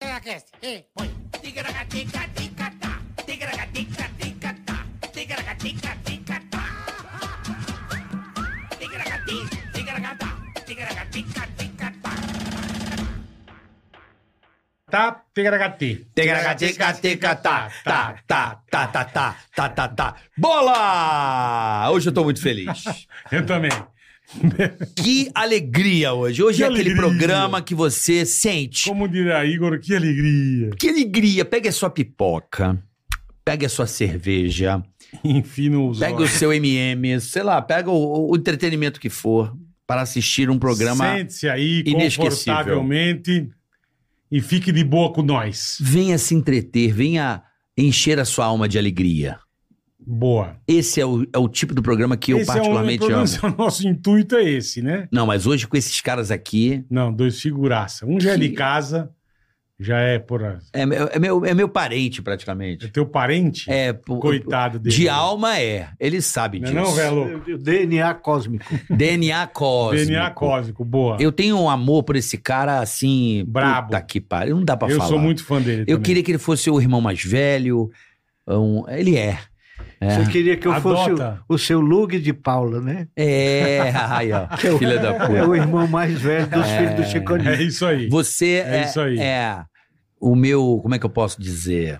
é Tigracast, e põe. Tigragatica-tica-tá, tigragatica-tica-tá, tigragatica-tica-tá. Tigragati, tigragatá, tigragatica-tica-tá. Tá, Tegragati. Tegratica-tica-tá, tá, tá, tá, tá, tá, tá, tá, tá. Bola! Hoje eu tô muito feliz. Eu também. Que alegria hoje. Hoje Que é aquele alegria. programa que você sente. Como dirá Igor, que alegria. Que alegria. Pegue a sua pipoca, pegue a sua cerveja, Enfino os pegue o seu MM, sei lá, pega o, o entretenimento que for para assistir um programa. Sente-se aí inesquecível. confortavelmente e fique de boa com nós. Venha se entreter, venha encher a sua alma de alegria. Boa. Esse é o, é o tipo do programa que eu Esse é o- particularmente pelo amo. menos O nosso intuito é esse, né? Não, mas hoje com esses caras aqui, Não, dois figuraça. Um já é de casa, já é por... É, meu- é meu, é meu parente, É praticamente. teu parente? É, pô, Coitado dele. De alma é. Ele sabe Não é disso. não, Velo? O DNA cósmico. DNA cósmico. DNA cósmico, boa. Eu tenho um amor por esse cara assim. Brabo. Puta que pariu. Não dá pra Eu falar. sou muito fã dele Eu também. queria que ele fosse o irmão mais velho. um- Ele é. Você queria que eu fosse Adota. o, o seu Lug de Paula, né? É. Aí, ó. Filha da É puta. o irmão mais velho dos filhos do Chico É Anísio. isso aí. Você É é, isso aí. é o meu. Como é que eu posso dizer?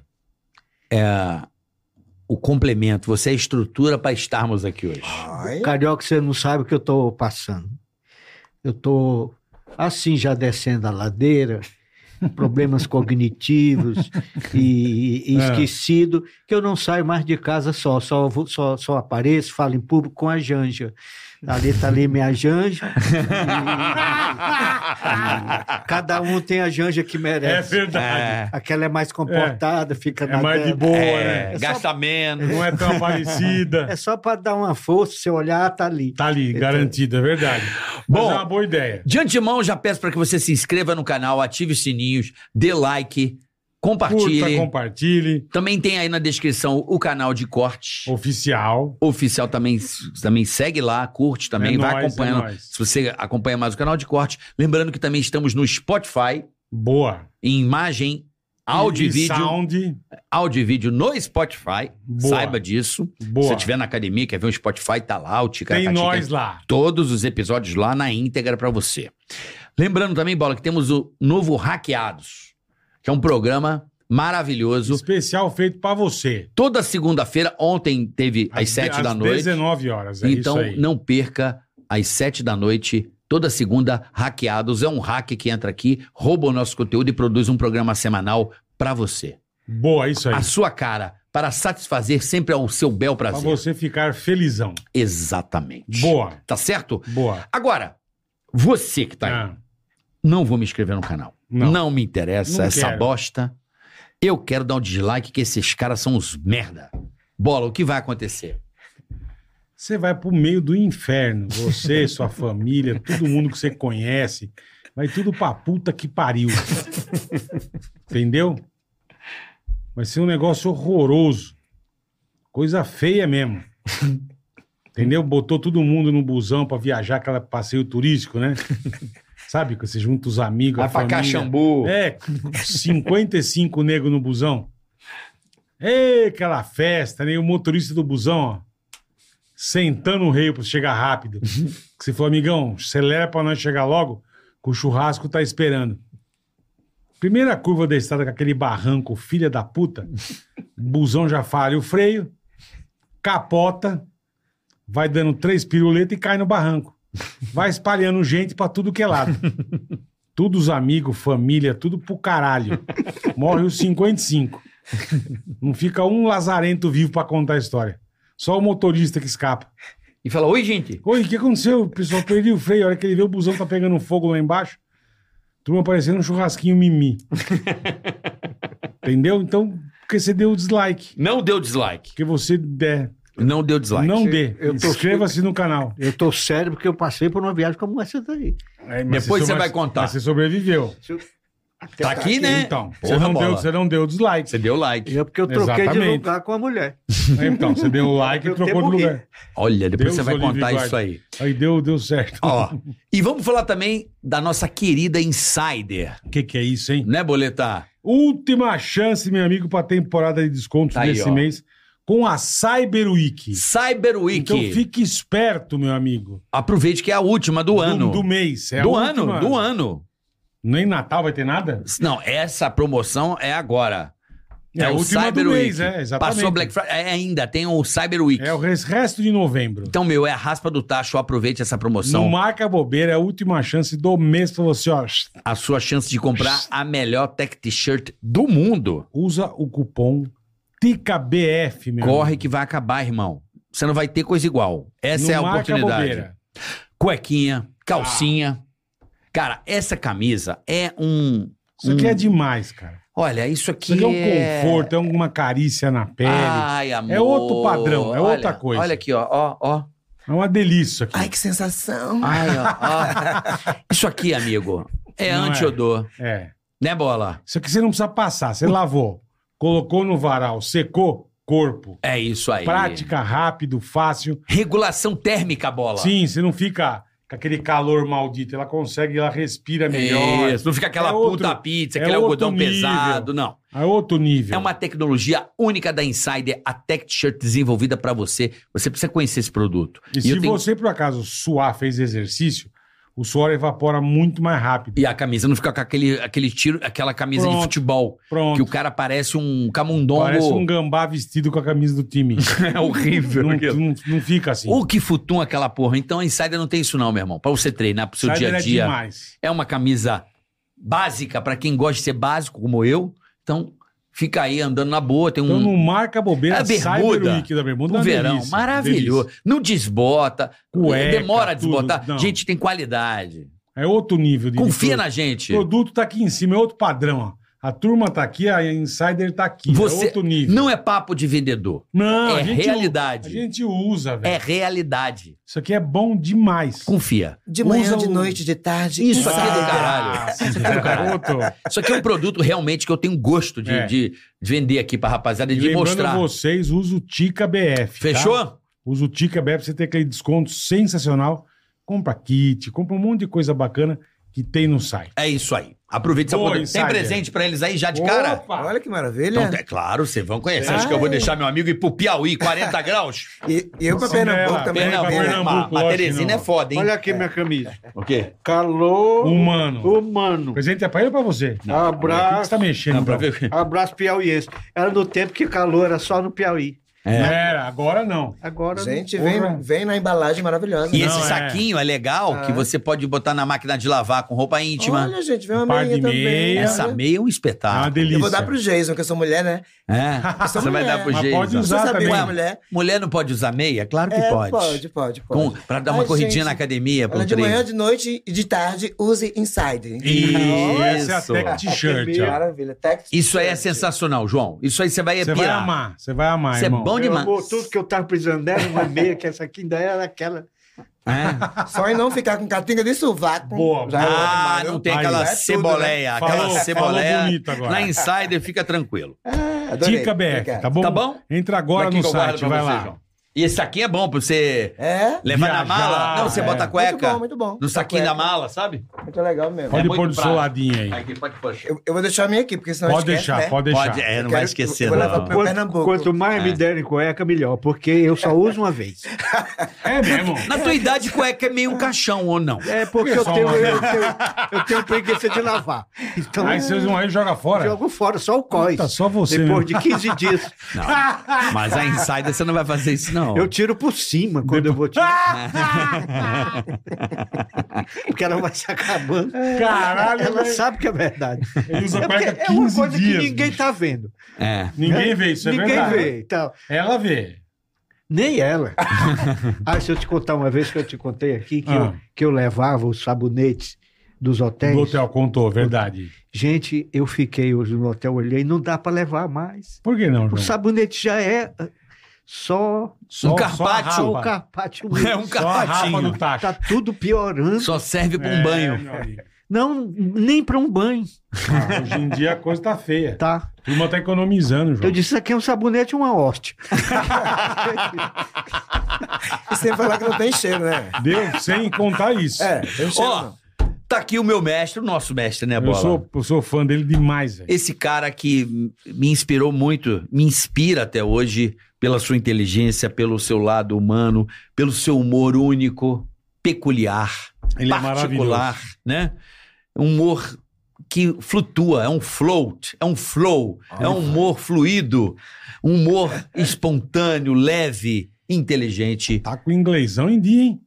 É. O complemento. Você é a estrutura pra estarmos aqui hoje. Carioca, você não sabe o que eu estou passando. Eu estou assim, já descendo a ladeira, problemas cognitivos e, É. e esquecido, que eu não saio mais de casa só, só, vou- só, só apareço, falo em público com a Janja. Ali tá ali minha Janja. e- e cada um tem a Janja que É merece. verdade. Aquela é mais comportada, fica É, na mais de dela. boa, né? É, É só- gasta menos. Não é tão É aparecida. só para dar uma força, você olhar, tá ali. Tá ali, garantido, é verdade. Bom, Mas é uma boa ideia. De antemão, já peço para que você se inscreva no canal, ative os sininhos, dê like, Curta, compartilhe. compartilhe. Também tem aí na descrição o canal de corte. Oficial. Oficial também, também segue lá, curte também, É vai nóis, é acompanhando. nóis. se você acompanha mais o canal de corte, lembrando que também estamos no Spotify, Boa. em imagem, áudio e, vídeo, Sound. áudio e vídeo no Spotify. Boa. Saiba disso. Se Boa. você estiver na academia, quer ver um Spotify, tá lá, o Tica Tem nós lá. todos os episódios lá na íntegra pra você. Lembrando também, Bola, que temos o novo Hackeados, que é um programa maravilhoso. Especial feito pra você. Toda segunda-feira, ontem teve às sete de- da noite. 19 horas, é então isso aí. não perca às sete da noite. Toda segunda, Hackeados é um hack que entra aqui, rouba o nosso conteúdo e produz um programa semanal pra você. Boa, é isso aí. A sua cara, para satisfazer sempre ao seu bel Pra prazer. você ficar felizão. Exatamente. Boa, Tá certo? boa. Agora, você que tá aí, Ah, não vou me inscrever no canal. não. Não, me interessa Não essa quero. bosta. Eu quero dar um dislike que esses caras são uns merda. Bola, o que vai acontecer? Você vai pro meio do inferno. Você, sua família, todo mundo que você conhece. Vai tudo pra puta que pariu. Entendeu? Vai ser um negócio horroroso. Coisa feia mesmo. Entendeu? Botou todo mundo no busão pra viajar, aquela passeio turístico, né? Sabe? Que você junta os amigos, a família. Caxambu. É, 55 nego no busão. É aquela festa, né? E o motorista do busão, ó, sentando o rei pra chegar rápido. Que Você falou, amigão, acelera pra nós chegar logo, que o churrasco tá esperando. Primeira curva da estrada com aquele barranco, filha da puta. O busão já falha o freio, capota, vai dando três piruletas e cai no barranco. Vai espalhando gente pra tudo que é lado. Tudo os amigos, família, tudo pro caralho. Morre os 55. Não fica um lazarento vivo pra contar a história. Só o motorista que escapa. E fala, oi, gente. Oi, o que aconteceu? O pessoal perdi o freio. A hora que ele vê o busão tá pegando fogo lá embaixo. Turma parecendo um churrasquinho mimi. Entendeu? Então, porque você deu o dislike. Não deu dislike. Porque você der. Não deu dislike. Não dê. Eu tô- Inscreva-se no canal. Eu tô sério porque eu passei por uma viagem como essa daí. É, mas Depois você sobre- vai contar. Mas você sobreviveu. Até Tá aqui, né? Então, você Porra, não, deu, bola. você não deu dislike. Você deu like. É porque eu troquei de Exatamente. lugar com a mulher. Então, você deu o like e Eu trocou de até morri. lugar. Olha, depois Deus você vai o livre contar guarde. isso aí. Aí deu, deu certo. Ó, e vamos falar também da nossa querida Insider, O que, que é isso, hein? né, Boletar? Última chance, meu amigo, para temporada de descontos Tá aí, desse ó. mês com a Cyber Week. Cyber Week. Então fique esperto, meu amigo. Aproveite que é a última do, ano. Do mês. É a do última. ano, do ano. Nem Natal vai ter nada? Não, essa promoção é agora. É, a o última Cyber do Week. mês, é, exatamente. Passou Black Friday, é, ainda tem o Cyber Week. É o res- resto de novembro. Então, meu, é a raspa do tacho, aproveite essa Não promoção. marca bobeira, é a última chance do mês pra você, ó. A sua chance de comprar a melhor tech t-shirt do mundo. Usa o cupom TICABF, meu Corre que vai acabar, irmão. Você não vai ter coisa igual. Essa Não é a marca oportunidade. bobeira. Ah. Cuequinha, calcinha. Cara, essa camisa é um. Isso aqui é demais, cara. Olha, isso aqui Isso aqui é é um conforto, é uma carícia na pele. Ai, amor. É outro padrão, é outra Olha, coisa. Olha aqui, ó, ó, ó. É uma delícia isso aqui. Ai, que sensação. Ai, ó, ó. Isso aqui, amigo, é Não é. antiodor, É. né, bola? Isso aqui você não precisa passar. Você lavou, colocou no varal, secou, corpo. É isso aí. Prática, rápido, fácil. Regulação térmica, bola. Sim, você não fica com aquele calor maldito. Ela consegue, ela respira é melhor. Isso, não fica aquela É outro- puta pizza, é aquele outro algodão nível. pesado, não. É outro nível. É uma tecnologia única da Insider, a Tech T-shirt desenvolvida pra você. Você precisa conhecer esse produto. E, eu se tenho- você, por acaso, suar, fez exercício, o suor evapora muito mais rápido. E a camisa não fica com aquele, aquele tiro, aquela camisa de Pronto. futebol, que Pronto. o cara parece um camundongo. Parece um gambá vestido com a camisa do time. É horrível. não, aquilo. não, não fica assim. O que futum aquela porra. Então a Insider não tem isso não, meu irmão. Pra você treinar pro seu Cyber dia a dia. É demais. É uma camisa básica pra quem gosta de ser básico como eu. Então fica aí andando na boa, tem Então um não marca bobeira. A bermuda, Cyber Week da bermuda. é um uma verão delícia, maravilhoso. delícia. Não desbota, Cueca, demora a tudo, desbotar. não. Gente, tem qualidade. É outro nível. De Confia de- na gente. O produto tá aqui em cima, é outro padrão. Ó. A turma tá aqui, a Insider tá aqui. Você é outro nível. não é papo de vendedor. Não, é a gente realidade. u- A gente usa, velho. É realidade. Isso aqui é bom demais. Confia. De manhã, Usa de o- noite, de tarde. Isso aqui é do Ah, caralho. Isso aqui é do garoto. Isso aqui é um produto realmente que eu tenho gosto de, É. de- de vender aqui pra rapaziada e E de lembrando mostrar. vocês, usa o Tica BF. tá? Fechou? Usa o Tica BF pra você ter aquele desconto sensacional. Compra kit, compra um monte de coisa bacana que tem no site. É isso aí. Aproveita essa Boa, oportunidade. Tem Insider. presente pra eles aí já de cara? Opa! Olha que maravilha. Então, é claro, vocês vão conhecer. Acho Ah, que eu vou é. deixar meu amigo ir pro Piauí, 40 graus. E, e eu pra Cinderela, Pernambuco também. Pernambuco, né? Pernambuco. a lógico que Teresina não. é foda, hein? Olha aqui minha camisa. O quê? Calor Humano. humano. Presente é pra ele ou pra você? O que que você Abraço. tá mexendo? Não, pra então? ver. Abraço piauiense. Era no tempo que calor era só no Piauí. Não era, agora não. Agora Gente, Porra. vem, vem na embalagem maravilhosa. E né? esse Não, é. saquinho é legal que você pode botar na máquina de lavar com roupa íntima. Olha, gente, vem uma Um par meia de também. meia. Essa olha. meia é um É uma espetáculo. delícia. Eu vou dar pro Jason, que eu sou mulher, né? É, você vai dar pro Mas pode jeito. Você Usar sabia que também. é mulher? Mulher não pode usar meia? Claro que É, pode. pode, pode, Com, pode. pra dar uma Ai, corridinha gente, na academia, pro Olha, de treino. manhã, de noite e de tarde, use Insider. Isso. Essa é a Isso. Tech T-shirt. ó. Maravilha. Text Isso aí é Text. sensacional, João. Isso aí você vai Você vai pirar. amar, você vai amar, Isso é irmão. bom Meu demais. amor, tudo que eu tava precisando dela, uma meia, que essa aqui ainda era aquela. É. Só em não ficar com catinga de sovaco. Boa. Já é ótimo, Ah, né? não tem Aí, aquela é tudo, ceboleia, aquela Falou- falou ceboleia. bonito agora. Na Insider fica tranquilo. Ah, adorei. Tica BF, Obrigado. tá bom? Tá bom? Entra agora Daqui no que eu guardo site, pra vai você, lá. João. E esse aqui é bom pra você É? levar na Viajar, mala. Não, você é. bota a cueca Muito bom, muito bom. no saquinho cueca. da mala, sabe? Muito legal mesmo. Pode muito pôr do seu prático. ladinho aí. Aqui, pode puxar. Eu, eu vou deixar a minha aqui, porque senão Pode esquece, deixar, né? pode deixar. Pode, é, não Eu vai quero- esquecer, eu vou levar não. pro- Quanto, Pernambuco. quanto mais me É. derem cueca, melhor, porque eu só uso uma vez. É mesmo? Na tua idade, cueca é meio um caixão, ou não? É porque eu Só tenho, uma eu, tenho, eu tenho preguiça de lavar. Então, Aí vocês vão aí e joga fora. jogo fora, só o COIS. Puta, só você, Depois né? de 15 dias, Não. Mas a Insider você não vai fazer isso, não. eu tiro por cima quando eu vou tirar. Porque ela vai se acabando. É Caralho, Ela velho. sabe que é verdade. Ele usa É, porque cueca é uma 15 coisa dias. que ninguém bicho. tá vendo. É. Ninguém vê isso, é ninguém verdade. vê. Então, Ela vê. nem ela. ah, se eu te contar uma vez que eu te contei aqui, que, Ah. eu, que eu levava os sabonetes dos hotéis. Do hotel contou, é verdade. Gente, eu fiquei hoje no hotel, olhei, não dá para levar mais. Por que não, O João? sabonete já é ah, só Só- Um só carpaccio. a o rapa. carpaccio. É um Só a rapa carpatinho. do tacho. Tá tudo piorando. Só serve pra um É, banho. meu amigo. Não, nem para um banho, Ah, hoje em dia a coisa tá feia. tá? A turma tá economizando, Eu João. disse, isso aqui é um sabonete e uma hoste. E sem falar que não tem cheiro, né? Deu sem contar isso. É, tem cheiro. Ó, não. tá aqui o meu mestre, o nosso mestre, né, eu, Bola? sou, eu sou fã dele demais, velho. Esse cara que me inspirou muito, me inspira até hoje pela sua inteligência, pelo seu lado humano, pelo seu humor único, peculiar, Ele é maravilhoso. particular, né? Um humor que flutua, é um float, é um flow, é um humor fluido, um humor espontâneo, leve, inteligente. Tá com o inglêsão em dia, hein?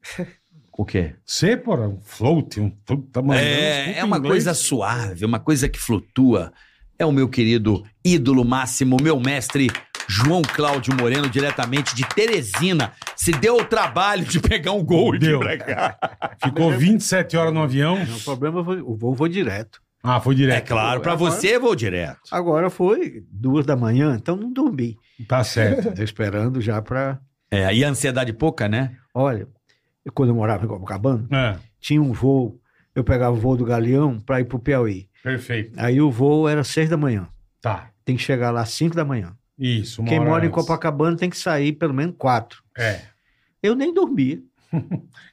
O quê? Você, porra, um float, um puta mano, É, desculpa é uma o inglês. coisa suave, é uma coisa que flutua. É o meu querido ídolo máximo, meu mestre João Cláudio Moreno, diretamente de Teresina. Se deu o trabalho de pegar um gol de Deu. pra cá. Ficou 27 horas no avião. O problema foi, o voo foi direto. Ah, foi É direto. claro, pra você vou direto. Agora foi duas da manhã, então não dormi. Tá certo. Tô esperando já para... É, e a ansiedade pouca, né? Olha, eu, quando eu morava em Copacabana, É, tinha um voo, eu pegava o voo do Galeão para ir pro Piauí. perfeito. Aí o voo era seis da manhã. Tá. Tem que chegar lá às cinco da manhã. Isso, uma Quem hora mora em antes. Copacabana tem que sair pelo menos quatro. É. Eu nem dormia,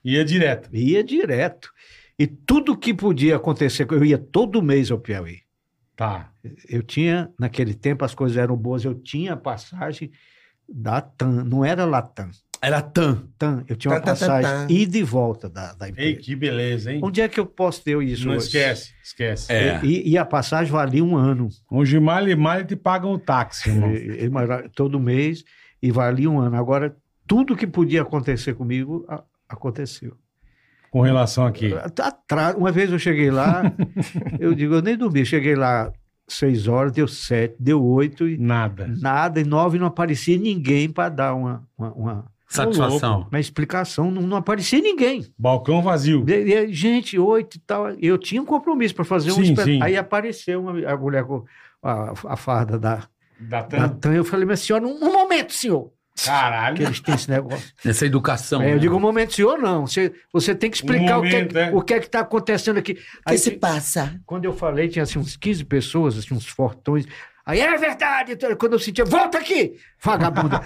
Ia direto. ia direto. E tudo que podia acontecer, eu ia todo mês ao Piauí. Tá. Eu tinha, naquele tempo as coisas eram boas, eu tinha a passagem da TAM, não era Latam. Era tan. TAM, eu tinha uma Tan, tan, tan, passagem tan. ida e volta da, da Ei, empresa. que beleza, hein? Onde é que eu posso ter isso Não hoje? esquece, esquece. É. E, e a passagem valia um ano. Onde mal e mal te pagam o táxi, irmão. E- e- mas todo mês e valia um ano. Agora, tudo que podia acontecer comigo, a- aconteceu. Com relação aqui. Atra- Tá Uma vez eu cheguei lá, eu digo, eu nem dormi. Cheguei lá seis horas, deu sete, deu oito, e Nada. nada, e nove não aparecia ninguém para dar uma, uma, uma- Satisfação. uma explicação. Não, não aparecia ninguém. Balcão vazio. E- e- gente, oito e tal. Eu tinha um compromisso para fazer um Sim, espet- sim. Aí apareceu uma, a mulher com a, a farda da, Da da tan... TAM. Eu falei, mas senhora, um- um momento, senhor. que Caralho. eles têm esse negócio. Essa educação. É, eu né? digo, um momento, senhor, não. Você, você tem que explicar Um o, momento, que, é- é. o que é que está acontecendo aqui. O que Aí, se passa? quando eu falei, tinha assim, uns 15 pessoas, assim, uns fortões. Aí é verdade. Então, Quando eu sentia, volta aqui, vagabunda.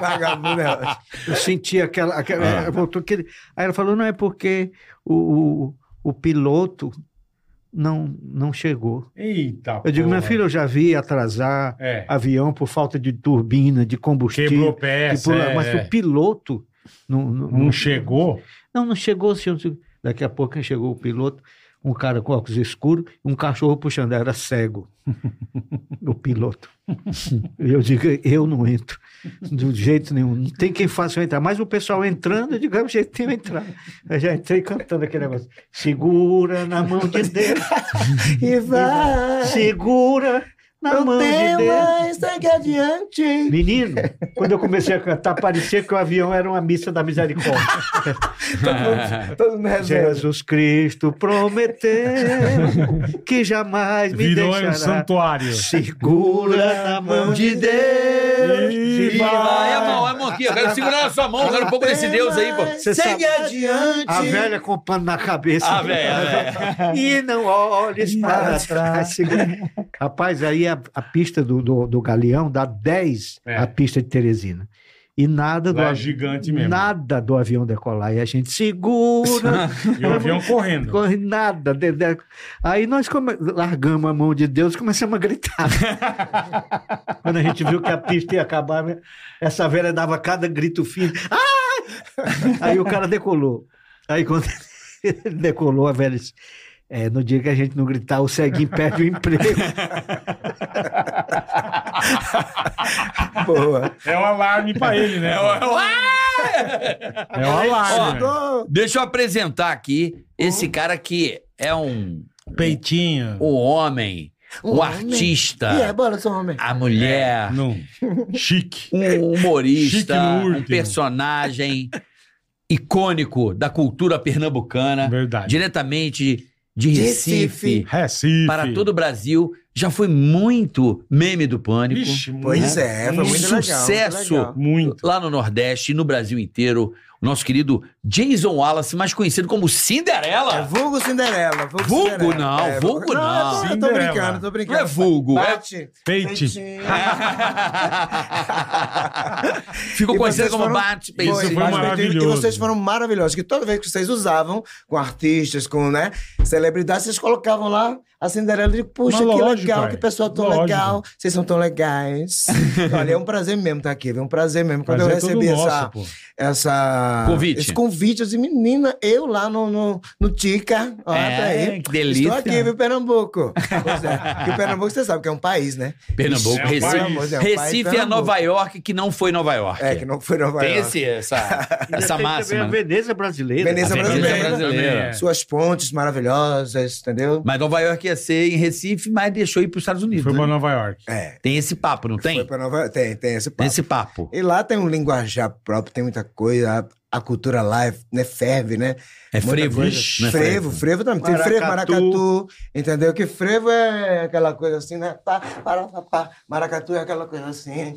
Vagabundo. né? eu sentia aquela. aquela ela Voltou aquele. Aí ela falou: não, é porque o, o, o piloto não, não chegou. Eita. Eu digo, porra. minha filha, eu já vi atrasar É. avião por falta de turbina, de combustível. Quebrou peça. Tipo, é, mas é. o piloto não, não, Não chegou? Não, não chegou, senhor. Daqui a pouco quem chegou o piloto, um cara com óculos escuros, um cachorro puxando, era cego. o piloto. Eu digo, eu não entro. De jeito nenhum. Não tem quem faça eu entrar. Mas o pessoal entrando, eu digo, é o jeito tem eu entrar. Eu já entrei cantando aquele negócio. Segura na mão de Deus. E vai. Segura na Não mão de tem Deus. mais, segue adiante. Menino, quando eu comecei a cantar, parecia que o avião era uma missa da misericórdia. Todo mundo é. resolve. Jesus Cristo prometeu que jamais me Virou um deixará. santuário. Segura na mão de Deus. E e Ah, é a vai. mão, é a mão aqui. Eu quero segurar a sua mão, eu quero um pouco desse Deus aí, pô. Você Segue sabe- adiante. A velha com pano na cabeça. Ah, velho, a velha. E não olhes para trás. Rapaz, aí a, a pista do, do, do Galeão dá 10 É. a pista de Teresina. E nada do, Lá é avi- gigante mesmo. nada do avião decolar. E a gente segura. E o avião correndo. Corre nada. de- de- Aí nós come- largamos a mão de Deus e começamos a gritar. Quando a gente viu que a pista ia acabar, né, essa velha dava cada grito fino. Ah! Aí o cara decolou. Aí quando ele decolou, a velha disse, "É, no dia que a gente não gritar, o ceguinho perde o emprego. Boa. É um alarme pra ele, né? É um alarme. velho. Tô- Deixa eu apresentar aqui esse cara que é um, Peitinho. um homem, um, Um homem. artista, E é, bora, sou homem. a mulher, Não. Chique. É. um Chique humorista, no um último. personagem icônico da cultura pernambucana, Verdade. diretamente de De Recife, Recife. Recife. para todo o Brasil. Já foi muito meme do pânico. Ixi, Pois muito- é, foi muito legal. muito Sucesso. legal. Muito. Lá no Nordeste, no Brasil inteiro, o nosso querido Jason Wallace, mais conhecido como É Cinderela. vulgo Cinderela. Vulgo, Vulgo Cinderela. não, É, vulgo não. Eu tô- eu tô, Cinderela. brincando, tô brincando. Não é vulgo, é- Bate. Peite. Ficou E conhecido vocês como foram- Bart Paisley. Isso foi Bate maravilhoso. E vocês foram maravilhosos, que toda vez que vocês usavam, com artistas, com né, celebridades, vocês colocavam lá a Cinderela e digo, puxa, Mas que lógico, legal, pai. que pessoa tão Lógico. legal, vocês são tão legais. Olha, é um prazer mesmo estar aqui, é um prazer mesmo. Quando Prazer eu é todo recebi nosso, essa, pô. essa, Convite. esse convite, eu disse, menina, eu lá no, no, no Tica, olha tá É, aí. que delícia. Estou aqui, viu, Pernambuco. Pois é, que o Pernambuco, você sabe que é um país, né? Pernambuco, É um Recife. país. Pernambuco, um país, Recife é Pernambuco. Nova York que não foi Nova York. É, que não foi Nova Tem York. esse, essa, essa máxima. a Veneza brasileira. Veneza A Veneza brasileira. brasileira. É. Suas pontes maravilhosas, entendeu? Mas Nova York ia ser em Recife, mas deixou ir para os Estados Unidos. Foi pra né? Nova York. É. Tem esse papo, não tem? Foi pra Nova Tem, tem esse Tem papo. esse papo. E lá tem um linguajar próprio, tem muita coisa. A, a cultura lá é, né, ferve, né? É Muita frevo, coisa. né? Frevo, frevo também. Tem frevo, maracatu. Entendeu? Que frevo é aquela coisa assim, né? Pá, pará, pá, pá. Maracatu é aquela coisa assim. É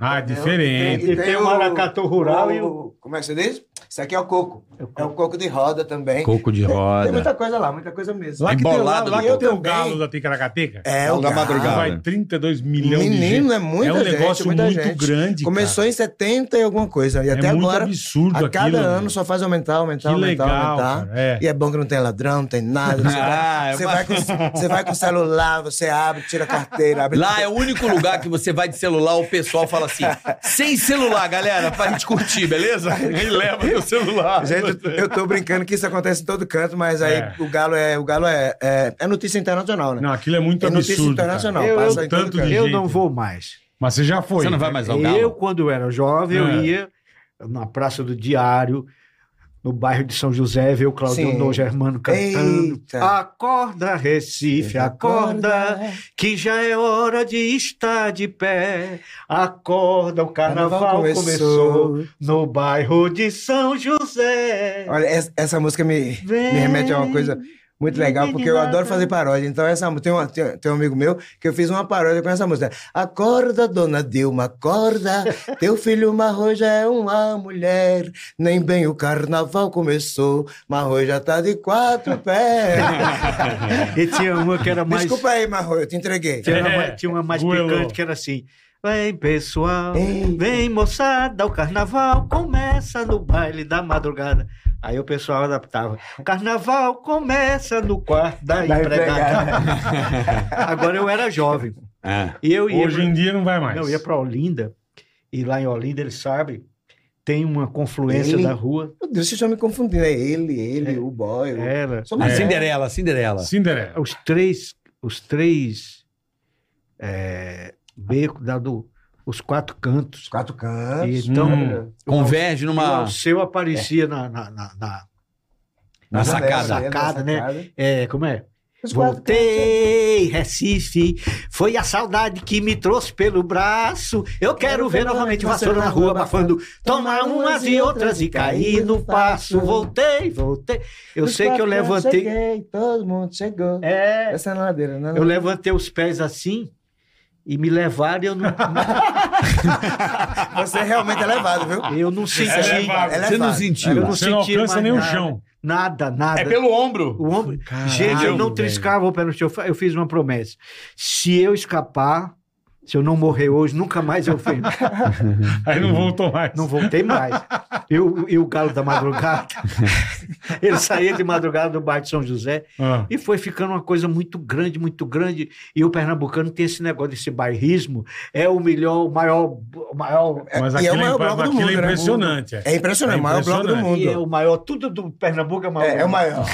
Ah, entendeu? diferente. é, E tem o maracatu rural e o- Como é que você diz? Isso aqui é o coco. É o coco de roda também. Coco Tem de muita roda. coisa lá, muita coisa mesmo. Lá que tem, lá, Embolado lá do eu que tem o também. galo da Ticaracateca. É, né? Lá o da galo. madrugada. Vai 32 milhões de gente. Menino, é muita É um gente, negócio muita muito gente. grande, Começou em 70 e alguma coisa. E É até muito agora, absurdo a cada aquilo, ano, amigo. só faz aumentar, aumentar, Que aumentar, legal, aumentar. cara, é. E é bom que não tem ladrão, não tem nada. Você, Ah, vai, é você, uma- vai com, você vai com o celular, você abre, tira a carteira, abre... Lá é o único lugar que você vai de celular, o pessoal fala assim: sem celular, galera, pra gente curtir, beleza? E leva teu celular. Gente, eu tô brincando que isso acontece em todo canto, mas aí É. o galo, é, o galo é, é, é notícia internacional, né? Não, aquilo é muito é notícia absurdo. cara. internacional. Eu- passa eu- em todo tanto canto. de- Eu jeito. não vou mais. Mas você já foi. Você não vai mais ao Eu, galo? quando era jovem, É. eu ia na Praça do Diário, no bairro de São José, ver o Claudio Sim. No Germano cantando. Eita. Acorda, Recife, acorda, que já é hora de estar de pé. Acorda, o carnaval, começou. no bairro de São José. Olha, essa, essa música me, Vem. me remete a uma coisa muito legal, porque eu Menina. adoro fazer paródia. Então, essa mu- tem, uma, tem, tem um amigo meu que eu fiz uma paródia com essa música. Acorda, dona Dilma, acorda. Teu filho Marro já é uma mulher. Nem bem o carnaval começou. Marro já tá de quatro pés. E tinha uma que era mais. Desculpa aí, Marro, eu te entreguei. Tinha, uma, É. tinha uma mais Goelô. picante que era assim. Vem pessoal, Ei. vem moçada, o carnaval começa no baile da madrugada. Aí o pessoal adaptava. Carnaval começa no quarto da, Da empregada. Agora eu era jovem. É. E eu ia Hoje em dia não vai mais. Não, eu ia para Olinda, e lá em Olinda, ele sabe, tem uma confluência Ele? da rua. Meu Deus, vocês estão me confundindo. É ele, ele, o boy. o- Era. Somos A nós. Cinderela, Cinderela. Cinderela. Os três, os três é, becos, dado os quatro cantos. Os quatro cantos. E então, Hum. Converge o numa seu aparecia na, na, na- na- na Sacada, sacada. né? sacada. é, como é? Os quatro Voltei, Recife, foi a saudade que me trouxe pelo braço. Eu quero ver novamente vassoura na rua abafando, tomar umas e outras e cair no passo. Voltei, voltei. Eu Os sei que eu quatro cantos levantei. Cheguei, todo mundo chegou. É, Essa é na ladeira, né? eu levantei os pés assim e me levaram e eu não, Você realmente é levado, viu? eu não senti. É levado. É Você não levado. Eu sentiu? não Você não sentia alcança mais nem o nada. chão. É Nada, nada. É ombro. O homem... Caralho, Gente, eu não velho. triscava o pé no chão. Eu fiz uma promessa. Se eu escapar, se eu não morrer hoje, nunca mais eu fiz. Aí não voltou mais. Não voltei mais. Eu e o galo da madrugada. Ele saía de madrugada do bairro de São José Ah. e foi ficando uma coisa muito grande, muito grande. E o pernambucano tem esse negócio desse bairrismo. É o melhor, o maior, o maior Mas e é o aquilo, é, maior impre- bloco do aquilo é mundo, né? impressionante. é. É impressionante, É o maior bloco do impressionante. mundo. E é o maior, tudo do Pernambuco é maior. É, é o maior.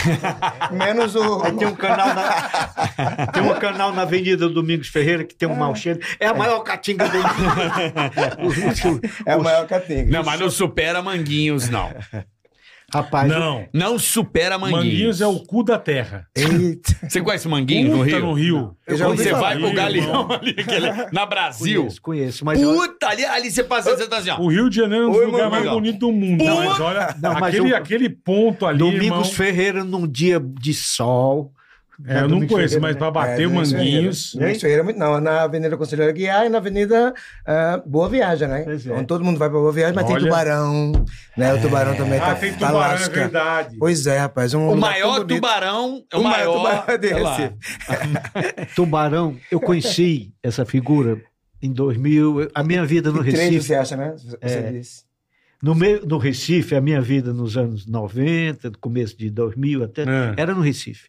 Menos o. Aí tem um canal na, tem um canal na Avenida Domingos Ferreira que tem um mau cheiro. É a maior catinga do mundo. É o maior catinga. Não, mas não supera Manguinhos, não. É. Rapaz, Não. Não supera Manguinhos. Manguinhos é o cu da terra. Eita. Você conhece Manguinhos no Puta Rio? Eu já Quando ouvi você falar. vai pro Rio, Galeão irmão. ali, aquele- na Brasil. conheço, conheço, mas eu- Puta, ali, ali você passa, você tá assim, ó. O Rio de Janeiro é um dos Oi, lugares mais Manguinhos. bonitos do mundo. né? Puta- Mas olha, Não, mas aquele, eu- aquele ponto ali, Domingos irmão, Ferreira num dia de sol, É, eu não conheço, mas pra bater É, o Domingos Manguinhos. Ferreira. Domingos Ferreira, é muito não. Na Avenida Conselheiro Guiar e na Avenida ah, Boa Viagem, né? Pois é. Onde todo mundo vai pra Boa Viagem, mas Olha. tem tubarão, né? O tubarão também tá, Ah, tem tá tubarão, é lasca. verdade. Pois é, rapaz. Um O lugar maior tão bonito. tubarão é tá o, O maior maior. tubarão é de sei lá. Recife. Tubarão, eu conheci essa figura em 2000, eu- a minha vida no Que três Recife, você acha, né? Você disse. no meio no Recife, a minha vida nos anos 90, do começo de 2000 até, É. era no Recife.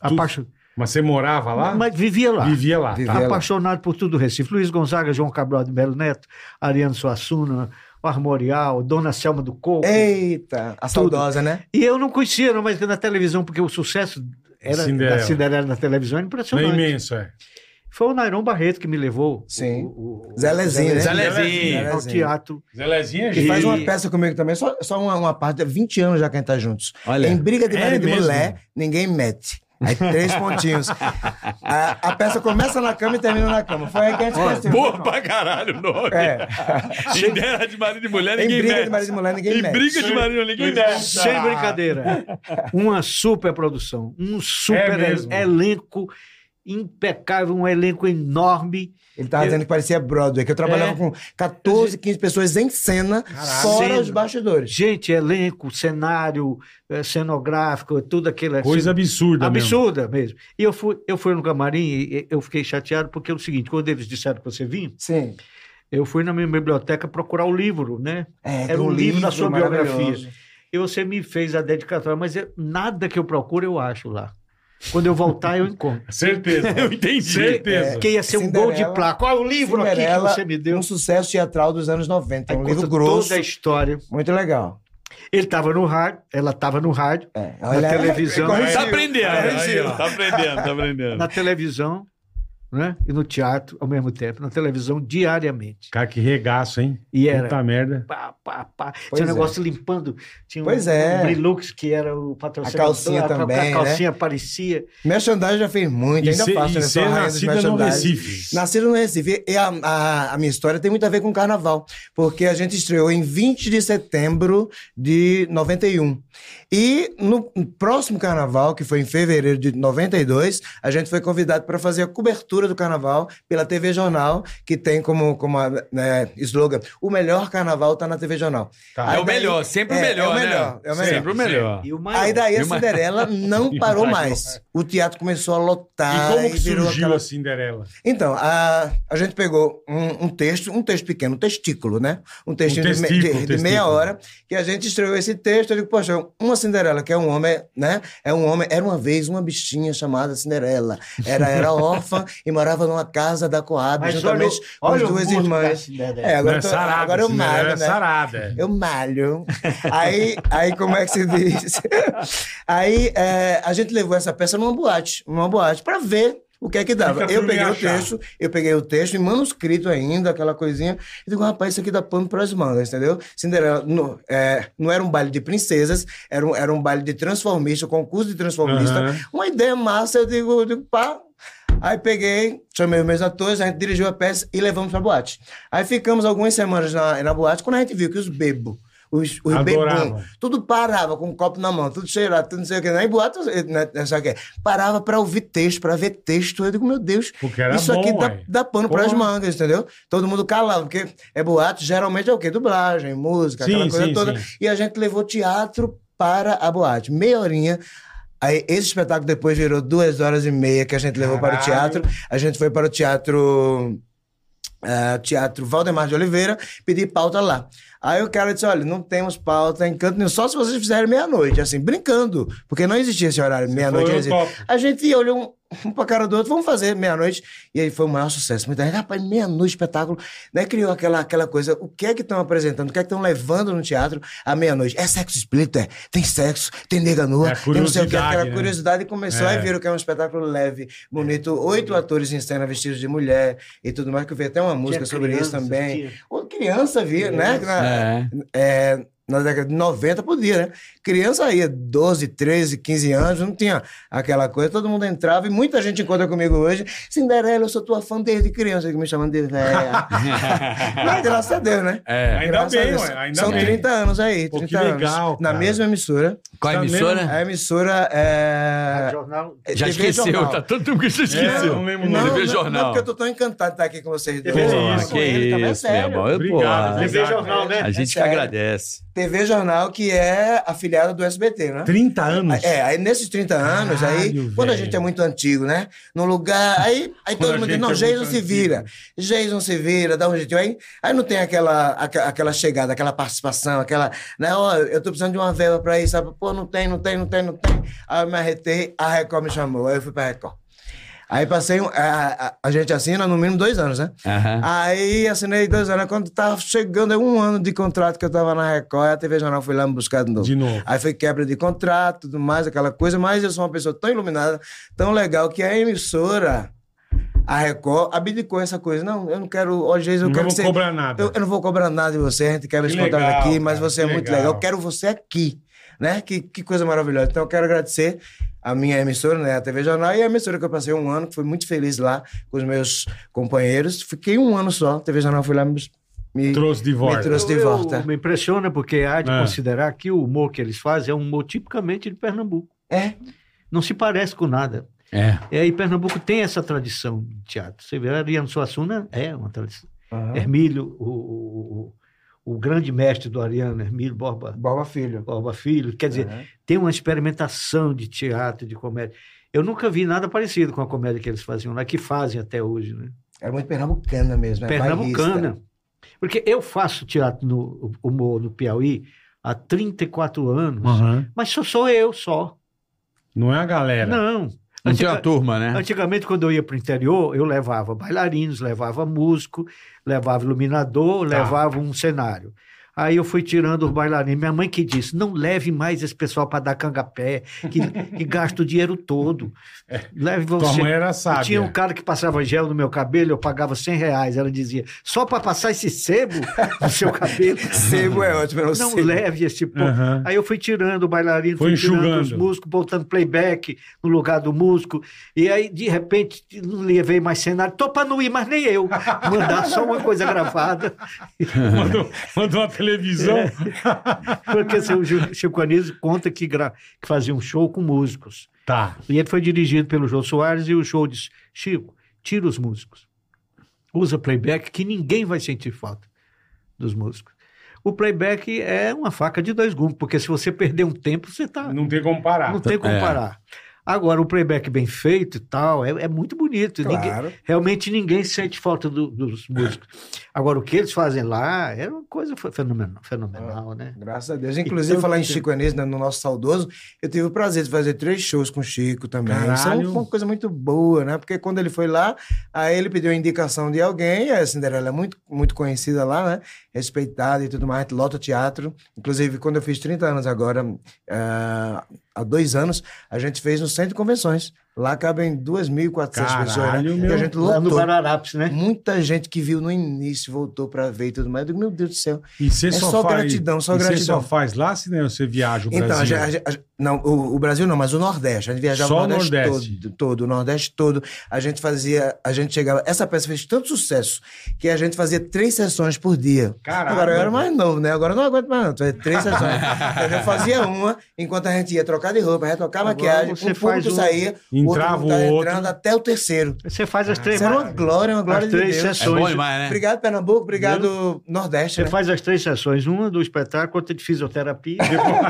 Tu- Apaixon... Mas você morava lá? Mas vivia lá. Vivia lá. Vivia. Tá. Vela. Apaixonado por tudo o Recife. Luiz Gonzaga, João Cabral de Melo Neto, Ariano Suassuna, o Armorial, Dona Selma do Coco. Eita, a saudosa, né? E eu não conhecia, não, mas na televisão, porque o sucesso era Cinderela. da Cinderela na televisão era Não é impressionante. imenso, é. Foi o Nairon Barreto que me levou. Sim. O, o, o Zé Lezinho, né? Zé Lezinho. ao Lezinho. É teatro. Zelezinha é Que faz gênio. uma peça comigo também, só, só uma, uma parte, é 20 anos já que a gente tá juntos. Olha. em briga de É marido e mesmo? mulher, ninguém mete. Aí três pontinhos. A, a peça começa na cama e termina na cama. Foi aí que a gente conheceu. Boa pra caralho o nome. É. Em briga de marido e mulher, Em ninguém briga mete. de marido e mulher, ninguém Em mete. briga de marido e mulher, ninguém mete. Sem brincadeira. Uma super produção, um super É mesmo. elenco impecável, um elenco enorme. Ele tava dizendo que parecia Broadway, que eu trabalhava É. com 14, 15 pessoas em cena, fora Cena. os bastidores. Gente, elenco, cenário, eh, cenográfico, tudo aquilo. é assim. Coisa absurda, mesmo. absurda mesmo. E eu fui, eu fui no camarim e e eu fiquei chateado porque é o seguinte, quando eles disseram que você vinha, Sim. eu fui na minha biblioteca procurar o livro, né? É, Era tem um livro da sua maravilhoso. biografia. E você me fez a dedicatória, mas eu- nada que eu procuro eu acho lá. Quando eu voltar, eu encontro. Certeza. Eu entendi. Certeza. Porque ia ser um gol de Cinderela- placa. Olha o livro aqui Cinderela, que você me deu. Um sucesso teatral dos anos 90. Aí um conta livro grosso. Toda a história. Muito legal. Ele estava no rádio, ela estava no rádio, É. na televisão. né? corrigiu. Tá aprendendo. Aí, Corrigiu. ó, tá aprendendo, tá aprendendo. na televisão, né? E no teatro ao mesmo tempo, na televisão diariamente. Cara, que regaço, hein? E era Puta merda. pá, pá, pá. Pois Tinha um é. negócio limpando. Tinha um- Pois é. um Brilux, que era o patrocinador. A calcinha também, né? A calcinha aparecia. Merchandising já fez muito, E ainda ser- faço, e né? Sou ser a rainha dos nascida no merchandising. Recife. Nascido no Recife. E a, a- a minha história tem muito a ver com o carnaval, porque a gente estreou em 20 de setembro de 91. E no próximo carnaval, que foi em fevereiro de 92, a gente foi convidado para fazer a cobertura do carnaval pela TV Jornal, que tem como, como a, né, slogan: o melhor carnaval tá na TV Jornal. Tá. Aí É o daí- melhor, sempre o é, melhor, é o né? melhor, é o melhor. Sempre o melhor. E o maior. Aí daí a E uma- Cinderela não E parou uma- mais. O teatro começou a E lotar. como que virou surgiu aquela- a Cinderela? Então, a, a gente pegou um, um texto, um texto pequeno, um testículo, né? Um textinho de me- testículo, de, de testículo. meia hora, que a gente estreou esse texto. Eu digo, poxa, uma Cinderela, que é um homem, né? É um homem, era uma vez uma bichinha chamada Cinderela. Era, era órfã e morava numa casa da Coab, Mas olha, juntamente o- olha com as duas o gosto da né? irmãs. Cinderela. É, agora, Não, eu é tô- sarada. agora eu Cinderela malho, é né? sarada. Eu malho. Aí, aí como é que se diz? Aí é, a gente levou essa peça numa boate, numa boate, pra ver o que é que dava. Fica pra Eu me peguei o achar. texto, eu peguei o texto em manuscrito ainda, aquela coisinha, e digo, rapaz, isso aqui dá pano pras mangas, entendeu? Cinderela no- é, não era um baile de princesas, era um, era um baile de transformista, concurso de transformista. Aham. Uma ideia massa, eu digo, eu digo, pá. Aí peguei, chamei os meus atores, a gente dirigiu a peça e levamos pra boate. Aí ficamos algumas semanas na, na boate, quando a gente viu que os bebos, os, os Adoravam. bebum, tudo parava com um copo na mão, tudo cheirado, tudo não sei o que. Aí boate, né, não sei o que. Parava pra ouvir texto, pra ver texto. Eu digo, meu Deus, Porque era isso bom, aqui dá, ué. dá pano pras Porra. mangas, entendeu? Todo mundo calado, porque é boate, geralmente é o quê? Dublagem, música, Sim, aquela coisa sim, toda. sim. E a gente levou teatro para a boate. Meia horinha. Aí, esse espetáculo depois virou duas horas e meia que a gente levou para o Caralho. teatro. A gente foi para o teatro. ah, teatro Valdemar de Oliveira, pedir pauta lá. Aí o cara disse: olha, não temos pauta em canto nenhum, só se vocês fizerem meia-noite, assim, brincando, porque não existia esse horário, meia-noite. foi não o existia. top. A gente olhou um, um pra cara do outro, vamos fazer meia-noite. E aí foi o maior sucesso. Muita gente, rapaz, meia-noite, espetáculo. Né? Criou aquela, aquela coisa, o que é que estão apresentando, o que é que estão levando no teatro à meia-noite? É sexo explícito, é? Tem sexo, tem nega nua, É a tem não sei o que. Aquela curiosidade, né? curiosidade começou É. a ver o que é um espetáculo leve, bonito. Oito atores em cena vestidos de mulher e tudo mais, que eu vi até uma música sobre isso também. Ou criança, vi, né? Na- É. é, na década de 90 podia, né? Criança ia 12, 13, 15 anos, não tinha aquela coisa, todo mundo entrava e muita gente encontra comigo hoje. Cinderela, eu sou tua fã desde criança, que me chamando de velha. Mas graças a Deus, né? É. Ainda Graças a bem, Deus. ué, ainda São bem. 30 anos aí, Pô, 30 que anos. legal, Na cara. mesma emissora. Qual a Tá emissora? A emissora é. jornal. é Já TV esqueceu, Jornal. tá tanto tempo que você É, esqueceu. não lembro o Não, nome. TV não, Jornal. não, porque eu tô tão encantado de estar aqui com vocês dois. Pô, Falar é isso, é com que ele, tá bem isso, meu sério. irmão. Eu, Obrigado, é porra, TV obrigado. Jornal, né? Ah, a gente que sério. agradece. TV Jornal, que é afiliada do SBT, né? 30 anos. É, aí nesses 30 anos, aí, Caralho, quando a velho. gente é muito antigo, né? Num lugar, aí, aí Quando a todo mundo diz, gente não, é Jason muito se antigo. vira, Jason se vira, dá um jeitinho. Aí, aí não tem aquela, aqua- aquela chegada, aquela participação, aquela, né? Ó, eu tô precisando de uma verba pra isso, sabe? Pô, não tem, não tem, não tem, não tem. Aí eu me arretei, a Record me chamou, aí eu fui pra Record. Aí passei, um- a, a- a gente assina no mínimo dois anos, né? Aham. Aí assinei dois anos. Quando tava chegando, é um ano de contrato que eu tava na Record, a TV Jornal foi lá me buscar de novo. De novo. Aí foi quebra de contrato, tudo mais, aquela coisa. Mas eu sou uma pessoa tão iluminada, tão legal, que a emissora, a Record, abdicou essa coisa. Não, eu não quero, ó, Jesus, eu Não quero vamos que você- cobrar nada. Eu, eu não vou cobrar nada de você, a gente quer Que esse contrato legal, aqui, mas cara, você é que muito legal. legal. Eu quero você aqui, né? Que, que coisa maravilhosa. Então eu quero agradecer a minha emissora, né? A TV Jornal e a emissora que eu passei um ano, que fui muito feliz lá com os meus companheiros. Fiquei um ano só, a TV Jornal foi lá me, me, Trouxe de me volta. trouxe de Eu- volta. me impressiona porque há de Ah. É. considerar que o humor que eles fazem é um humor tipicamente de Pernambuco. É, Não se parece com nada. É. É, e Pernambuco tem essa tradição de teatro. Você vê, Ariano Suassuna é uma tradição. Hermílio, o, o- o- o grande mestre do Ariano, Hermílio Borba, Borba Filho. Borba Filho, quer dizer, Uhum. tem uma experimentação de teatro, de comédia. Eu nunca vi nada parecido com a comédia que eles faziam lá, que fazem até hoje, né? Era muito pernambucana mesmo. é bairrista. Pernambucana. Porque eu faço teatro no humor no Piauí há 34 anos, Aham. mas só sou eu só. Não é a galera. Não. tá- Não tinha Antiga- uma turma, né? Antigamente, quando eu ia para o interior, eu levava bailarinos, levava músico, levava iluminador, Tá. levava um cenário. Aí eu fui tirando os bailarinos. Minha mãe que disse: não leve mais esse pessoal para dar cangapé, que, que gasta o dinheiro todo. Leve É. Tua você. mãe era Eu sábia. Tinha um cara que passava gel no meu cabelo, eu pagava 100 reais. Ela dizia: só para passar esse sebo no seu cabelo. Sebo é ótimo, eu não, Não sei. leve esse povo. Aham. Aí eu fui tirando o bailarino, Foi fui tirando os enxugando. músicos, botando playback no lugar do músico. E aí, de repente, não levei mais cenário. Tô pra não ir mais nem eu. Mandar só uma coisa gravada. Mandou, mandou uma televisão. Porque assim, o Ju- Chico Anísio conta que, gra- que fazia um show com músicos. Tá. E ele foi dirigido pelo João Soares e o show disse, Chico, tira os músicos. Usa playback que ninguém vai sentir falta dos músicos. O playback é uma faca de dois gumes, porque se você perder um tempo, você tá... Não tem como Ah, parar. Não tem como É. parar. Agora, o playback bem feito e tal, é, é muito bonito. Ninguém- Claro. realmente ninguém sente falta do- dos músicos. Agora, o que eles fazem lá é uma coisa fe- fenomenal, fenomenal né? Graças a Deus. Inclusive, Então, falar em tem- Chico Anísio, né, no nosso saudoso, eu tive o prazer de fazer três shows com o Chico também. Isso é Caralho. uma coisa muito boa, né? Porque quando ele foi lá, aí ele pediu a indicação de alguém, a Cinderela é muito, muito conhecida lá, né? Respeitada e tudo mais, lota teatro. Inclusive, quando eu fiz 30 anos agora, ah, há dois anos, a gente fez no Centro de Convenções. Lá cabem 2.400 pessoas, né? Caralho, E meu. a gente Lá no lotou. Guararapes, né? Muita gente que viu no início voltou pra ver e tudo mais. Eu digo, meu Deus do céu. E você É só, só faz... gratidão, só e Você só gratidão. faz lá, se não você viaja o Então, a Brasil. gente- a gente- a gente- não, o, o Brasil não, mas o Nordeste. A gente viajava Só o Nordeste, o Nordeste. Todo, todo, o Nordeste todo. A gente fazia, a gente chegava. Essa peça fez tanto sucesso que a gente fazia três sessões por dia. Caralho. Agora eu era mais novo, né? Agora eu não aguento mais, não. Fazia três sessões. Entendeu? eu fazia uma, enquanto a gente ia trocar de roupa, retocar a Agora maquiagem, o você público faz um- saía, Entrava o o outro tava outro. entrando até o terceiro. Você faz as três, Ah, Isso era uma glória, uma glória as de três Deus. É bom sessões. demais, né? Obrigado, Pernambuco. Obrigado, Nordeste. Você né? faz as três sessões, uma do espetáculo, outra de fisioterapia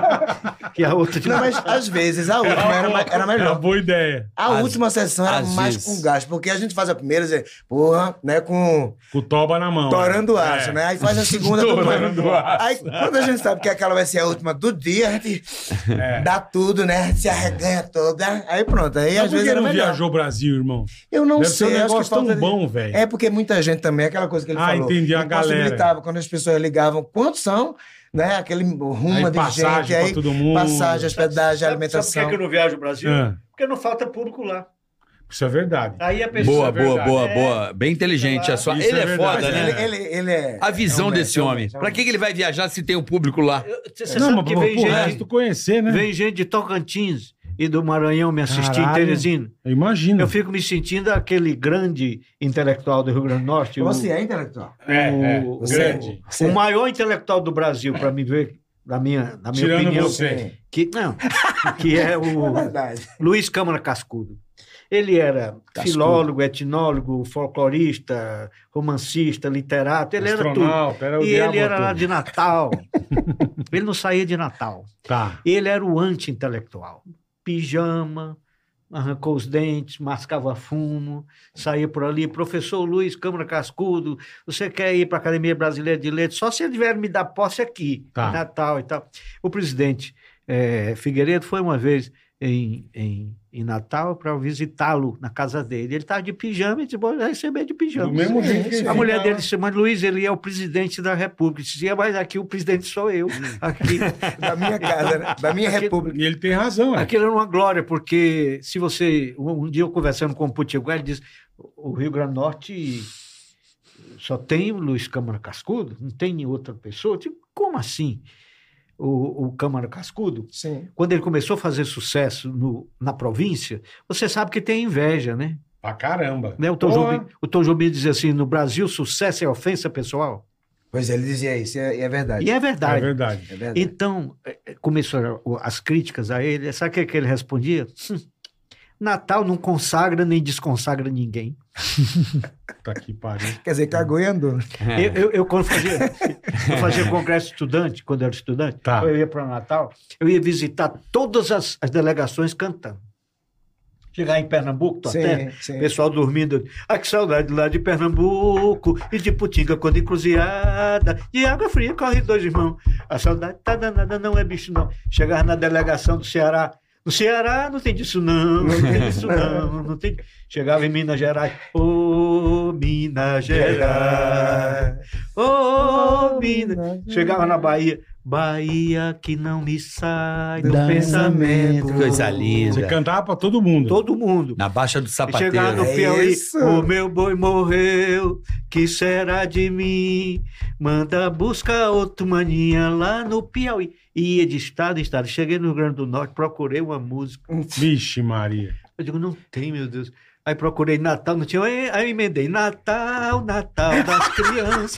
e a outra de. Não, mas às vezes a última era, mais- era melhor. Era É boa ideia. A Às- última sessão era às mais vezes. com gás, porque a gente faz a primeira, assim, porra, né, com Com o toba na mão. torando É. aço, né? Aí faz a segunda tudo mais. Torando aço. Aí quando a gente sabe que aquela vai ser a última do dia, a gente É. dá tudo, né? A gente se arreganha toda. Aí pronto, aí Mas às por vezes que era não melhor. viajou o Brasil, irmão? Eu não Deve sei, ser um acho que negócio falta tão de- bom, velho. É porque muita gente também, aquela coisa que ele Ah, falou. entendi, a ele galera. possibilitava, quando as pessoas ligavam, quantos são, né? Aquele Aí rumo de passagem gente, pra aí todo mundo. passagem, hospedagem, é Sabe- sabe por que alimentação. É. que eu não viajo o Brasil? Ah. Porque não falta público lá. Isso é verdade. Aí a pessoa. Boa, é boa, verdade. boa, É. boa. Bem inteligente a sua. Isso Ele é é, verdade. foda, Mas né? ele, ele- ele é. A é visão um desse é um homem. é um Pra que, que ele vai viajar se tem o público lá? Você não, sabe mas que pô, vem o gente, resto conhecer, né? vem gente de Tocantins e do Maranhão me assistir em Caralho. Hum. Teresina. Eu imagino. Eu fico me sentindo aquele grande intelectual do Rio Grande do Norte. o- Você é intelectual. É, é. o- grande. Você O maior intelectual do Brasil, para me ver, na minha, na minha Tirando opinião, você. que não, que é É o verdade. Luiz Câmara Cascudo. Ele era filólogo, etnólogo, folclorista, romancista, literato, ele era tudo. Astronauta, era o E diabo ele era lá todo. de Natal. ele não saía de Natal. Tá. Ele era o anti-intelectual. Pijama, arrancou os dentes, mascava fumo, saía por ali. Professor Luiz Câmara Cascudo, você quer ir para a Academia Brasileira de Letras? Só se ele vier me dar posse aqui, Tá. em Natal e tal. O presidente eh, Figueiredo foi uma vez em, em, em Natal para visitá-lo na casa dele. Ele estava de pijama e disse: Bom, vai receber de Do pijama. mesmo jeito que A ele A mulher fica- dele disse, mas Luiz, ele é o presidente da República. Eu Disse, "É, mas aqui o presidente sou eu. Hum. Aqui. Da minha casa, né? da minha Aquele- república. E ele tem razão, é. Aquilo era uma glória, porque se você. Um um dia eu conversando com o Potiguar, ele disse: o Rio Grande do Norte só tem o Luiz Câmara Cascudo, não tem outra pessoa. Eu digo, como assim? O, o Câmara Cascudo, Sim. quando ele começou a fazer sucesso no- na província, você sabe que tem inveja, né? Pra caramba. Né? O, Tom Porra. Jobim, o Tom Jobim dizia assim: no Brasil, sucesso é ofensa pessoal. Pois é, ele dizia isso, e é, e é verdade. E é É verdade. verdade. É verdade. Então, eh, eh, começaram o- as críticas a ele. Sabe o que, que ele respondia? Hum, Natal não consagra nem desconsagra ninguém. Tá que pariu. É. Quer dizer, cagou e andou. Eu, eu- eu, quando fazia, eu fazia congresso estudante, quando eu era estudante, Tá. eu ia para Natal, eu ia visitar todas as, as delegações cantando. Chegar em Pernambuco, até, Sim, sim. o pessoal dormindo. Ah, que saudade lá de Pernambuco e de Putinga quando encruzilhada. De água fria corre dois irmãos. A saudade tá danada, não é bicho não. Chegar na delegação do Ceará. No Ceará não tem disso não, não tem disso não, não tem. Chegava em Minas Gerais. Ô, Minas Gerais. Ô, Minas. Chegava na Bahia. Bahia que não me sai do Do pensamento. pensamento. Coisa linda. Você cantava pra todo mundo. Todo mundo. Na Baixa do E Chegar no Sapateiro. É Piauí, isso. o meu boi morreu, que será de mim? Manda buscar outro maninha lá no Piauí. E ia de estado em estado. Cheguei no Rio Grande do Norte, procurei uma música. Vixe, Maria. Eu digo, não tem, meu Deus. Aí procurei Natal, não tinha. Aí aí eu emendei Natal, Natal das crianças.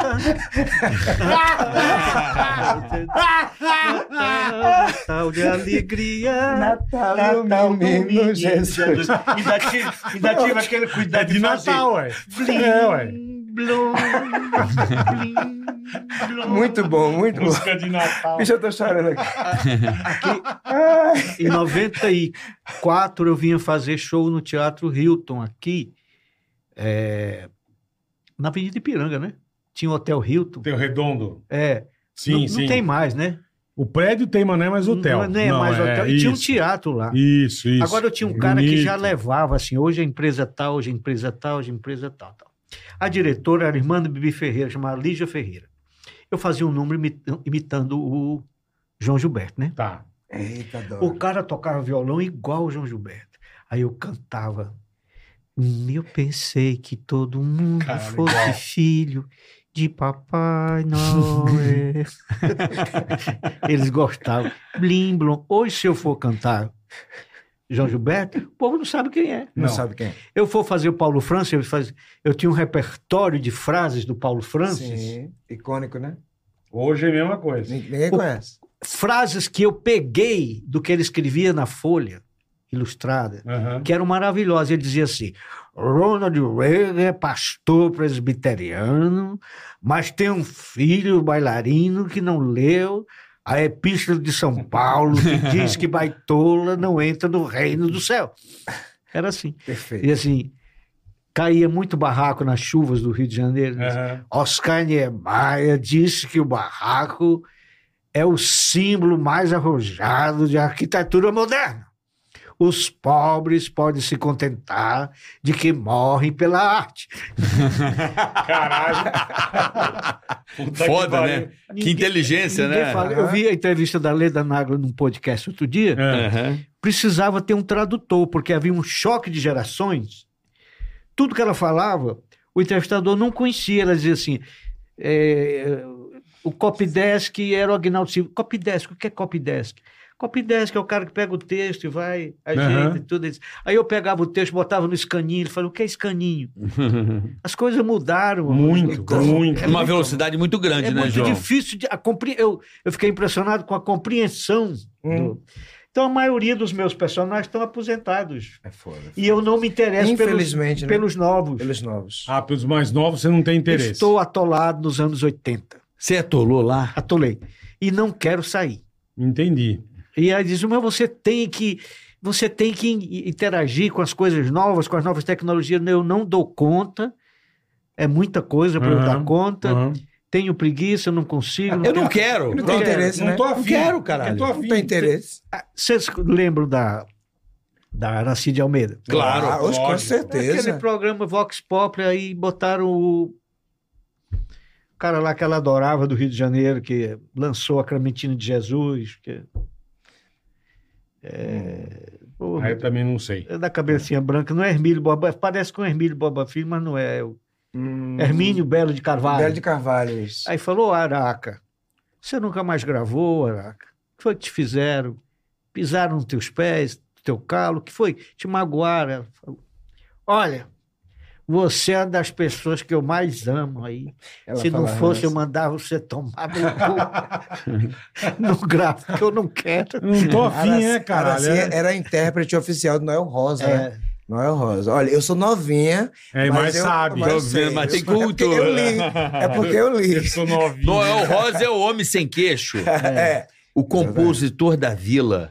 Natal, Natal de alegria. Natal, Natal, meu menino menino Jesus. Jesus. Ainda tive, ainda tive aquele É cuidado de fazer. Natal, ué. Blim, É, ué. blom, blim, blom. Muito bom, muito bom. Música de Natal. Bicho, eu tô chorando aqui. Em 94 eu vinha fazer show no Teatro Hilton aqui, é, na Avenida Ipiranga, né? Tinha o Hotel Hilton. Tem o Redondo. É, Sim, não, não sim. tem mais, né? O prédio tem, mas não é mais hotel. Não, não é mais hotel. E isso, tinha um teatro lá. Isso, isso. Agora eu tinha um cara que já Bonito. levava assim, hoje a empresa tal, hoje a empresa é tal, hoje a empresa tal, tal. A diretora era a irmã do Bibi Ferreira, chamada Lígia Ferreira. Eu fazia um número imi- imitando o João Gilberto, né? Tá. Eita, adoro. O cara tocava violão igual o João Gilberto. Aí eu cantava. "Hum, Eu pensei que todo mundo Caralho, fosse igual. filho de Papai Noel. Eles gostavam. Blim, blom. Hoje, se eu for cantar João Gilberto, o povo não sabe quem é. Não, Não. sabe quem é. Eu for fazer o Paulo Francis, eu, faz- eu tinha um repertório de frases do Paulo Francis. Sim, icônico, né? Hoje é a mesma coisa. Ningu- Ninguém O- conhece. Frases que eu peguei do que ele escrevia na Folha Ilustrada. Aham. que eram maravilhosas. Ele dizia assim: Ronald Reagan é pastor presbiteriano, mas tem um filho bailarino que não leu a Epístola de São Paulo, que diz que baitola não entra no reino do céu. Era assim. Perfeito. E assim, caía muito barraco nas chuvas do Rio de Janeiro. né? Aham. Oscar Niemeyer disse que o barraco é o símbolo mais arrojado de arquitetura moderna. Os pobres podem se contentar de que morrem pela arte. Caralho. Puta que Foda, pariu. né? Que inteligência, Ninguém né? fala- Eu vi a entrevista da Leda Nagla num podcast outro dia. É. Aham. precisava ter um tradutor, porque havia um choque de gerações. Tudo que ela falava, o entrevistador não conhecia. Ela dizia assim: é, o copydesk era o Agnaldo Silva. Copydesk, o que é copydesk? Copydesk é o cara que pega o texto e vai, ajeita Aham. e tudo isso. Aí eu pegava o texto, botava no escaninho, ele falava, o que é escaninho? As coisas mudaram. Muito, muito. É. Uma velocidade muito grande, É né, muito João? difícil de. A compre... eu, eu fiquei impressionado com a compreensão. Hum. do- Então, a maioria dos meus personagens estão aposentados. É foda. E eu não me interesso pelos, Infelizmente, né? pelos novos. Pelos novos. Ah, pelos mais novos você não tem interesse. Estou atolado nos anos 80. Você atolou lá? Atolei. E não quero sair. Entendi. E aí diz, mas você tem que. Você tem que in- interagir com as coisas novas, com as novas tecnologias. Eu não dou conta. É muita coisa para eu Aham, dar conta. Aham. Tenho preguiça, não consigo. Eu não tenho- quero. Não tem tem quero. interesse, né? Não tô afim. quero, caralho. Não tô afim. Não tem interesse. Vocês lembram da, da Aracide Almeida? Claro, Ah, hoje, com lógico. Aquele certeza. programa Vox Populi, aí botaram o o cara lá que ela adorava do Rio de Janeiro, que lançou a Clementina de Jesus. Que... É... pô, Ah, eu também não sei. é da cabecinha branca, não é Hermílio Boba, parece com Hermílio Boba Filho, mas não é. é o Hum, Hermínio Belo de Carvalho. Belo de Carvalho, isso. Aí falou, "Ô, Araca, você nunca mais gravou, Araca. O que foi que te fizeram? Pisaram nos teus pés, no teu calo? O que foi? Te magoaram? Ela falou, olha, você é uma das pessoas que eu mais amo aí. Ela Se não falava fosse, eu isso. mandava você tomar no cu. não gravo, porque eu não quero. Eu Não tô afim, Araci- é, caralho. Araci É, assim, era a intérprete oficial do Noel Rosa, né? É, Noel Rosa. Olha, eu sou novinha, É, mas, eu- sabe. mas Tô eu vendo, sei. mas tem Eu- é porque eu cultura. li. É porque eu Eu li. sou novinho. né? Noel Rosa é o homem sem queixo. É. O compositor da vila.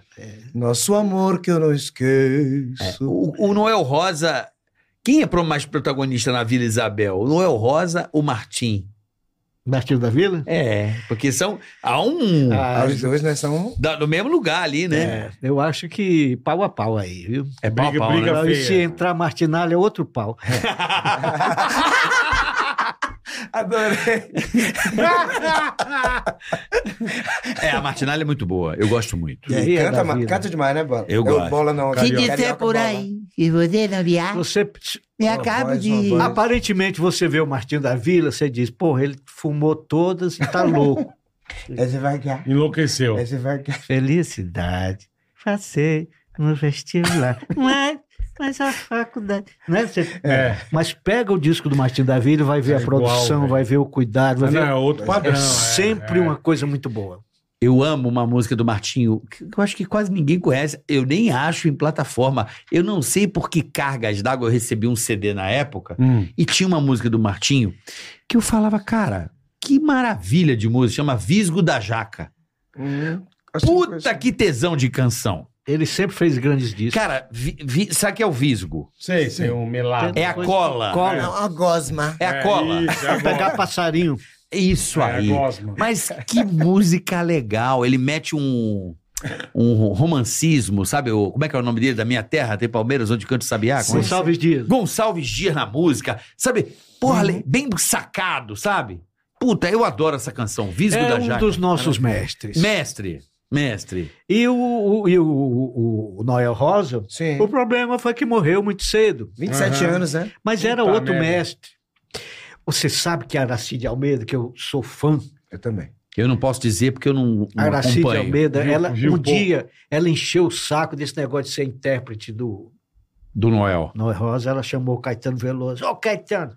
Nosso amor que eu não esqueço. É, O, o Noel Rosa. Quem é pro- mais protagonista na Vila Isabel? O Noel Rosa ou Martim? Martinho da Vila? É, porque são. Há um. Ah, Os dois, né, são... da- no mesmo lugar ali, né? é, eu acho que pau a pau aí, viu? É, pau a Briga- pau, briga- né? Não, e se feia. entrar Martinalha é outro pau. Adorei. É, a Martinalha é muito boa. Eu gosto muito. É. E Alegria canta, da ma- vida. canta demais, né, Bola? Eu É o gosto. Bola não. Que Carioca, disser por Bola. aí né? que você não viar, Você me Uma acabo voz, de. uma voz. Aparentemente, você vê o Martinho da Vila, você diz, porra, ele fumou todas e tá louco. Esse vai cá. Enlouqueceu. Esse vai é. cá. Felicidade. Passei no vestibular. mas, mas a faculdade. Né? Você- É. Mas pega o disco do Martinho da Vila, vai ver É a igual, produção, velho. vai ver o cuidado, vai Ah, Não, ver. é outro padrão. é é, sempre é. uma coisa muito boa. Eu amo uma música do Martinho que eu acho que quase ninguém conhece. Eu nem acho em plataforma. Eu não sei por que cargas d'água eu recebi um CD na época. Hum. E tinha uma música do Martinho que eu falava, cara, que maravilha de música. Chama Visgo da Jaca. Hum, acho que eu Puta conheço. que tesão de canção. Ele sempre fez grandes discos. Cara, vi, vi- sabe o que é o Visgo? Sei, sei, um melado. É a cola. É Cola. uma gosma. É a cola. isso, é a Pegar gosma. passarinho. É isso É a aí. gosma. Mas que música legal. Ele mete um, um romancismo, sabe? O, como é que é o nome dele? Da Minha Terra, tem Palmeiras, onde canta o Sabiá? Como é? Gonçalves Dias. Gonçalves Dias na música, sabe? Porra, le- bem sacado, sabe? Puta, eu adoro essa canção, Visgo É da um Jaca. dos nossos mestres. Mestre, mestre. E o, o- e o- o- o Noel Rosa, Sim. O problema foi que morreu muito cedo, 27 Aham. anos, né? mas era Puta outro merda. mestre. Você sabe que Aracide Almeida, que eu sou fã, Eu também. Eu não posso dizer porque eu não, não Aracide acompanho. Almeida, Viu- ela, viu um pouco. dia ela encheu o saco desse negócio de ser intérprete do Do Noel. Noel Rosa, ela chamou o Caetano Veloso. Ô Caetano,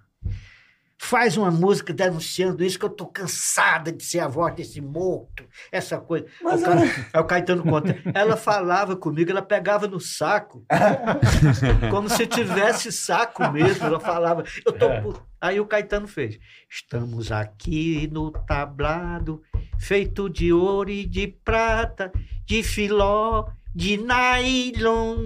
faz uma música denunciando isso que eu tô cansada de ser a voz desse morto, essa coisa. Mas o, Ca- Aí É o Caetano conta. Ela falava comigo, ela pegava no saco. Como se tivesse saco mesmo. Ela falava, eu tô. puto. Aí o Caetano fez. Estamos aqui no tablado, feito de ouro e de prata, de filó, de nylon.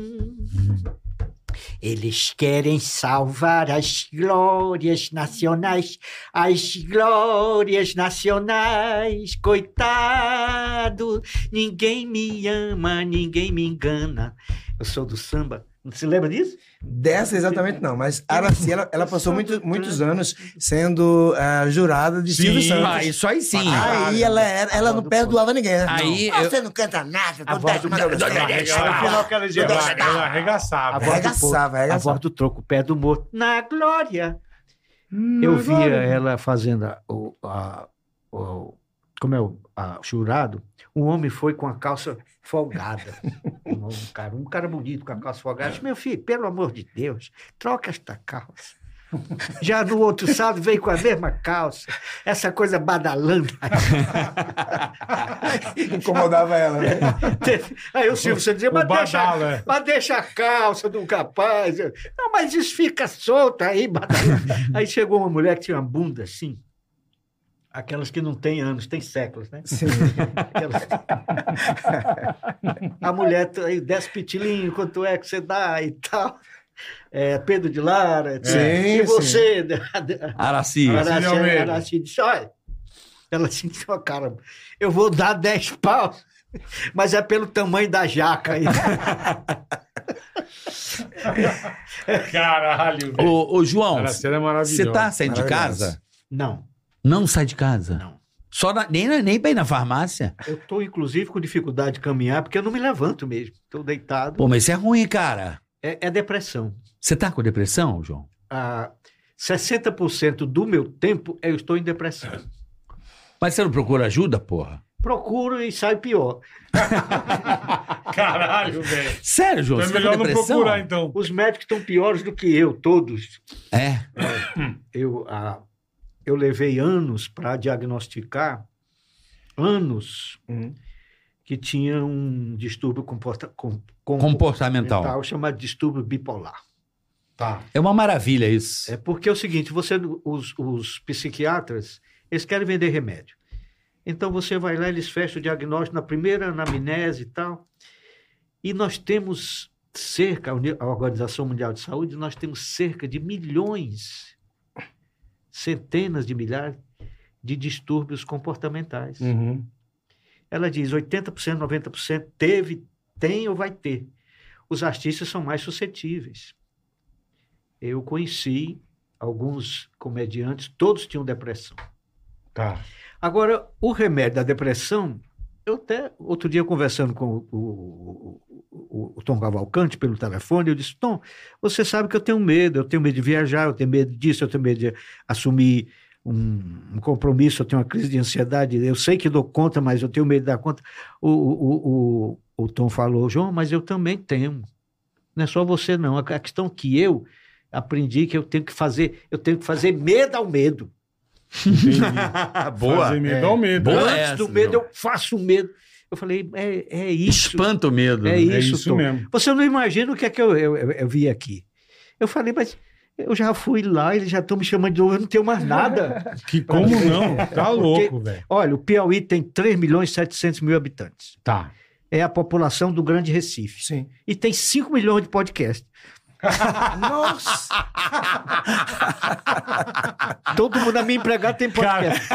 Eles querem salvar as glórias nacionais, as glórias nacionais, coitado. Ninguém me ama, ninguém me engana. Eu sou do samba. Não se lembra disso? Dessa exatamente não, mas Araci, ela, ela passou muito- muitos anos sendo ah, jurada de Sim. Silvio Santos. Ah, isso aí sim. Aí ela, era- ela não perdoava ninguém, né? Aí Não. eu- Você não canta nada, A acontece voz do- nada pra você. Ela, ela, ela A arregaçava. voz do povo. Arregaçava, A arregaçava. voz do troco, o pé do morto. Na glória. Eu via ela fazendo a- o, a- o- como é o a- o jurado. Um homem foi com a calça folgada. Um, homem, um cara, um cara bonito com a calça folgada. Eu disse, Meu filho, pelo amor de Deus, troca esta calça. Já no outro sábado veio com a mesma calça. Essa coisa badalando. Incomodava ela. né? Aí o Silvio Santos dizia, O mas deixa, badala. é. mas deixa a calça do capaz. Eu, Não, mas isso fica solto aí. badalha. aí chegou uma mulher que tinha uma bunda assim. Aquelas que não têm anos, tem séculos, né? Sim. Aquelas- a mulher t- aí, desce pitilinho, quanto é que você dá e tal. É, Pedro de Lara. etc. Sim, e sim. você, Araci. Araci. Araci, Almeida. Araci disse, olha, ela assim disse, ó, cara, eu vou dar 10 pau, mas é pelo tamanho da jaca aí. Caralho, velho. Ô, ô, João, Araci era é maravilhosa. você tá saindo de Maravilhosa. casa? Não, Não sai de casa? não. Só na- nem, na- nem pra ir na farmácia? Eu tô, inclusive, com dificuldade de caminhar, porque eu não me levanto mesmo. Tô deitado. Pô, mas isso é ruim, cara. É, é depressão. Você tá com depressão, João? Ah, 60% do meu tempo eu estou em depressão. Mas você não procura ajuda, porra? Procuro e saio pior. tá- Caralho, velho. Sério, João? Então você tá é melhor com não depressão? procurar, então. Os médicos estão piores do que eu, todos. É. Eu, ah, eu levei anos para diagnosticar, anos, Uhum. que tinha um distúrbio comporta, com- com- Comportamental. comportamental chamado distúrbio bipolar. Tá. É uma maravilha isso. É porque é o seguinte, você, os, os psiquiatras, eles querem vender remédio. Então você vai lá, eles fecham o diagnóstico na primeira anamnese e tal. E nós temos cerca, a Uni- a Organização Mundial de Saúde, nós temos cerca de milhões, centenas de milhares de distúrbios comportamentais. Uhum. Ela diz 80%, 90% teve, tem ou vai ter. Os artistas são mais suscetíveis. Eu conheci alguns comediantes, todos tinham depressão. Tá. Agora, o remédio da depressão, eu até, outro dia conversando com o, o- o- o Tom Cavalcante pelo telefone, eu disse, Tom, você sabe que eu tenho medo, eu tenho medo de viajar, eu tenho medo disso, eu tenho medo de assumir um, um compromisso, eu tenho uma crise de ansiedade, eu sei que dou conta, mas eu tenho medo de dar conta. O, o- o- o- o Tom falou, João, mas eu também temo. Não é só você, não. A a questão é que eu aprendi que eu tenho que fazer, eu tenho que fazer medo ao medo. Entendi. É, Fazer Boa. medo ao medo. Boa. Antes essa, do medo, João. eu faço o medo. Eu falei, é, é isso. Espanta o medo. É né? É Isso, isso Tom. mesmo. Você não imagina o que é que eu, eu, eu, eu vi aqui. Eu falei, mas eu já fui lá, eles já estão me chamando de novo, eu não tenho mais nada. Que como não? Tá louco, velho. Olha, o Piauí tem 3 milhões e 700 mil habitantes. Tá. É a população do Grande Recife. Sim. E tem 5 milhões de podcasts. Nossa! Todo mundo a me empregar tem podcast.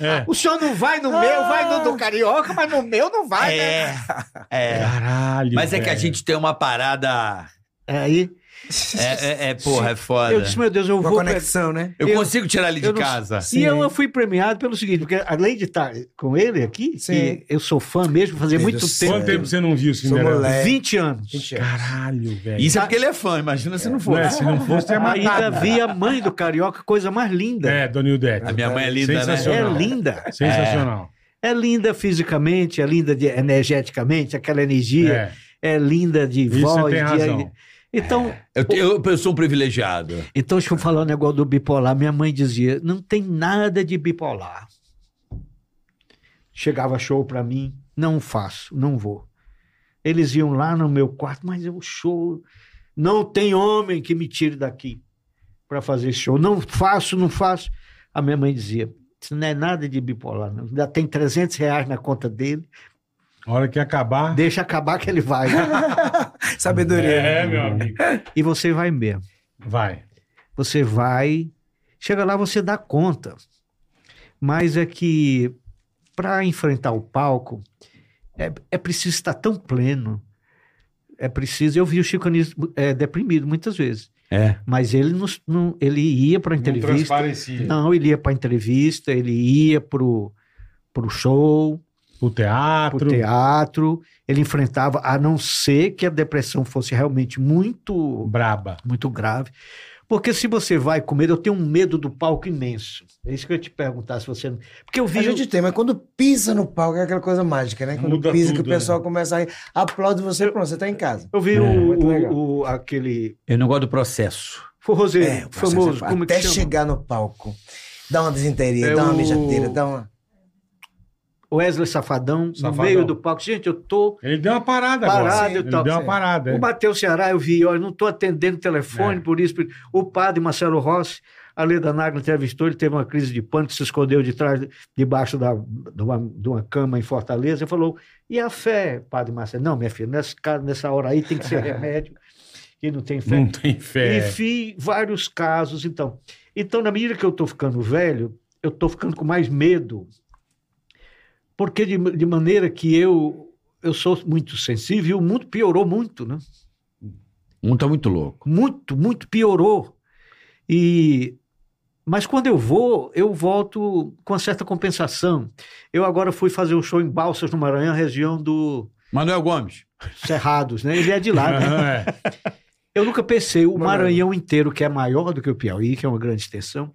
É. O senhor não vai no meu, vai no do Carioca, mas no meu não vai, né? É. É. Caralho. Mas é que a velho. gente tem uma parada. Aí É, é, é, porra, é foda. eu disse, meu Deus, eu Uma vou... conexão, né? Eu eu- consigo tirar ele de eu não- casa. E eu, eu fui premiado pelo seguinte, porque além de estar com ele aqui, Sim. que eu sou fã mesmo, fazer Meu muito Deus, tempo, Quanto tempo você não viu o Sou Cinderela? moleque. 20 anos. Gente, é. Caralho, velho. Isso é Tá. porque ele é fã, imagina se não Não é, fosse. se não fosse, é matado. Ainda vi a mãe do Carioca, coisa mais linda. É, É, Dona Ildete. A minha mãe é linda, né? Sensacional. linda. Sensacional. É linda fisicamente, é linda de- energeticamente, aquela energia. É. É, linda de Isso voz. você tem de- razão. Então, Eu, te- eu- eu sou um privilegiado. então, deixa eu falar um negócio do bipolar. Minha mãe dizia, não tem nada de bipolar. Chegava show pra mim, não faço, não vou. Eles iam lá no meu quarto, mas eu show. Não tem homem que me tire daqui para fazer show. Não faço, não faço. A minha mãe dizia: Isso não é nada de bipolar, não. Ainda tem 300 reais na conta dele, A hora que acabar. deixa acabar que ele vai. né?" Sabedoria. né? É, meu amigo. e você vai mesmo. Vai. Você vai. Chega lá, você dá conta. Mas é que para enfrentar o palco, é, é preciso estar tão pleno, é preciso. Eu vi o Chico Anísio é, deprimido muitas vezes, É. mas ele não, não- ele ia para Não entrevista. transparecia. Não, ele ia para entrevista, ele ia pro pro show, O pro teatro. teatro, ele enfrentava, a não ser que a depressão fosse realmente muito Braba. muito grave. Porque se você vai com medo, eu tenho um medo do palco imenso. É isso que eu ia te perguntar se você. Porque eu vi. A gente tem, mas quando pisa no palco é aquela coisa mágica, né? Quando Muda pisa que tudo, o pessoal né? começa a rir, aplaude você, pronto, você tá em casa. Eu vi É. o, Muito legal. o- o- aquele Eu não gosto do processo. forrozeiro É, o processo famoso, é- como é que até chama? chegar no palco, dá uma desinteria, É dá uma o- mijadeira, dá uma... Wesley Safadão, no Safadão. meio do palco. Gente, eu tô. Ele deu uma parada agora. Parada e Ele tal. deu uma Sim. parada. é. O Matheus Ceará, eu vi, ó, eu não tô atendendo o telefone, É. por isso. por- O padre Marcelo Rossi, a Leda Nagla entrevistou, ele teve uma crise de pânico, se escondeu de trás, debaixo da, de, uma, de uma cama em Fortaleza, e falou: e a fé, padre Marcelo? Não, minha filha, nessa, ca- nessa hora aí tem que ser remédio, e não tem fé. Não é. tem fé. Enfim, vários casos, então. Então, na medida que eu estou ficando velho, eu estou ficando com mais medo. Porque de, de maneira que eu eu sou muito sensível, o mundo piorou muito, né? Um tá muito louco. Muito, muito piorou. E mas quando eu vou, eu volto com uma certa compensação. Eu agora fui fazer um show em Balsas, no Maranhão, região do Manuel Gomes. Cerrados, né? Ele é de lá, né? Aham, é. Eu nunca pensei, o Maranhão. Maranhão inteiro, que é maior do que o Piauí, que é uma grande extensão,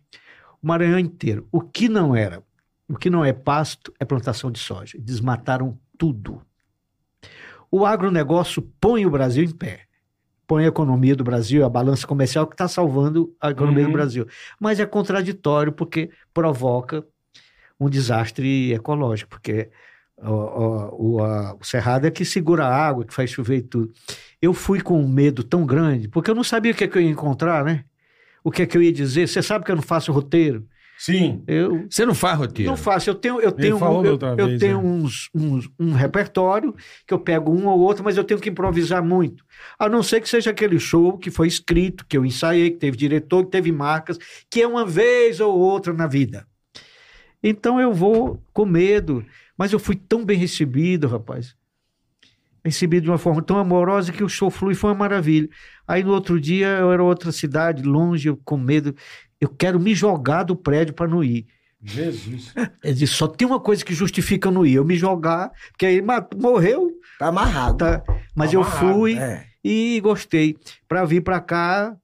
o Maranhão inteiro, o que não era, o que não é pasto, é plantação de soja. Desmataram tudo. O agronegócio põe o Brasil em pé. Põe a economia do Brasil, a balança comercial que está salvando a economia Uhum. do Brasil. Mas é contraditório porque provoca um desastre ecológico, porque ó, ó, o, a- o cerrado é que segura a água, que faz chover e tudo. Eu fui com um medo tão grande, porque eu não sabia o que, é que eu ia encontrar, né? O que é que eu ia dizer? Você sabe que eu não faço roteiro. Sim. Eu Você não faz roteiro. não faço, eu tenho, eu tenho, falou um, da eu, outra eu vez, tenho né? uns, uns- um repertório que eu pego um ou outro, mas eu tenho que improvisar muito. A não ser que seja aquele show que foi escrito, que eu ensaiei, que teve diretor, que teve marcas, que é uma vez ou outra na vida. Então eu vou com medo, mas eu fui tão bem recebido, rapaz. Recebido de uma forma tão amorosa que o show flui, foi uma maravilha. Aí no outro dia eu era outra cidade, longe, eu com medo. Eu quero me jogar do prédio para não ir. Jesus. Ele disse, só tem uma coisa que justifica eu não ir, eu me jogar, porque aí ma- morreu, Tá amarrado. tá? mas Tá eu amarrado, fui É. e gostei. Para vir para cá,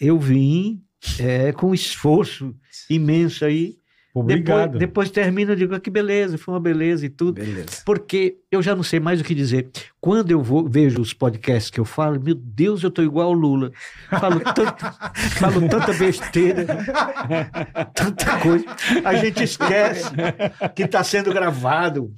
eu vim é, com um esforço imenso aí. Obrigado. Depois, depois termina, eu digo, ah, que beleza, foi uma beleza e tudo. Beleza. Porque eu já não sei mais o que dizer. Quando eu vou, vejo os podcasts que eu falo, meu Deus, eu tô igual o Lula. Falo, tanto, falo tanta besteira, tanta coisa. A gente esquece que está sendo gravado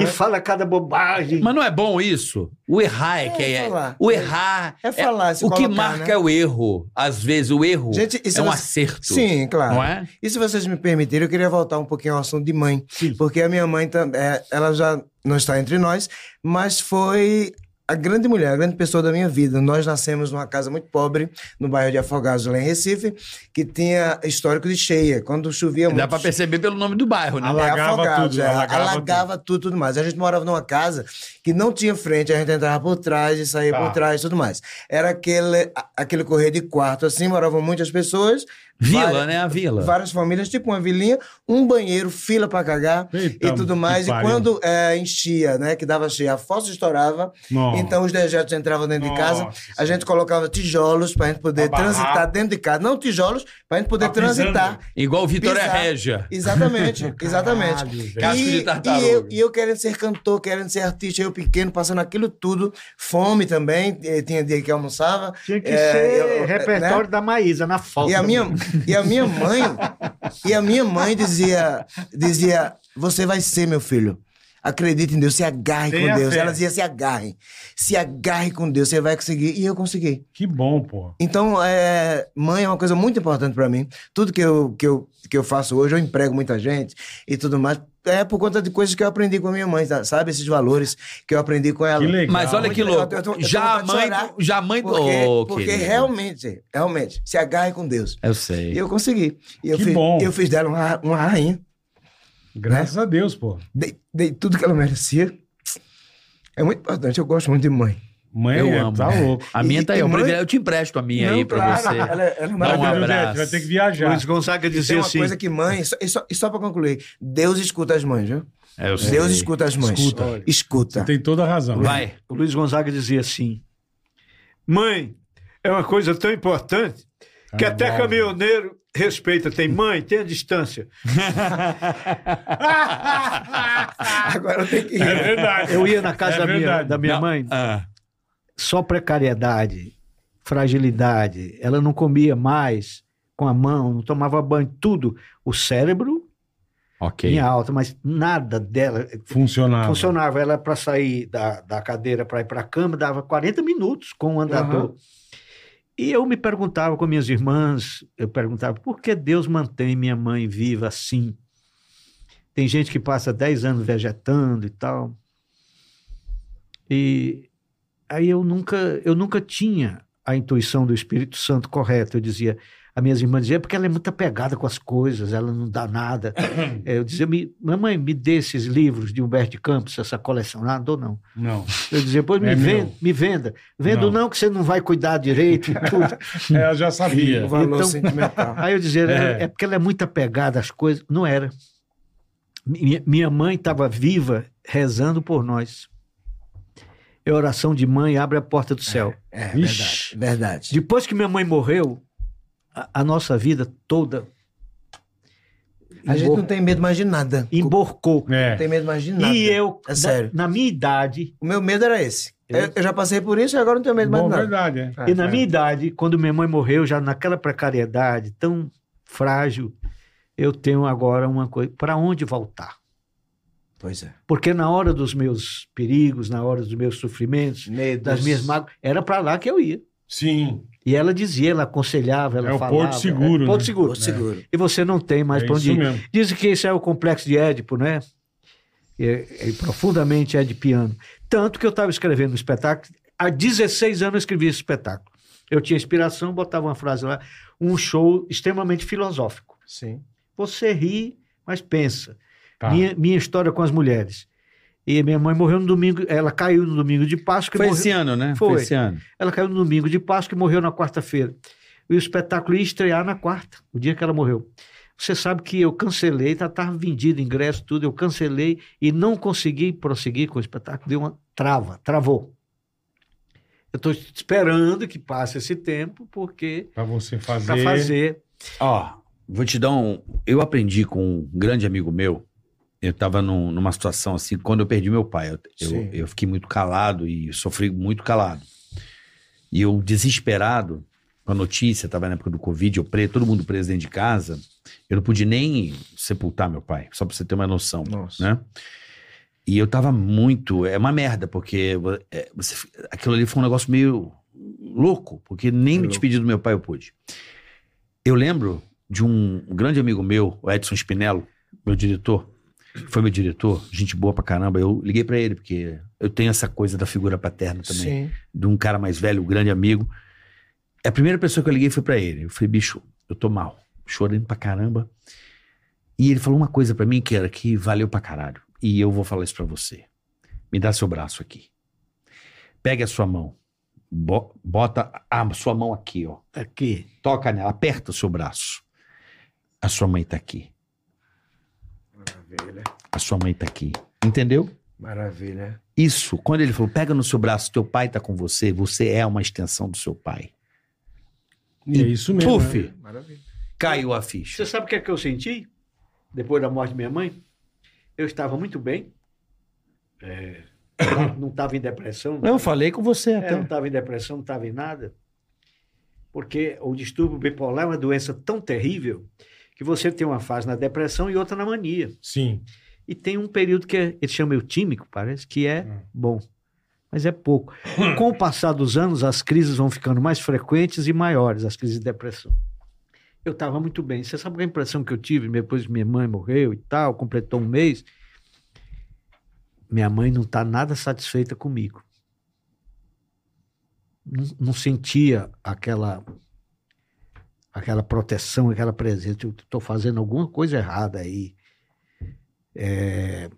e fala cada bobagem. Mas não é bom isso? O errar é, que é. É, falar. O errar. É falar, se o que colocar, marca né? é o erro. Às vezes o erro Gente, isso é um você- acerto. Sim, claro. Não é? E se vocês me permitirem, eu queria voltar um pouquinho ao assunto de mãe. Sim. Porque a minha mãe, tam- é, ela já não está entre nós, mas foi a grande mulher, a grande pessoa da minha vida. Nós nascemos numa casa muito pobre, no bairro de Afogados, lá em Recife, que tinha histórico de cheia. Quando chovia muito, Dá pra perceber pelo nome do bairro, né? Ah, lá. Alagava Afogados, tudo, é, alagava alagava, tudo. tudo mais. A gente morava numa casa que não tinha frente, a gente entrava por trás e saía Tá. por trás e tudo mais. Era aquele, a- aquele correr de quarto, assim, moravam muitas pessoas. Vila, várias- né? A vila. Várias famílias, tipo uma vilinha, um banheiro, fila pra cagar Eita, e tudo que mais. E pariu. quando é, enchia, né, que dava cheia, a fossa estourava, Nossa. então os dejetos entravam dentro de casa. Nossa A gente colocava tijolos pra gente poder Pra barrar. transitar dentro de casa. Não tijolos, pra gente poder Tá pisando. transitar. Igual Vitória Pisar. Régia. Exatamente, exatamente. Caralho, velho. Casco de E, tartaruga. e, eu, e eu querendo ser cantor, querendo ser artista, eu pequeno, passando aquilo tudo, fome também, eh, tinha dia que eu almoçava. Tinha que É, ser eu- né? repertório da Maísa, na foto. E a minha, e a minha mãe, e a minha mãe dizia, dizia, você vai ser meu filho. Acredite em Deus, se agarre Tenha com Deus. fé. Ela dizia, se agarre. Se agarre com Deus, você vai conseguir. E eu consegui. Que bom, pô. Então, é, mãe é uma coisa muito importante pra mim. Tudo que eu, que, eu, que eu faço hoje, eu emprego muita gente e tudo mais. É por conta de coisas que eu aprendi com a minha mãe, tá? sabe? Esses valores que eu aprendi com ela. Que legal. Mas olha Muito que legal. louco. Eu tô- eu tô já, a vontade de mãe, chorar. já a mãe. Porque, Ô, porque querido. realmente, realmente, se agarre com Deus. Eu E sei. eu consegui. E eu Que fiz, bom. Eu fiz dela uma, ra- uma rainha. Graças a Deus, pô. Dei, dei tudo que ela merecia. É muito importante. Eu gosto muito de mãe. Mãe, eu é, amo. tá louco. A minha E- tá aí, e é um mãe- privilégio. Eu te empresto a minha Não, aí pra claro, você. Ela, ela é Dá um maravilhosa. Benedetti, abraço. vai ter que viajar. Luiz Gonzaga E Tem dizia uma assim. coisa que mãe, e só, e só, e só pra concluir, Deus escuta as mães, viu? É, eu sei. Deus escuta as mães. Escuta. Olha. Escuta. Tem toda a razão. Vai. O Luiz Gonzaga dizia assim: Mãe, é uma coisa tão importante que Caralho. até caminhoneiro respeita. Tem mãe, tem a distância. Agora eu tenho que É ir. verdade. Eu ia na casa É da, minha, verdade. da minha Não, mãe, ah, só precariedade, fragilidade. Ela não comia mais com a mão, não tomava banho, tudo. O cérebro ok. em alta, mas nada dela Funcionava. funcionava. Ela, para sair da, da cadeira, para ir para a cama, dava 40 minutos com o andador. E eu me perguntava com minhas irmãs, eu perguntava, por que Deus mantém minha mãe viva assim? Tem gente que passa 10 anos vegetando e tal. E aí eu nunca, eu nunca tinha a intuição do Espírito Santo correta. Eu dizia, as minhas irmãs diziam, é porque ela é muito apegada com as coisas, ela não dá nada. É, eu dizia, "Me- mamãe, me dê esses livros de Humberto de Campos, essa coleção. Ah, não dou não. Não. Eu dizia, pois me, É meu. venda, me venda. Vendo Não. não. que você não vai cuidar direito e tudo. Ela É, já sabia. O valor Então- sentimental. Aí eu dizia, É. é. porque ela é muito apegada às coisas. Não era. Minha, minha mãe estava viva rezando por nós. É oração de mãe, abre a porta do céu. É, Ixi. verdade. Verdade. Depois que minha mãe morreu, a, a nossa vida toda A gente embor- não tem medo mais de nada. emborcou. Não É. tem medo mais de nada. E eu, É na- sério. na minha idade, O meu medo era esse. Eu- Eu, eu já passei por isso e agora não tenho medo mais Bom, de nada. verdade, é. É, E na é. minha idade, quando minha mãe morreu, já naquela precariedade tão frágil, eu tenho agora uma coisa: para onde voltar? Pois é. Porque na hora dos meus perigos, na hora dos meus sofrimentos, Medo. das minhas mágoas, era para lá que eu ia. Sim. E ela dizia, ela aconselhava, ela É o falava. porto seguro, É, porto né? seguro. Porto seguro. E você não tem mais é para onde isso ir. mesmo. Dizem que isso é o complexo de Édipo, né? É, é profundamente edipiano. Tanto que eu estava escrevendo um espetáculo. Há 16 anos eu escrevi esse espetáculo. Eu tinha inspiração, botava uma frase lá, um show extremamente filosófico. Sim. Você ri, mas pensa. Tá. Minha, minha história com as mulheres. E minha mãe morreu no domingo, ela caiu no domingo de Páscoa. e Foi morreu- esse ano, né? Foi. esse ano. Ela caiu no domingo de Páscoa e morreu na quarta-feira. E o espetáculo ia estrear na quarta, o dia que ela morreu. Você sabe que eu cancelei, estava vendido ingresso, tudo, eu cancelei e não consegui prosseguir com o espetáculo. Deu uma trava, travou. Eu estou esperando que passe esse tempo, porque Pra você fazer. para fazer. Ó, vou te dar um. Eu aprendi com um grande amigo meu. Eu tava num- numa situação assim, quando eu perdi meu pai. Eu, eu, Sim. eu fiquei muito calado e sofri muito calado. E eu, desesperado, com a notícia, tava na época do Covid, eu preso, todo mundo preso dentro de casa. Eu não pude nem sepultar meu pai, só pra você ter uma noção Nossa. né? E eu tava muito. É uma merda, porque vo- é, você, fi- aquilo ali foi um negócio meio louco, porque nem me Louco. despedir do meu pai eu pude. Eu lembro de um grande amigo meu, o Edson Spinello, meu diretor. Foi meu diretor, gente boa pra caramba. Eu liguei pra ele, porque eu tenho essa coisa da figura paterna também Sim. de um cara mais velho, um grande amigo. A primeira pessoa que eu liguei foi pra ele. Eu falei, bicho, eu tô mal, chorando pra caramba. E ele falou uma coisa pra mim que era que valeu pra caralho. E eu vou falar isso pra você. Me dá seu braço aqui. Pega a sua mão. Bo- Bota a sua mão aqui, ó. Aqui. Toca nela, aperta o seu braço. A sua mãe tá aqui. Maravilha. A sua mãe tá aqui. Entendeu? Maravilha. Isso, quando ele falou, pega no seu braço, teu pai tá com você, você é uma extensão do seu pai. E é isso mesmo. Puf! né? Maravilha. Caiu a Você ficha. sabe o que é que eu senti? Depois da morte de minha mãe, eu estava muito bem. É, não estava em depressão. não Eu estava- falei com você É, até. não estava em depressão, não estava em nada. Porque o distúrbio bipolar é uma doença tão terrível que você tem uma fase na depressão e outra na mania. Sim. E tem um período que é, ele chama eutímico, parece, que é Hum. bom. Mas é pouco. Com o passar dos anos, as crises vão ficando mais frequentes e maiores, as crises de depressão. Eu estava muito bem. Você sabe qual é a impressão que eu tive depois que minha mãe morreu e tal, completou um mês? Minha mãe não está nada satisfeita comigo. Não, não sentia aquela aquela proteção, aquela presença. Eu estou fazendo alguma coisa errada aí É,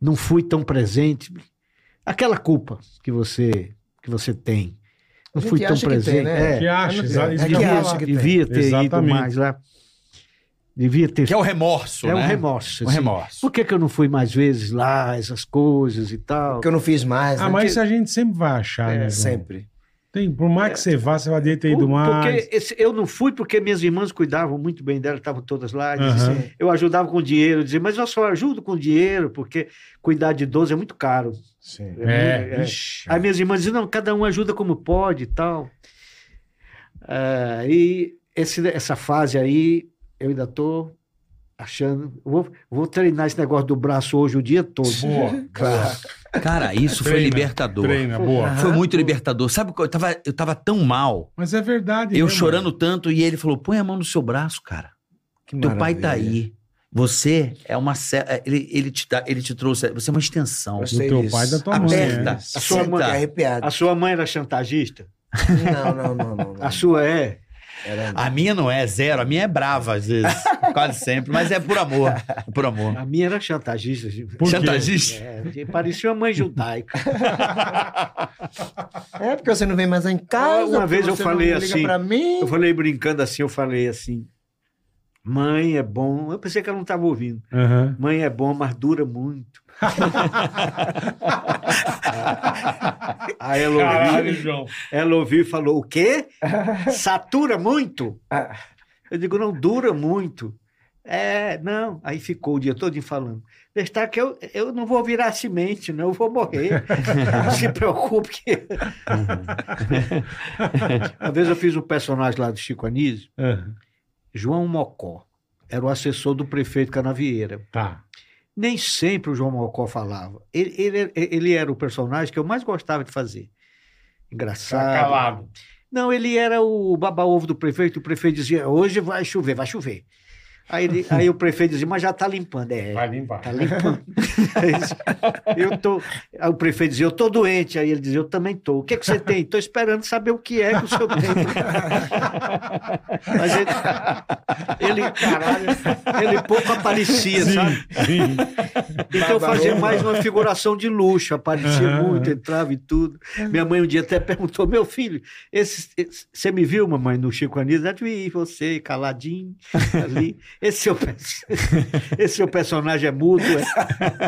não fui tão presente. Aquela culpa que você, que você tem, A não gente fui tão acha que tem, presente. né? é. Que acha, exa- isso É que eu que ia acha falar. que- Devia ter Exatamente. ido mais lá. Devia ter. Que é o remorso, É um né? remorso. Um assim. remorso. Por que, que eu não fui mais vezes lá, essas coisas e tal? Porque eu não fiz mais. Ah, né? é mas isso a gente sempre vai achar, né? É, João? sempre. Tem, por mais que você vá, você vai ter ido É. Por- mais. Porque esse- eu não fui porque minhas irmãs cuidavam muito bem dela, estavam todas lá. e Aham. dizia- assim, Eu ajudava com dinheiro, eu dizia, mas eu só ajudo com dinheiro, porque cuidar de 12 é muito caro. Sim. muito- É, ixi. Aí minhas irmãs diziam, não, cada um ajuda como pode e tal. Ah, e esse- essa fase aí, eu ainda tô achando... Vou, vou treinar esse negócio do braço hoje o dia todo. Boa. Claro. Cara, isso foi Treina, libertador. Treina, boa. Aham. Foi muito libertador. Sabe, qual- eu tava, eu tava tão mal, Mas é verdade. eu né, chorando tanto, e ele falou: põe a mão no seu braço, cara. Que Teu pai maravilha. tá aí. Você é uma. ce- Ele, ele, te, dá, ele te trouxe. Você é uma extensão. Eu mano? Do sei teu disso. pai e da tua mãe. Aperta. né? A sua sua mãe- mãe arrepiado. A sua mãe era chantagista? Não, não, não, não. não. A sua é? Era- A minha não é zero, a minha é brava às vezes, quase sempre, mas é por amor, é por amor. A minha era chantagista. gente. Por quê? Chantagista? É, parecia uma mãe judaica. É porque você não vem mais em casa. Uma porque vez eu você falei não liga assim, Pra mim. Eu falei brincando assim, eu falei assim, mãe é bom, eu pensei que ela não estava ouvindo. Aham. Mãe é bom, mas dura muito. Aí ela Caralho, ouviu, João. ela ouviu e falou, o quê? Satura muito? Eu digo, não, dura muito. É, não. Aí ficou o dia todo falando. Está que eu, eu não vou virar semente, não, eu vou morrer. não se preocupe. Que... Uma vez eu fiz um personagem lá do Chico Anísio, Aham. João Mocó. Era o assessor do prefeito Canavieira. Tá. Nem sempre o João Mocó falava. Ele, ele- ele era o personagem que eu mais gostava de fazer. Tá. Engraçado. Tá Calado. Não, ele era o baba-ovo do prefeito. O prefeito dizia: hoje vai chover, vai chover. Aí, ele- aí o prefeito dizia: mas já está limpando. É, Vai limpar. tá limpando. Aí ele dizia, eu tô, aí o prefeito dizia: eu tô doente. Aí ele dizia: eu também tô. O que, é que você tem? Estou esperando saber o que é que o senhor tem. Mas ele, ele, caralho, ele pouco aparecia, sabe? Sim. Então eu fazia Barbaroa. mais uma figuração de luxo, aparecia Aham. muito, entrava e tudo. Minha mãe um dia até perguntou: meu filho, esse, esse- você me viu, mamãe, no Chico Anísio? Eu vi você, caladinho, ali. Esse seu, pers- esse seu personagem é mudo.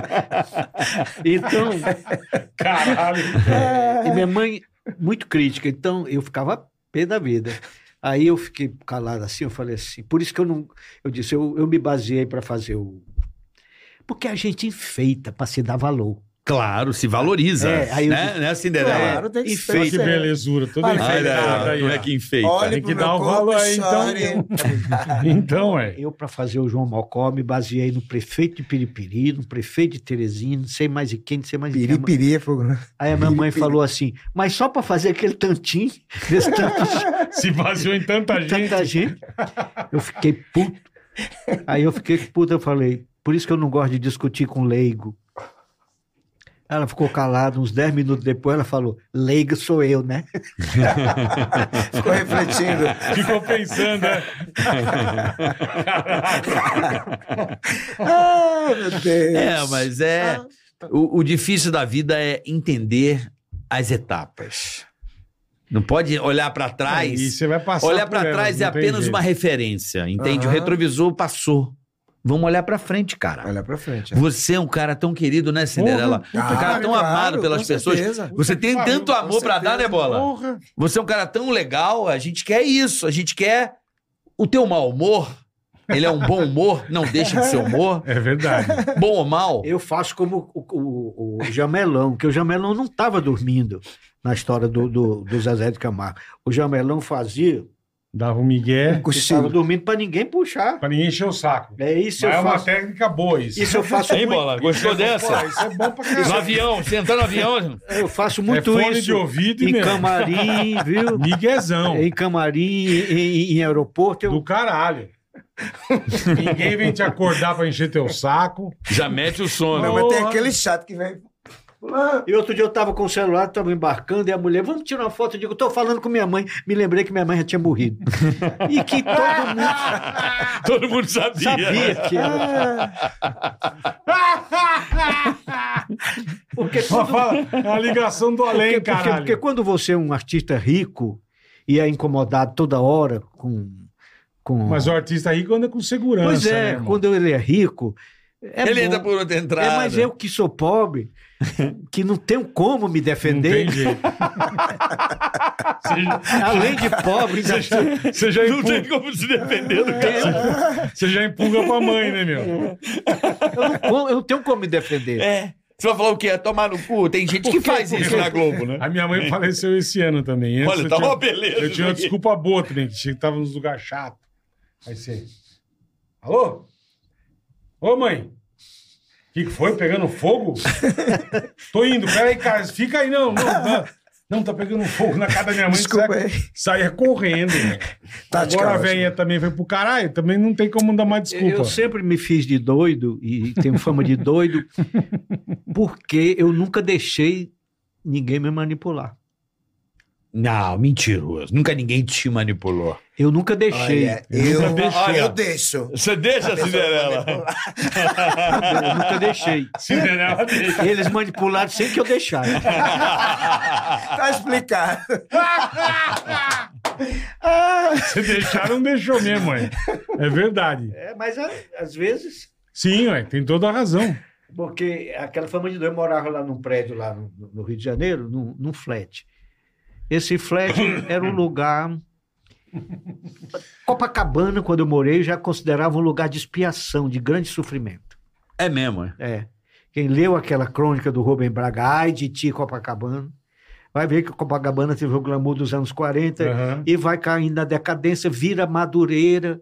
é?" Então, Caralho. é, e minha mãe, muito crítica, então eu ficava pé da vida. Aí eu fiquei calado assim, eu falei assim, por isso que eu não. Eu disse, eu, eu me baseei para fazer o. Porque a gente enfeita para se dar valor. Claro, se valoriza. É, aí eu né, né, Cinderela? Claro, tem que enfeite. ser. é Olha que belezura. Toda Olha, enfeitada Olha, aí. não é ó. que enfeita. Olhe Tem que pro dar meu um valor corpo aí, e chore. então. Então, é. Eu, para fazer o João Mocó, me baseei no prefeito de Piripiri, no prefeito de Teresina, não sei mais de quem, não sei mais de quem. Piripiri é fogo, né? Aí a minha mãe falou assim, mas só para fazer aquele tantinho, desse tanto de Se baseou em tanta gente. tanta gente. Eu fiquei puto. Aí eu fiquei puto, eu falei, por isso que eu não gosto de discutir com leigo. Ela ficou calada, uns 10 minutos depois ela falou, leigo sou eu, né? Ficou refletindo. Ficou pensando, né? ah, meu Deus. É, mas é. O, o difícil da vida é entender as etapas. Não pode olhar pra trás. E você vai passar. olhar por pra elas, trás é é não tem apenas jeito. uma referência, entende? O Aham. retrovisor passou. Vamos olhar pra frente, cara. Olha pra frente. né? Você é um cara tão querido, né, Cinderela? Porra, um cara Ah, tão claro, amado pelas com pessoas. certeza. Você tem Puta que tanto pariu, amor com pra dar, né, certeza. Bola? Porra. Você é um cara tão legal, a gente quer isso, a gente quer o teu mau humor. Ele é um bom humor, não deixa de ser humor. É verdade. Bom ou mal? Eu faço como o, o- o Jamelão, que o Jamelão não estava dormindo na história do, do, do Zezé de Camargo. O Jamelão fazia, Dava um migué Um estava cochilo. dormindo para ninguém puxar. pra ninguém encher o saco. É isso Mas é eu uma Tá faço. técnica boa isso. Isso eu faço Hein, muito, Bola? Gostou Pô, dessa? isso é bom pra caralho. No avião, você entrar no avião. eu faço muito é fone isso. de ouvido e em mesmo. camarim, viu? Miguezão. Em camarim, em, em- em aeroporto, eu Do caralho. Ninguém vem te acordar pra encher teu saco. Já mete o sono. Não, mas tem Porra. aquele chato que vem. E outro dia eu tava com o celular, tava embarcando, e a mulher, vamos tirar uma foto. Eu digo, tô falando com minha mãe. Me lembrei que minha mãe já tinha morrido. e que todo mundo Todo mundo sabia. sabia que era. Porque Ela quando, fala, é a ligação do além, porque, porque, caralho. porque quando você é um artista rico e é incomodado toda hora com. com... Mas o artista rico anda com segurança. pois é, né, irmão? quando ele é rico. É Ele bom. entra por outra entrada. É, mas eu que sou pobre, que não tenho como me Não tem defender, jeito. Você- além de pobre, ainda sou- Você já, Não empurra, tem como se defender do cara. você já empurra pra mãe, né, É. meu? eu, não, como- eu não tenho como me defender. É. Você vai falar o quê? É tomar no cu? Tem gente que faz isso na Globo, né? A minha mãe faleceu esse ano também. Antes Olha, eu tá tinha- uma beleza. Eu tinha isso uma aqui. desculpa boa também, que tinha- tava nos lugares chato. Aí você. Alô? Ô, mãe! O que, que foi? Pegando fogo? Tô indo, peraí, cara, fica aí, não, não, não. Não, tá pegando fogo na casa da É minha mãe. Desculpa saia- aí. Tá Saia correndo. né? Tática Agora a ótima. velha também foi pro caralho, também não tem como dar mais desculpa. Eu sempre me fiz de doido e tenho fama de doido porque eu nunca deixei ninguém me manipular. Não, mentiroso. Nunca ninguém te manipulou. Eu nunca deixei. Olha, eu, Nunca deixou. olha, eu deixo. Você deixa, Cinderela. Eu nunca deixei. Cinderela dele. Eles manipularam sem que eu deixasse. Tá explicado. Se deixar, não deixou mesmo, mãe. É verdade. É, mas a- às vezes, Sim, ué, tem toda a razão. porque aquela fama de doido, eu morava lá num prédio lá no, no Rio de Janeiro, num, num flat. Esse flat era um lugar. Copacabana, quando eu morei, eu já considerava um lugar de expiação, de grande sofrimento. É mesmo, é. É. Quem leu aquela crônica do Rubem Braga, Ai de Ti Copacabana, vai ver que Copacabana teve o glamour dos anos 40 É. Aham. e vai caindo na decadência, vira madureira.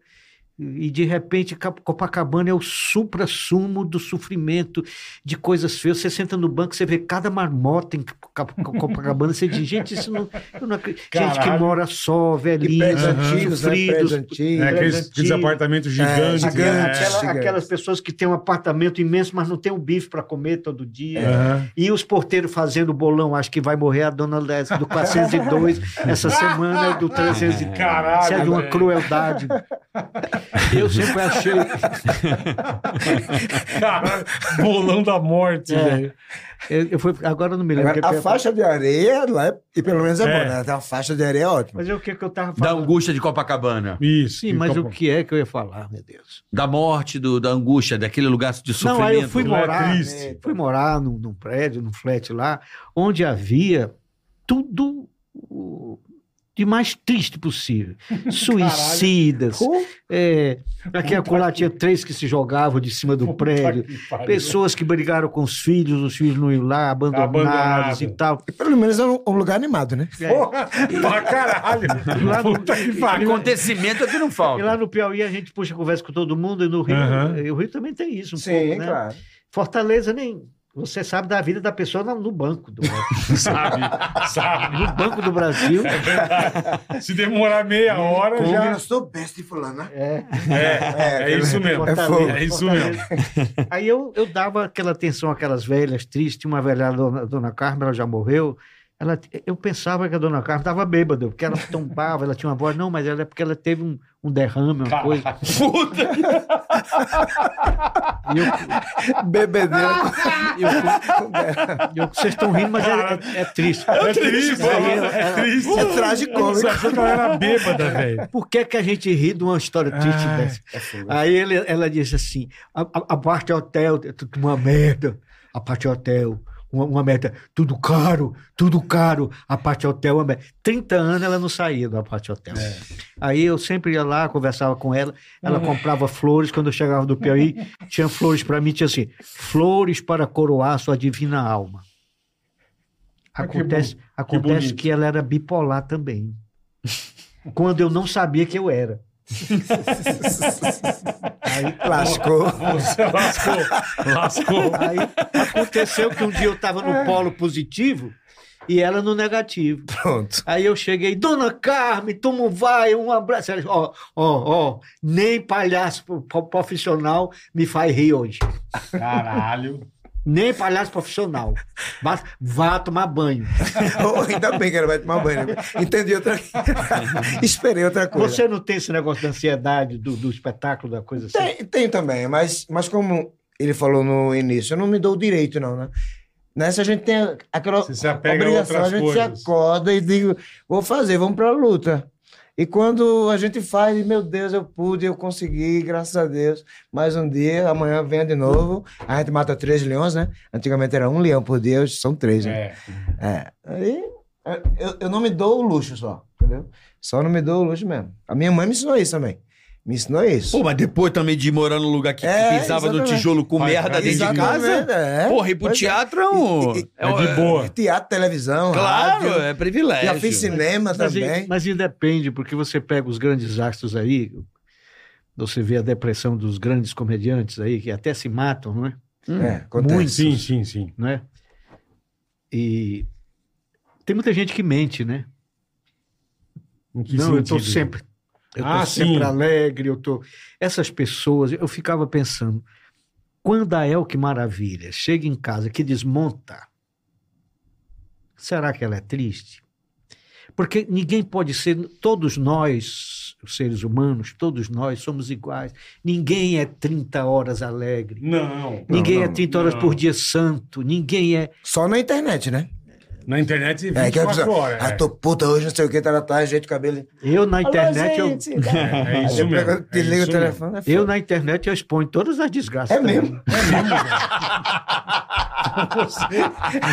E de repente Cap- Copacabana é o supra-sumo do sofrimento de coisas feias. Você senta no banco, você vê cada marmota em Cap- Cap- Copacabana, você diz, gente, isso não. eu não acredito." Gente que Caralho. mora só, E velhinha, prédios antigos, né? Prédios sofridos. É, antigos. aqueles, aqueles Antigo. apartamentos gigantes. É, gigantes. gigantes. né? Aquela- gigantes. aquelas pessoas que têm um apartamento imenso, mas não tem um bife para comer todo dia. É. Aham. E os porteiros fazendo bolão, acho que vai morrer a dona Lésia do 402, essa semana é do 304. Caralho, Isso é de uma Ah, velho. crueldade. Eu sempre achei. Caralho, bolão da morte, É. velho. Eu, eu fui, agora eu não me lembro. Agora, o que que a eu- faixa de areia, lá é- e pelo menos é, É. boa, né? A faixa de areia é ótima. Mas é o que, que eu estava Da falando? angústia um de Copacabana. Isso. Sim, e Então, mas o Copa- que é que eu ia falar, meu Deus? Da morte, do- da angústia, daquele lugar de sofrimento. Não, aí eu fui Lá é morar. triste. Fui morar num, num prédio, num flat lá, onde havia tudo o- de mais triste possível. Suicidas. É, aqui a colar tinha três que se jogavam de cima do Puta prédio. que pariu. Pessoas que brigaram com os filhos, os filhos não iam lá, abandonados Abandonado. e tal. E pelo menos é um, um lugar animado, né? Porra, pra caralho. Lá no- Puta que Um pariu. Acontecimento é que não E falta. lá no Piauí a gente puxa conversa com todo mundo e no Rio, Aham. e o Rio também tem Tipo, isso um pouco, né? Fortaleza nem... Você sabe da vida da pessoa no no banco do, Sabe, sabe. no banco do Brasil. Se demorar meia hora, Eu já... já soubesse de um fulano, né? É, é isso mesmo. É fogo. É isso mesmo. Fortaleza. Aí eu, eu dava aquela atenção àquelas velhas tristes. Tinha uma velha, a dona, dona Carmen, ela já morreu. Ela, eu pensava que a dona Carmen estava bêbada, porque ela tombava, ela tinha uma voz. Não, mas ela é porque ela teve um, um derrame, uma coisa. Puta! E eu, Bebedeira. eu- vocês estão rindo, mas é, é- é triste. É triste, Aí mano. ela- É triste. É tragicômico. Você achou que ela era bêbada, velho. Por que, que a gente ri de uma história triste Ai, dessa? Aí ele, ela disse assim: a, a- a parte hotel, tudo uma merda. A parte hotel, uma, uma merda. Tudo caro, tudo caro. A parte hotel, uma merda. 30 anos ela não saía da parte hotel. É. Aí eu sempre ia lá, conversava com ela. Ela comprava flores. Quando eu chegava do Piauí, tinha flores para mim. Tinha assim: flores para coroar sua divina alma. Ah, que Acontece, acontece bonito. que ela era bipolar também. Quando eu não sabia que eu era. Lascou. Você lascou. Lascou. Aí aconteceu que um dia eu estava no É. polo positivo e ela no negativo. Pronto. Aí eu cheguei, Dona Carmen, como vai? Um abraço. Ela, Ó, ó, ó, nem palhaço pro- profissional me faz rir hoje. Caralho. Nem palhaço profissional. Vá, vá tomar banho. Oh, ainda bem que ela vai tomar banho. né? Entendi outra Esperei outra coisa. é. Você não tem esse negócio da ansiedade, do, do espetáculo, da coisa assim? Tem, tem também, mas, mas como ele falou no início, eu não me dou o direito, não, né? Nessa a gente tem aquela Você se apega a obrigação, outras a gente coisas. se acorda e digo, vou fazer, vamos pra luta. E quando a gente faz, meu Deus, eu pude, eu consegui, graças a Deus. Mais um dia, amanhã venha de novo. A gente mata três leões, né? Antigamente era um leão por dia, hoje são três, né? É. É. Aí é, eu, eu não me dou o luxo só, entendeu? Só não me dou o luxo mesmo. A minha mãe me ensinou isso também. Me ensinou isso. Pô, mas depois também de morar num lugar que É, pisava no exatamente. tijolo com Vai, merda cara, dentro de casa. Exatamente, é. Porra, ir pro Pois é. teatro é um. E- e- É de boa. Teatro, televisão, Claro, rádio. é privilégio. Já fiz cinema Mas, também. e- mas e depende, porque você pega os grandes astros aí, você vê a depressão dos grandes comediantes aí, que até se matam, não é? É, acontece. Sim, sim, sim. Não é? E tem muita gente que mente, né? Em que não, eu tô sentido? sempre. Eu tô Ah, sempre sim. alegre, eu tô. Essas pessoas, eu ficava pensando, quando a El que maravilha chega em casa que desmonta, será que ela é triste? Porque ninguém pode ser, todos nós, os seres humanos, todos nós somos iguais. Ninguém é 30 horas alegre. Não. ninguém não, é 30 horas não. por dia santo, ninguém é. Só na internet, né? Na internet É, que a 24 pessoa, horas. ah, é. tô puta hoje, não sei o que, tá lá, tá, ajeita o cabelo. Eu na internet, eu, É isso Aí mesmo. pega, é desliga isso o mesmo. telefone. é eu foda. na internet eu exponho todas as desgraças. É também. mesmo.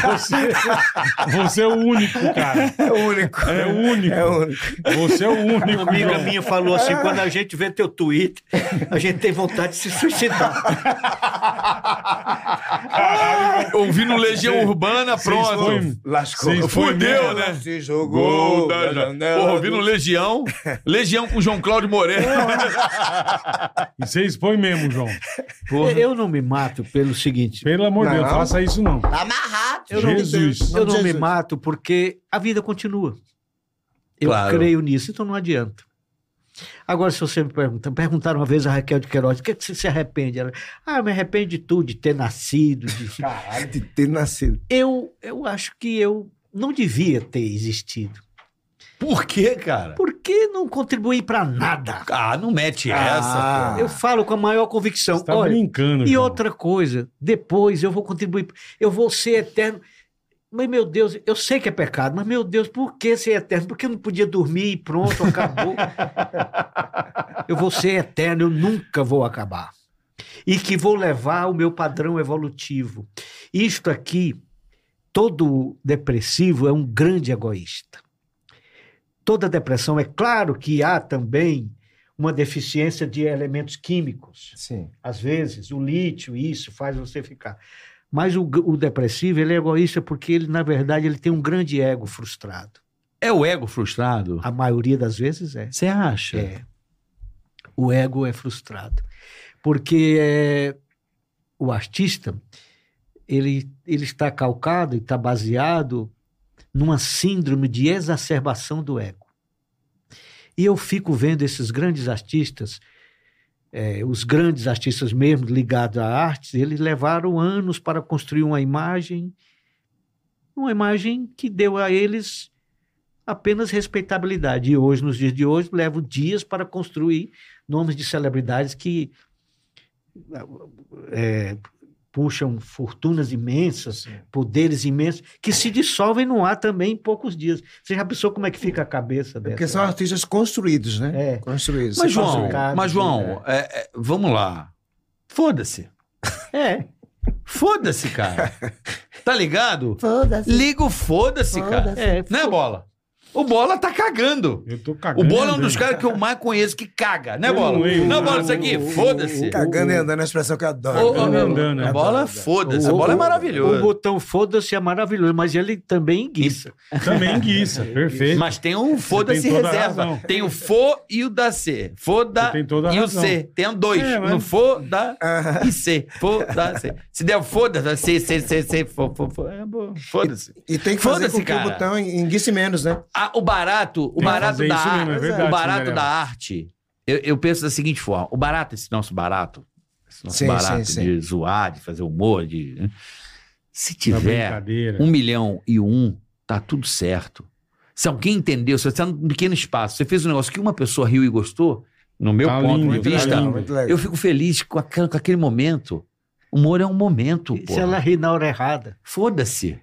Você, você é o único, cara. É o único. É o único. É o único. Você é o único. Uma amiga João. Um minha falou assim: quando a gente vê teu tweet, a gente tem vontade de se suicidar. Ouvindo Legião Urbana, pronto. Foi- Lascou. Vocês Fudeu, né? Se Gol jogou. da da janela. janela Porra, ouvindo do- Legião. Legião com João Cláudio Moreira. E você expõe mesmo, João. Eu não me mato pelo seguinte: Pelo amor de Deus, Não. faça isso não. Amarrado. Eu não- Jesus. eu não me Jesus. mato porque a vida continua. Eu Claro. creio nisso, então não adianta. Agora, se você me pergunta, perguntaram uma vez a Raquel de Queiroz, o que, é que você se arrepende? Ela, ah, eu me arrependo de tudo, de ter nascido. de-" Caralho, de ter nascido. Eu, eu acho que eu não devia ter existido. Por quê, cara? Por que não contribuí para nada? Ah, não mete essa. Ah, Eu falo com a maior convicção. Você tá Olha, brincando, E João. outra coisa, depois eu vou contribuir, eu vou ser eterno. Mas, meu Deus, eu sei que é pecado, mas, meu Deus, por que ser eterno? Por que eu não podia dormir e pronto, acabou? eu vou ser eterno, eu nunca vou acabar. E que vou levar o meu padrão evolutivo. Isto aqui, todo depressivo é um grande egoísta. Toda depressão, é claro que há também uma deficiência de elementos químicos. Sim. Às vezes, o lítio, isso faz você ficar. Mas o, g- o depressivo, ele é egoísta porque ele, na verdade, ele tem um grande ego frustrado. É o ego frustrado? A maioria das vezes é. Você acha? É. O ego é frustrado. Porque é, o artista, ele, ele está calcado e está baseado numa síndrome de exacerbação do ego. E eu fico vendo esses grandes artistas, é, os grandes artistas mesmo ligados à arte, eles levaram anos para construir uma imagem, uma imagem que deu a eles apenas respeitabilidade. E hoje, nos dias de hoje, levo dias para construir nomes de celebridades que eh, puxam fortunas imensas, poderes imensos, que se dissolvem no ar também em poucos dias. Você já pensou como é que fica a cabeça dessa? Porque são artistas construídos, né? É. Construídos. Mas, João, complicado, mas, João é, é, vamos lá. Foda-se. É. Foda-se, cara. tá ligado? Foda-se. Liga o foda-se, cara. Foda-se. é Né, Bola? O Bola tá cagando. Eu tô cagando. O Bola é um dos né? caras que eu mais conheço que caga, né, Eu Bola? não leio, Não, não. Bola, isso aqui, foda-se. Cagando e andando é uma expressão que eu adoro. Ô, ô, Cagando e andando, né? A bola, foda-se. A bola é O maravilhosa. botão foda-se é maravilhoso, mas ele também enguiça. Também guiça, perfeito. Mas tem um foda-se tem toda a reserva. razão. Tem o fo e o da C. Foda Você tem toda a e o razão. C. Tem um dois. É, mas- No foda e C. Foda-se. Se der o foda, C, C, C, C, fo, fo, fo. É, bom. foda-se. E tem que fazer Foda-se, com que o cara. botão enguice menos, né? Ah, o barato, o Tem que barato fazer da isso mesmo, é arte. verdade, o barato Cinderela. da arte. Eu, eu penso da seguinte forma: o barato, esse nosso barato, esse nosso Sim, barato sim, de zoar, de fazer humor, de. né? Se Na tiver brincadeira. um milhão e um, tá tudo certo. Se alguém entendeu, se você está num pequeno espaço, você fez um negócio que uma pessoa riu e gostou, no meu Tá ponto lindo, de tá vista, lindo. muito legal. eu fico feliz com, aquela- com aquele momento. Humor é um momento, pô. Se ela rir na hora errada. Foda-se.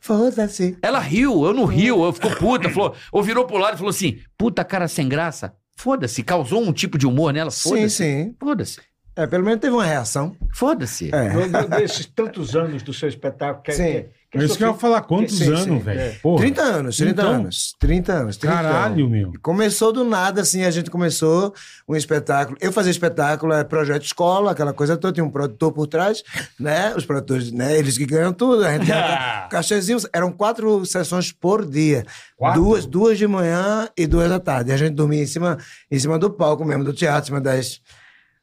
Foda-se. Ela riu, eu não riu, eu ficou puta, falou, ou virou pro lado e falou assim: puta cara sem graça. Foda-se, causou um tipo de humor nela, Sim, foda-se. sim. Foda-se. É, pelo menos teve uma reação. Foda-se. É. Meu- Desses tantos anos do seu espetáculo. Que, Sim. que- que É isso que eu ia sofrer- falar, quantos Sim, anos, sim. velho? É. Porra, 30 anos, 30 Então. anos. 30 anos, 30 anos. caralho, meu. Começou do nada, assim, a gente começou um espetáculo. Eu fazia espetáculo, é projeto escola, aquela coisa toda, tinha um produtor por trás, né? Os produtores, né? Eles que ganham tudo, a gente ganha cachezinho. Eram quatro sessões por dia. Quatro? Duas, duas de manhã e duas da tarde. A gente dormia em cima, em cima do palco mesmo, do teatro, em cima das,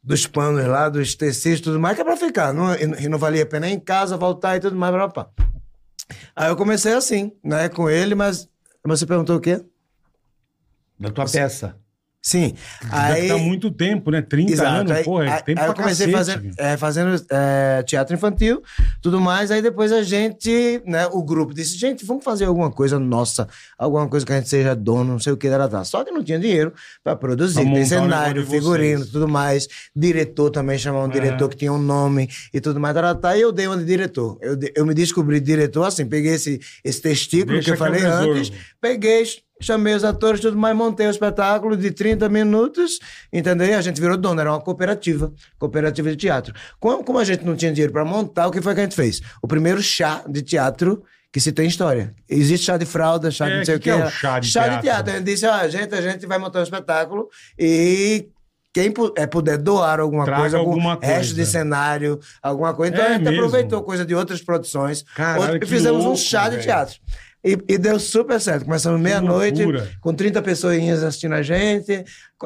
dos panos lá, dos tecidos e tudo mais, que é pra ficar. Não, e não- e não valia a pena ir em casa, voltar e tudo mais, blá, blá, blá. Aí eu comecei assim, né, com ele, mas. mas Você perguntou o quê? Da tua peça. Sim. Aí... Aí, Tá muito tempo, né? 30 anos, aí, porra, é aí- tempo aí pra eu comecei cacete, fazendo, velho. é, fazendo é, teatro infantil, tudo mais. Aí depois a gente, né, o grupo disse, gente, vamos fazer alguma coisa nossa, alguma coisa que a gente seja dono, não sei o que, era tá. Só que não tinha dinheiro pra Pra produzir, montar tem o cenário, negócio de figurino, vocês. tudo mais. Diretor também, chamar um É. diretor que tinha um nome e tudo mais, tá, tá, tá. E eu dei uma de diretor. Eu, de- eu me descobri diretor, assim, peguei esse, esse testículo Deixa que eu que é um eu falei resolvo. antes, peguei, chamei os atores, tudo mais, montei o espetáculo de 30 minutos, entendeu? E a gente virou dono, era uma cooperativa, cooperativa de teatro. Como, como a gente não tinha dinheiro para montar, o que foi que a gente fez? O primeiro chá de teatro que se tem história. Existe chá de fralda, chá de É, não sei o que que. que é o chá de teatro? A gente né? disse, ó, gente, a gente vai montar um espetáculo e quem pu- é, puder doar alguma Traga coisa, algum alguma resto coisa. de cenário, alguma coisa. Então É a gente mesmo. aproveitou coisa de outras produções. Caralho, Outro- que e fizemos um louco, chá velho. de teatro. E, e deu super certo. Começamos meia-noite, loucura. com 30 pessoinhas assistindo a gente,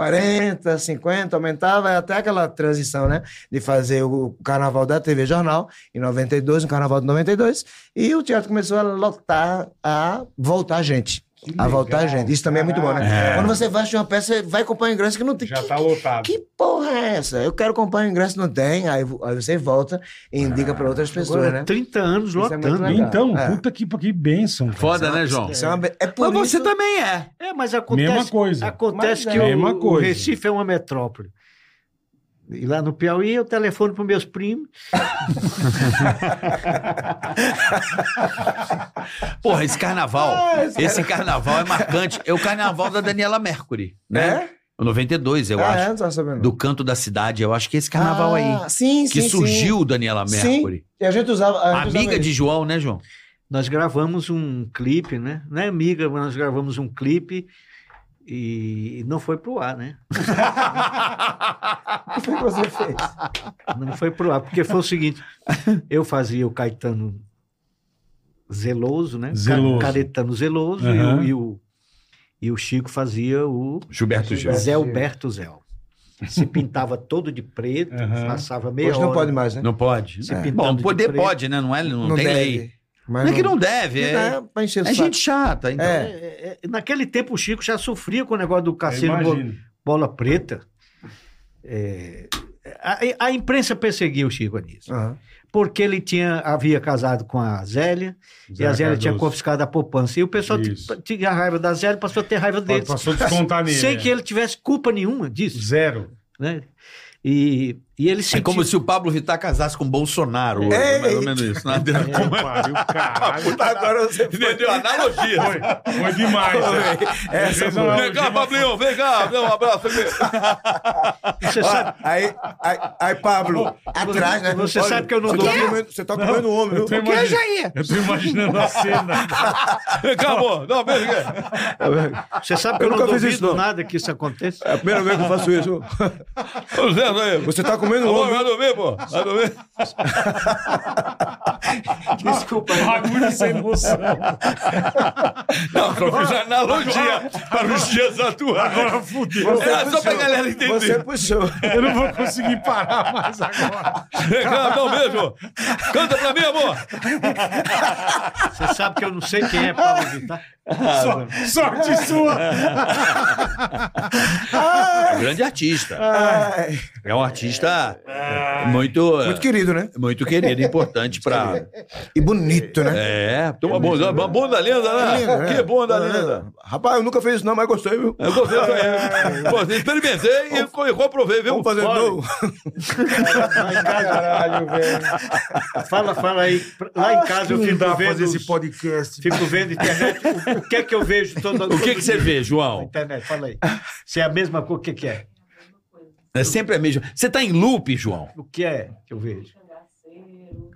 40, 50, aumentava até aquela transição, né? De fazer o carnaval da TV Jornal, em 92, no um carnaval de 92. E o teatro começou a lotar, a voltar gente. a voltar legal, gente. Isso também é muito bom, né? caralho. Quando você vai assistir uma peça, você vai comprar um ingresso que não tem. Já que- tá lotado. que porra é essa? Eu quero comprar um ingresso, não tem. Aí, vo- aí você volta e indica para outras Ah, pessoas, Agora, né? 30 anos Isso é muito lotando. legal. Então, É. puta que, que bênção. cara. Foda, né, João? Isso é, uma, be- é por Mas você isso- também é. É, mas acontece. Mesma coisa. Acontece Mas é. que o- Mesma o, coisa. Recife é uma metrópole. E lá no Piauí eu telefono para meus primos. É. Porra, esse carnaval. Esse carnaval é marcante. É o carnaval da Daniela Mercury, né? É? O 92, eu ah, é, acho. não tava sabendo. Do canto da cidade. Eu acho que é esse carnaval Ah, aí. Sim, Que sim, surgiu Daniela Sim. É, Mercury. sim. E a gente usava. A gente Amiga usava de João, né, João? Nós gravamos um clipe, né? Não é amiga, mas nós gravamos um clipe e não foi pro ar, né? isso. O que você fez? Não foi pro ar, porque foi o seguinte: eu fazia o Caetano Zeloso, né? Ca- Zeloso. Caetano Zeloso Aham. e, o, e o- e o Chico fazia o Gilberto Gil. Zé Alberto Zé. Se pintava todo de preto, Aham. passava meia Hoje hora. não pode mais, né? Não pode. Se É. pintando Bom, de poder preto. pode, né? Não, é, não, tem deve. lei. Mas Não é que não deve. Não É, dá pra encher o é saco. gente chata. Então. É. É, é, naquele tempo o Chico já sofria com o negócio do Eu cassino bo- imagino. bola preta. É, a, a imprensa perseguia o Chico nisso. Aham. Porque ele tinha, havia casado com a Zélia e a Zélia tinha Cardoso. confiscado a poupança. E o pessoal t- Isso. tinha raiva da Zélia, passou a ter raiva dele. Passou a descontar nele. Sem é. que ele tivesse culpa nenhuma disso. Zero. Né? E, e ele É sentiu... como se o Pablo Vittar casasse com o Bolsonaro. hoje, Ei! mais ou menos isso. Nada É. Que pariu, caralho. Agora você né? Entendeu? Analogia. Foi, foi demais. né? Essa Fez foi. uma Vem cá, última- Pablinho, vem cá, dá um abraço. aqui. Você sabe, Ah, aí, aí, aí, Pablo, atrás, né? Você sabe que eu não você dou- Tá comendo, você tá comendo homem, Eu viu? tô, imagi- eu tô imaginando a cena. Vem cá, amor. Dá um beijo aqui. você sabe que eu, Eu não nunca fiz duvido isso, não. nada que isso aconteça. É a primeira vez que eu faço isso. Ô, Zé, aí. Você tá comendo Amor, homem. vai dormir, pô. Vai dormir. Desculpa. Bagulho sem noção. Não, só fiz analogia para os dias atuais. Agora fudeu. Você É, só pra galera entender. Você puxou. Eu não vou conseguir parar mais agora. Vem cá, dá um beijo. Canta pra mim, amor. Você sabe que eu não sei quem é Pablo Vittar. Ah, Só- sorte sua. grande artista. Ai. É um artista era muito, Muito querido, né? muito querido, importante pra. E bonito, né? É, tem uma bunda, uma bunda linda, Lindo, né? né? Que bunda Lindo, linda. né? Rapaz, eu nunca fiz isso, não, mas gostei, viu? Eu gostei, eu- pô, experimentei e co- e comprovei, viu? Vamos fazer de Olha, novo. Caralho, velho. Fala, fala aí. Lá em casa eu fico vendo, os- podcast. fico vendo internet. O, o que é que eu vejo todo O que, que você vê, João? Internet, fala aí. Se é a mesma coisa, o que, que é? É sempre a mesma. Você tá em loop, João? O que é que eu vejo?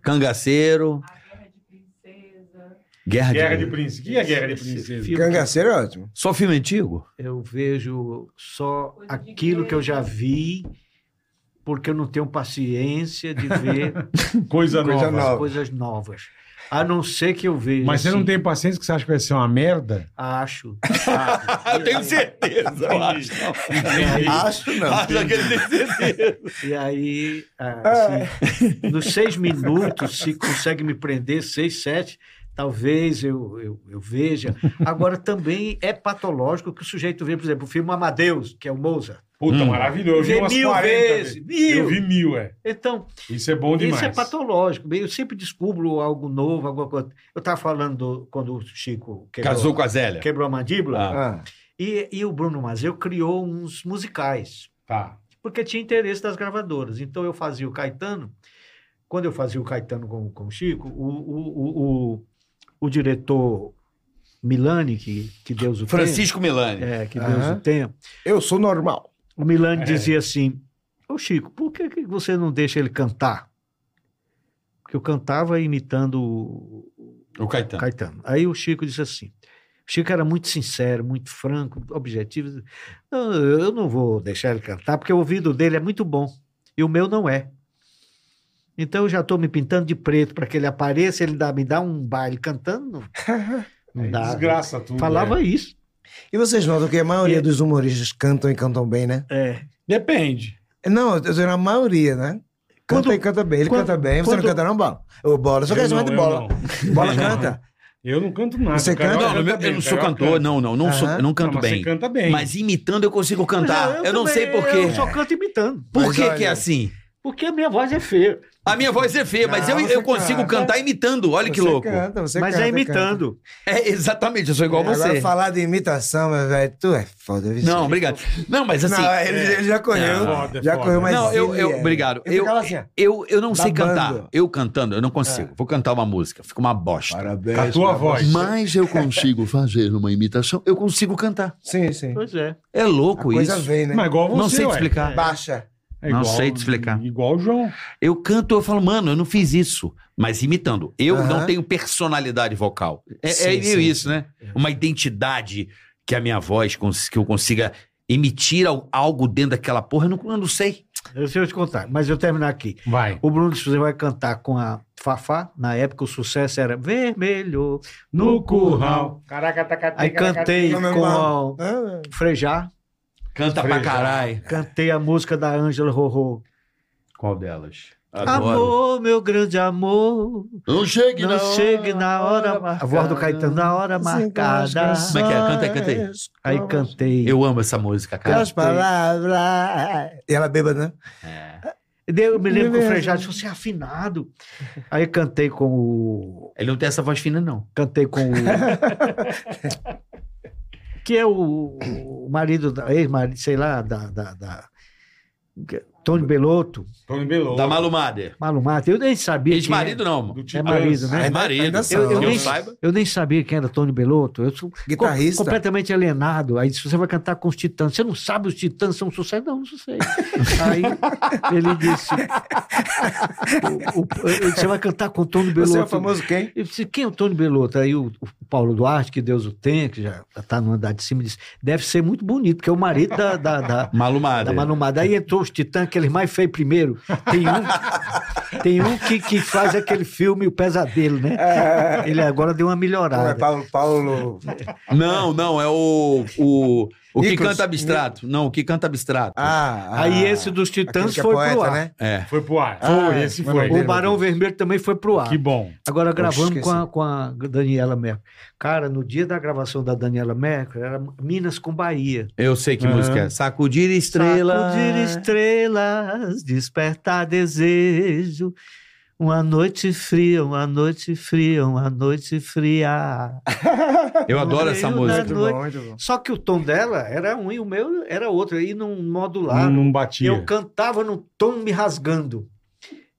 Cangaceiro, Guerra de, Guerra de Príncipe. O que é Guerra de Princesa? Filme- Cangaceiro é ótimo. Só filme antigo? Eu vejo só aquilo que eu já vi, porque eu não tenho paciência de ver Coisa Coisa nova. nova. coisas novas. A não ser que eu veja. Mas você não assim, tem paciência que você acha que vai ser uma merda? Acho. Eu tenho certeza, eu acho. Ah, Acho não. Acho que ele tem certeza. E aí, ah, assim, nos seis minutos, se consegue me prender, seis, sete, talvez eu, eu, eu veja. Agora, também é patológico que o sujeito vê, por exemplo, o filme Amadeus, que é o Mozart. Puta, Hum. maravilhoso. Eu vi Vê umas mil 40 vezes, vezes. mil. Eu vi mil, é. Então, Isso é bom demais. isso é patológico. Bem, Eu sempre descubro algo novo, alguma coisa. Eu estava falando do- quando o Chico quebrou, Casou com a Zélia. quebrou a mandíbula, Ah, e, e o Bruno Mazeu criou uns musicais. Tá. porque tinha interesse das gravadoras. Então eu fazia o Caetano. Quando eu fazia o Caetano com, com o Chico, o, o, o, o, o diretor Milani, que, que Deus o Francisco Milani. tenha. É, que Deus Aham. o tenha. eu sou normal. O Milani É. dizia assim: Ô Chico, por que, que você não deixa ele cantar? Porque eu cantava imitando o- O Caetano. Caetano. Aí o Chico disse assim: o Chico era muito sincero, muito franco, objetivo. Não, eu não vou deixar ele cantar, porque o ouvido dele é muito bom e o meu não é. Então eu já estou me pintando de preto para que ele apareça, ele dá- me dá um baile cantando. Não, Aí dá. É Desgraça Hum, tudo. é. Falava é. isso. E vocês notam que a maioria E- dos humoristas cantam e cantam bem, né? É. Depende. Não, eu tô dizendo a maioria, né? Canta Quando- e canta bem. Ele quando- canta bem, você quando- não canta não, Bola? Ô, Bola, só Eu quer chamar não, de eu Bola. Bola canta. Eu não canto nada. Você o Carioca canta? Não, eu, canta eu bem, não o sou Carioca cantor, canta. não, não, não, sou, Aham. eu não canto Não, mas bem. Você canta bem. Mas imitando eu consigo cantar. eu não "Ah, também, sei por quê. Eu só canto imitando. Por Mas que, olha- que é assim? Porque a minha voz é feia. A minha voz é feia, mas eu, Não, eu você consigo canta. cantar imitando. Olha que Você louco. canta, você mas canta, é canta. imitando. É, exatamente, eu sou igual a você. Agora falar de imitação, meu velho, tu é foda, viu? Não, obrigado. Não, mas assim. não, Ah, ele, é. ele já correu. Não. Foda, já foda. correu mais não, eu, eu, é. obrigado. Ele Eu, ficava assim, ó. eu, eu não sei cantar. babando. Eu cantando, eu não consigo. Vou cantar uma música, fica uma bosta. Parabéns. Com É a tua pra voz. Mas eu consigo fazer uma imitação. Eu consigo cantar. você. Sim, sim. Pois é. É A louco coisa isso. vem, né? Mas igual você, Não sei te ué. explicar. Baixa. É Não igual- sei te explicar. Igual o João. Eu canto, eu falo, mano, eu não fiz isso. Mas imitando. Eu Aham. não tenho personalidade vocal. É, Sim, é meio sim, isso, né? Uma identidade que a minha voz, cons- que eu consiga emitir al- algo dentro daquela porra, eu não, eu não sei. Eu sei te contar, mas eu terminar aqui. Vai. O Bruno de Souza vai cantar com a Fafá. Na época o sucesso era Vermelho no curral. Caraca, taca, Aí cantei Não, meu com irmão. o Ah, Frejá. Canta pra Freja. caralho. Cantei a música da Ângela Rorô. Qual delas? Amor, meu grande amor, Não chegue não na hora. chegue na hora. A voz do Caetano, na hora marcada. Como é que é? Canta aí, canta aí. Aí cantei. Eu amo essa música, cara. As palavras. E ela bêbada, né? É. Eu me lembro que o Frejá disse, você é afinado. Aí cantei com o Ele não tem essa voz fina, não. Cantei com o. que é o, o marido, da, ex-marido, sei lá, da. da, da- Tony Belotto, Tony Belô. Da Malu Mader. Malu Mato. Eu nem sabia. quem Ex-marido, não. Do É Titãs. marido, né? É marido. Ainda são. Que Eu- eu eu nem- saiba. era. Eu nem sabia quem era Tony Belotto. Eu sou co- Guitarrista. completamente alienado. Aí disse: você vai cantar com os titãs. Você não sabe os titãs são um sucesso? Não, não sei. Aí ele disse: o- o- eu- você vai cantar com o Tony Belotto. Você é o famoso quem? Eu disse, quem é o Tony Belotto? Aí o, o Paulo Duarte, que Deus o tenha, que já está no andar de cima, disse, deve ser muito bonito, porque é o marido da, da, da, Malu da Mader. Manu Mada. Aí entrou os Titãs, aqueles mais feios primeiro. Tem um, tem um que, que faz aquele filme, O Pesadelo, né? Ele agora deu uma Não, é melhorada. Paulo, Paulo. Não, não, é o. O, o O que Nicolas? canta abstrato. Não, o que canta abstrato. Ah, Aí ah, esse dos Titãs aquele que é foi pro poeta, ar. né? É. Foi pro ar. Ah, foi, esse mas foi. O Barão Vermelho também foi pro ar. Que bom. Agora gravando esqueci. com a, com a Daniela Mercury. Cara, no dia da gravação da Daniela Mercury, era Minas com Bahia. Eu sei que Aham. música é. Sacudir estrela. Sacudir estrelas, despertar desejo. Uma noite fria, uma noite fria, uma noite fria. Eu adoro essa Veio da música. Muito noite. bom, muito bom. Só que o tom dela era um e o meu era outro. Aí não modularam. Não batia. Eu cantava no tom me rasgando.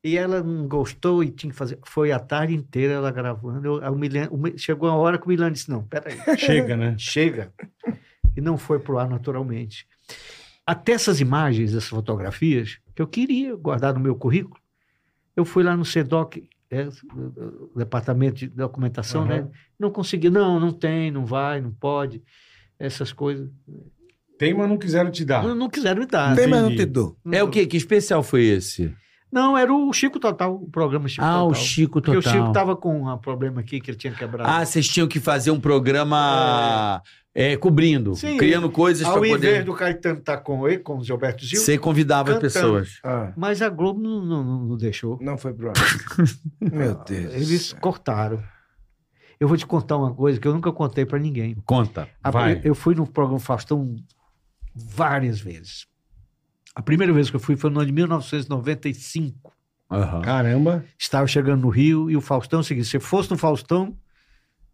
E ela não gostou e tinha que fazer. Foi a tarde inteira ela gravando. Eu, a Milena- o Mi- chegou a hora que o Milano disse: Não, peraí, Chega, né? chega. E não foi pro ar naturalmente. Até essas imagens, essas fotografias, que eu queria guardar no meu currículo, eu fui lá no SEDOC, é, o Departamento de Documentação, né? Não consegui, não, não tem, não vai, não pode, essas coisas. Tem, mas não quiseram te dar. Não, não quiseram me dar. Tem, mas não entendi. te dou. Tá. É o quê? Que especial foi esse? Não, era o Chico Total, o programa Chico ah, Total. o Chico Porque Total. o Chico tava com um problema aqui que ele tinha quebrado. Ah, vocês tinham que fazer um programa é, cobrindo, Sim. criando coisas para Ao invés poder. do Caetano estar com ele, com o Gilberto Gil, Você convidava cantando. as pessoas. Ah, mas a Globo não, não- não- não deixou. não foi pro ar. Meu Deus. Eles cortaram. Eu vou te contar uma coisa que eu nunca contei para ninguém. Conta. A- Vai. eu- Eu fui no programa Faustão várias vezes. A primeira vez que eu fui foi no ano de 1995. Aham. Caramba, Estava chegando no Rio e o Faustão é o seguinte: se eu fosse no Faustão,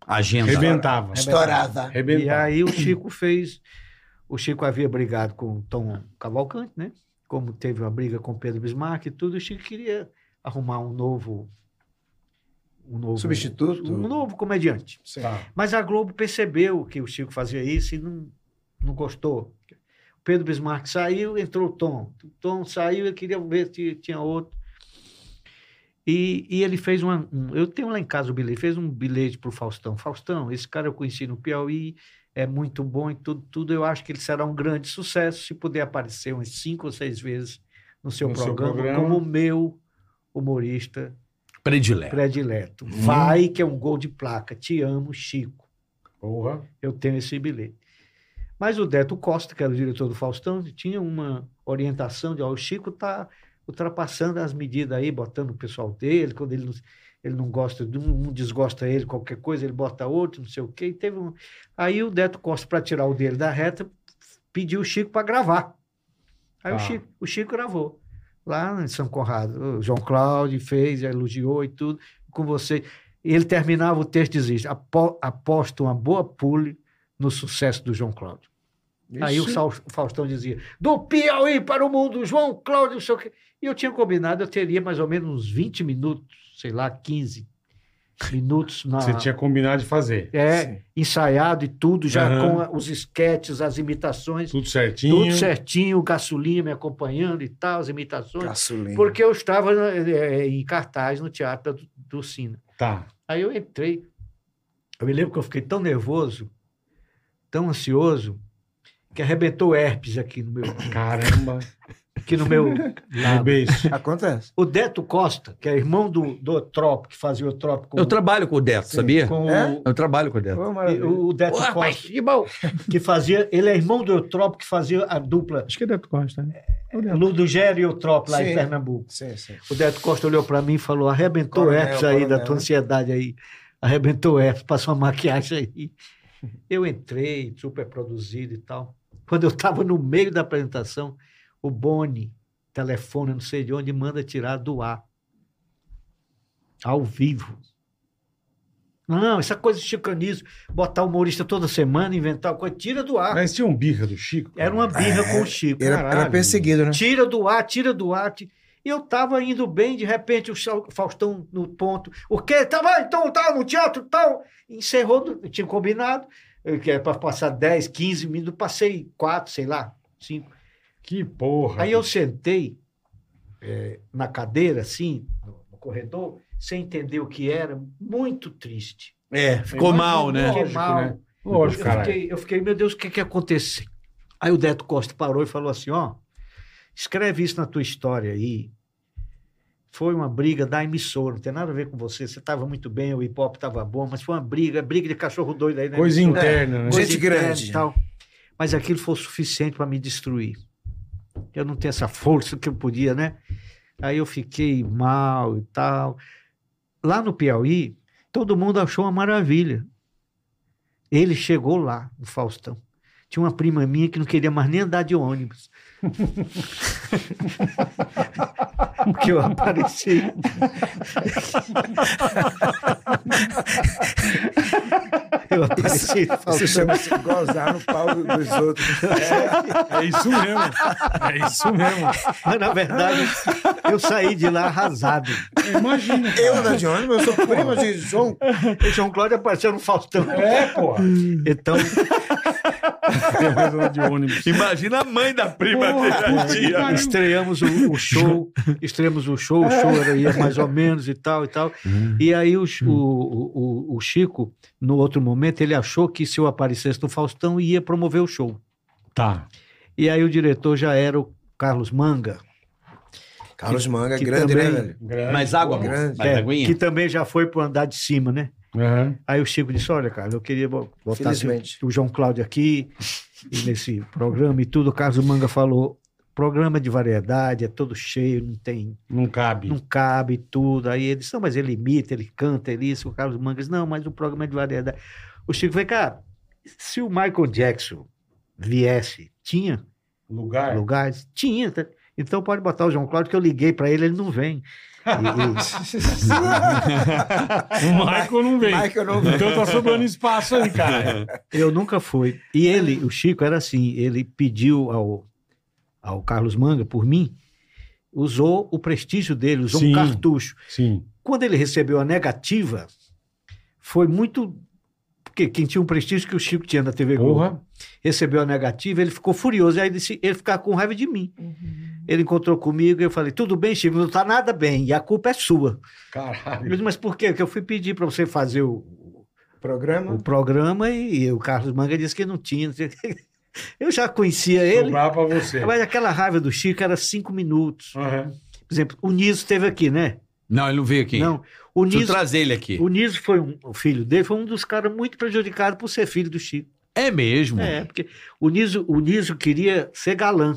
Agenda. arrebentava. Estourada. E Arrebentava. aí o Chico fez. O Chico havia brigado com o Tom Cavalcante, né? Como teve uma briga com o Pedro Bismarck e tudo, o Chico queria arrumar um novo. Um novo Substituto? Um novo comediante. Tá. Mas a Globo percebeu que o Chico fazia isso e não, não gostou. O Pedro Bismarck saiu, entrou o Tom. O Tom saiu, eu queria ver se tinha outro. E, e ele fez uma. um- eu tenho lá em casa o bilhete, fez um bilhete para o Faustão. Faustão, esse cara eu conheci no Piauí, é muito bom e tudo, tudo. Eu acho que ele será um grande sucesso se puder aparecer umas cinco ou seis vezes no seu, No seu programa, programa. como o meu humorista Predileto. predileto. Hum. Vai, que é um gol de placa. Te amo, Chico. Porra. Eu tenho esse bilhete. Mas o Deto Costa, que era o diretor do Faustão, tinha uma orientação de: ó, o Chico está ultrapassando as medidas aí, botando o pessoal dele, quando ele não, ele não gosta de um, um desgosta ele, qualquer coisa, ele bota outro, não sei o quê. E teve um... Aí o Deto Costa, para tirar o dele da reta, pediu o Chico para gravar. Aí o, Tá. Chico, o Chico gravou. Lá em São Conrado, o João Cláudio fez, elogiou e tudo, com você. E ele terminava o texto e dizia: "Apo- aposto uma boa pule no sucesso do João Cláudio. Aí o Sau- Faustão dizia: do Piauí para o mundo, João Cláudio, não sei o quê. E eu tinha combinado, eu teria mais ou menos uns 20 minutos, sei lá, 15 minutos na. Você tinha combinado de fazer. Ah. É, ensaiado e tudo, já Aham. com a- os esquetes, as imitações, Tudo certinho. tudo certinho, o Gasolina me acompanhando e tal, as imitações. Caçulinha. Porque eu estava eh, eh, em cartaz no Teatro do, do Sina. Tá. Aí eu entrei. Eu me lembro que eu fiquei tão nervoso, tão ansioso, que arrebentou herpes aqui no meu, Caramba. aqui no meu Um lado. beijo. Acontece. O Deto Costa, que é irmão do, do Otrópio, que fazia o Otrópio com, Eu trabalho com o Deto, sabia? com É? Eu trabalho com o Deto. Ô, o, maravilha. o, o Deto Costa, que fazia, ele é irmão do Eutrópio, que fazia a dupla Acho que é Deto Costa, né? É. Ludogério e Eutrópio lá em Sim. Pernambuco. Sim, sim. O Deto Costa olhou para mim e falou: arrebentou Coronel, herpes aí da coronel, tua né? ansiedade aí. Arrebentou herpes, passou uma maquiagem aí. Eu entrei, super produzido e tal. Quando eu estava no meio da apresentação, o Boni, telefone, não sei de onde, manda tirar do ar. Ao vivo. Não, essa coisa de chicanismo, botar humorista toda semana, inventar coisa, tira do ar. Mas tinha um birra do Chico. cara. Era uma birra com o Chico. É, Era, Caralho. era perseguido, né? Tira do ar, tira do ar. ti- E eu tava indo bem, de repente o Sau- Faustão no ponto. O quê? Tá bom, então tal, no teatro tal. Encerrou, do- tinha combinado, eh, que era para passar 10, 15 minutos, passei 4, sei lá, 5. Que porra. Aí eu sentei eh, na cadeira, assim, no, no corredor, sem entender o que era, muito triste. É, ficou mal, né? Fiquei Lógico, mal. né? Lógico, eu, caralho. fiquei, eu fiquei, meu Deus, o que que aconteceu? Aí o Deto Costa parou e falou assim, ó, escreve isso na tua história aí. Foi uma briga da emissora, não tem nada a ver com você, você estava muito bem, o hip-hop estava bom, mas foi uma briga, briga de cachorro doido aí na é Coisa emissora. interna, né? Gente interna e grande. é, tal. mas aquilo foi o suficiente para me destruir. Eu não tenho essa força que eu podia, né? Aí eu fiquei mal e tal. Lá no Piauí, todo mundo achou uma maravilha. Ele chegou lá, no Faustão. Tinha uma prima minha que não queria mais nem andar de ônibus. Porque eu apareci. eu apareci. no Isso Faustão. chama-se gozar no pau dos outros. É isso mesmo. É isso mesmo. Mas, Ah, na verdade, eu saí de lá arrasado. Imagina. Eu andar de ônibus, eu sou primo de João. O João Cláudio apareceu no Faustão. É, pô. Então, de ônibus. Imagina a mãe da prima dele. a puta que tia. pariu. é, estreamos o, o show, estreamos o show, o show era ia mais ou menos e tal e tal. E aí o, Ch- o- o- o- o Chico, no outro momento, ele achou que se eu aparecesse no Faustão, ia promover o show. Tá. E aí o diretor já era o Carlos Manga, Carlos Manga, que grande, também- né, velho? Mais água, amor? Grande. Mais é, aguinha? que também já foi pro andar de cima, né? Aham. Aí o Chico disse: Olha, cara, eu queria bo- botar Felizmente. o João Cláudio aqui e nesse programa e tudo. O Carlos Manga falou: programa de variedade, é todo cheio, não tem, Não cabe. não cabe e tudo. Aí ele disse: Não, mas ele imita, ele canta, ele isso. O Carlos Manga disse: Não, mas o programa é de variedade. O Chico falou: Cara, se o Michael Jackson viesse, tinha Lugar. lugares? Tinha. tá? Então pode botar o João Cláudio, que eu liguei pra ele, ele não vem. E- O Michael não vem. Ai, que eu não Então tá sobrando espaço aí, cara. e eu nunca fui. E ele, o Chico, era assim: ele pediu ao, ao Carlos Manga, por mim, usou o prestígio dele, usou Sim. um cartucho. Sim. Quando ele recebeu a negativa, foi muito. Porque quem tinha um prestígio que o Chico tinha na TV Globo Porra. recebeu a negativa, ele ficou furioso. Aí ele, disse, ele ficava com raiva de mim. Ele encontrou comigo e eu falei: Tudo bem, Chico, não está nada bem, e a culpa é sua. Ele Caralho. disse, Mas por quê? Porque eu fui pedir para você fazer o, o Hum. Programa. programa e, e o Carlos Manga disse que não tinha. não sei o quê. Eu já conhecia é ele, um Sobrar pra você. mas aquela raiva do Chico era cinco minutos. Aham. Por exemplo, o Niso esteve aqui, né? Não, ele não veio aqui. Não, o Deixa eu Niso, trazer ele aqui. o Niso foi um, o filho dele, foi um dos caras muito prejudicado por ser filho do Chico. É mesmo? É, porque o Niso, o Niso queria ser galã.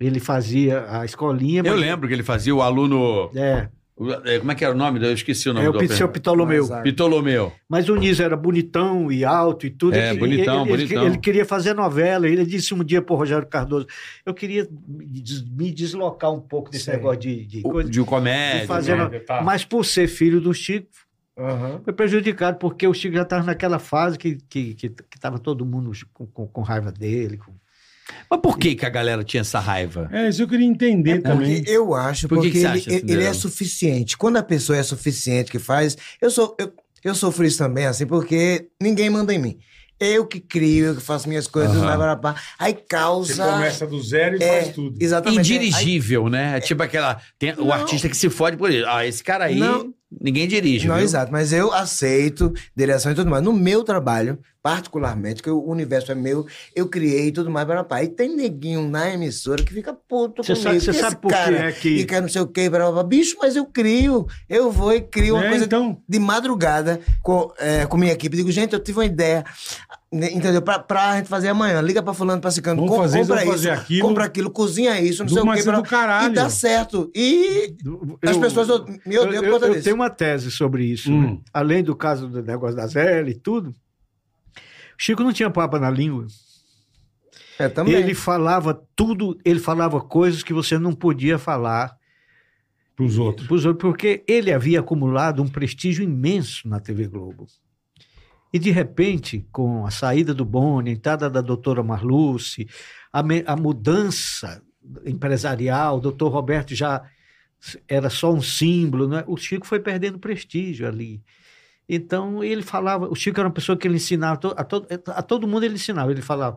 Ele fazia a escolinha. Eu mas- lembro que ele fazia o aluno. É, o- é, Como é que era o nome? Eu esqueci o nome é do Ah, o apelido. seu Ptolomeu. Mas, Pitolomeu. Mas o Niso era bonitão e alto e tudo. É, Ele- bonitão, ele, ele- bonitão. Ele queria fazer novela. Ele disse um dia pro Rogério Cardoso: Eu queria me des- me deslocar um pouco desse Sei. negócio de, de O- coisa. De comédia. E fazendo- né? Ah. Tá. Mas por ser filho do Chico, Aham. foi prejudicado, porque o Chico já estava naquela fase que estava que, que, que tava todo mundo com, com- com raiva dele. com- Mas por que, que a galera tinha essa raiva? É, isso eu queria entender também. Porque eu acho, Por que porque que ele, você acha, ele Cinderela? é suficiente. Quando a pessoa é suficiente que faz, eu sou eu, eu sofro isso também, assim, porque ninguém manda em mim. Eu que crio, eu que faço minhas coisas, Aham. blá, blá, blá. aí causa. Você começa do zero e É, faz tudo. Exatamente. Indirigível, né? É tipo aquela. tem o artista que se fode por isso. Ah, esse cara aí, Não. ninguém Aí- dirige. Não, viu? exato, mas eu aceito direção e tudo mais. No meu trabalho, particularmente, que o universo é meu, eu criei e tudo mais, blá, blá, blá. E tem neguinho na emissora que fica puto Você comigo. sabe, você esse sabe por que cara é que. E quer não sei o quê, blá, blá, blá. bicho, mas eu crio. Eu vou e crio uma É, coisa então. de madrugada com, é, com minha equipe. Digo, gente, eu tive uma ideia. né, Entendeu? Pra, pra gente fazer amanhã. Liga pra fulano, pra cicano. Vamos com- fazer isso, compra vamos fazer isso, aquilo. compra aquilo, cozinha isso, não Do- sei o mas quê. é blá, do blá. caralho. E dá certo. E as Eu- pessoas me odeiam por eu, conta eu disso. tenho uma tese sobre isso. Hum. né? Além do caso do negócio da Zélia e tudo, Chico não tinha papa na língua. É, também. Ele falava tudo, ele falava coisas que você não podia falar Pros outros. pros outros, porque ele havia acumulado um prestígio imenso na TV Globo. E de repente, com a saída do Boni, a entrada da doutora Marluce, a, me- a mudança empresarial, o doutor Roberto já s- era só um símbolo, né? o Chico foi perdendo prestígio ali. Então, ele falava, o Chico era uma pessoa que ele ensinava, to- a, todo- a todo mundo ele ensinava, ele falava,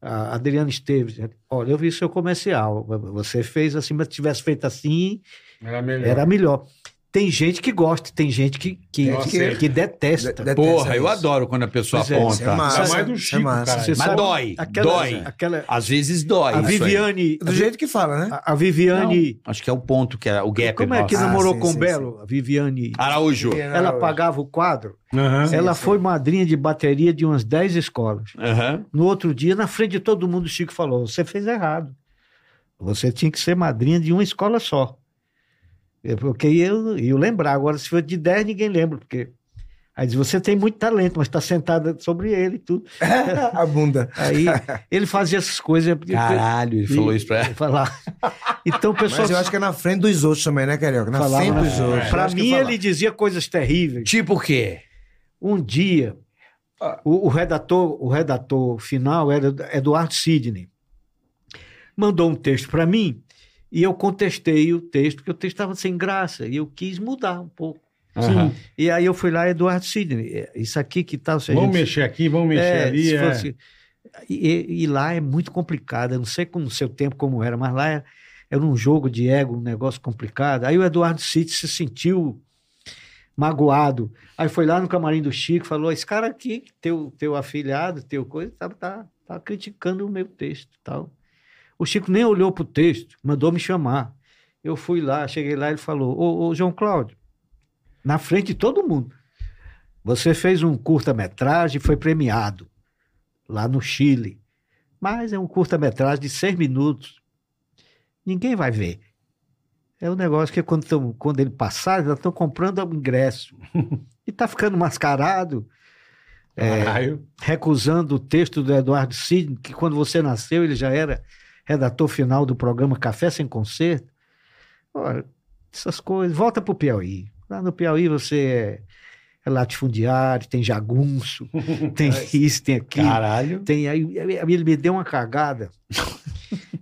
a Adriana Esteves, olha, eu vi seu comercial, você fez assim, mas tivesse feito assim, Era melhor. era melhor. Tem gente que gosta, tem gente que, que, Gosta. que, que detesta. De- de- Porra, eu isso. adoro quando a pessoa é Pois é, Isso é aponta. massa. mais do isso Chico, é massa. cara. Você Mas sabe, dói, aquela- dói. Aquela, Às vezes dói. a isso aí. Viviane. Do jeito que fala, né? A, a Viviane. Acho que é o ponto que era o gap. como é que nossa. namorou Ah, sim, com o sim, Ah, Belo? A Viviane. Araújo. Ela pagava o quadro. Aham. ela foi madrinha de bateria de umas 10 escolas. Aham. No outro dia, na frente de todo mundo, o Chico falou: Você fez errado. Você tinha que ser madrinha de uma escola só. É Porque eu ia lembrar. Agora, se for de 10, ninguém lembra. Porque... Aí diz: Você tem muito talento, mas está sentada sobre ele e tudo. A bunda. Aí ele fazia essas coisas. Caralho, ele falou isso pra ela. E- Falar. Então, o pessoal. Mas eu acho que é na frente dos outros também, né, Carioca? Na frente né? dos outros. Eu Pra acho que mim, fala. ele dizia coisas terríveis. Tipo o quê? Um dia, Ah. o, o redator, o redator final era Eduardo Sidney. Mandou um texto para mim e eu contestei o texto, porque o texto estava sem graça e eu quis mudar um pouco. Aham. E aí eu fui lá, Eduardo Sidney, é, isso aqui que tal? se a Vamos gente- mexer aqui, vamos mexer É, ali. se é. fosse- e, e lá é muito complicado, eu não sei como no seu tempo como era, mas lá era, era um jogo de ego, um negócio complicado. Aí o Eduardo Cid se sentiu magoado. Aí foi lá no camarim do Chico, falou: "Esse cara aqui, teu teu afilhado, teu coisa, tá tá, tá criticando o meu texto, e tal". O Chico nem olhou pro texto, mandou me chamar. Eu fui lá, cheguei lá, ele falou: "Ô, ô João Cláudio, na frente de todo mundo, você fez um curta-metragem, e foi premiado lá no Chile. Mas é um curta-metragem de seis minutos. Ninguém vai ver. É um negócio que quando, tão- quando ele passar, já estão comprando o ingresso. E está ficando mascarado, Ah, é. Caralho. recusando o texto do Eduardo Sidney, que quando você nasceu ele já era redator final do programa Café Sem Concerto. Olha, essas coisas. Volta para o Piauí. Lá no Piauí você é, é latifundiário, tem jagunço, tem isso, tem aquilo. Caralho. Tem, aí, aí ele me deu uma cagada.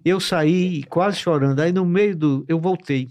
eu saí quase chorando. Aí no meio do. Eu voltei.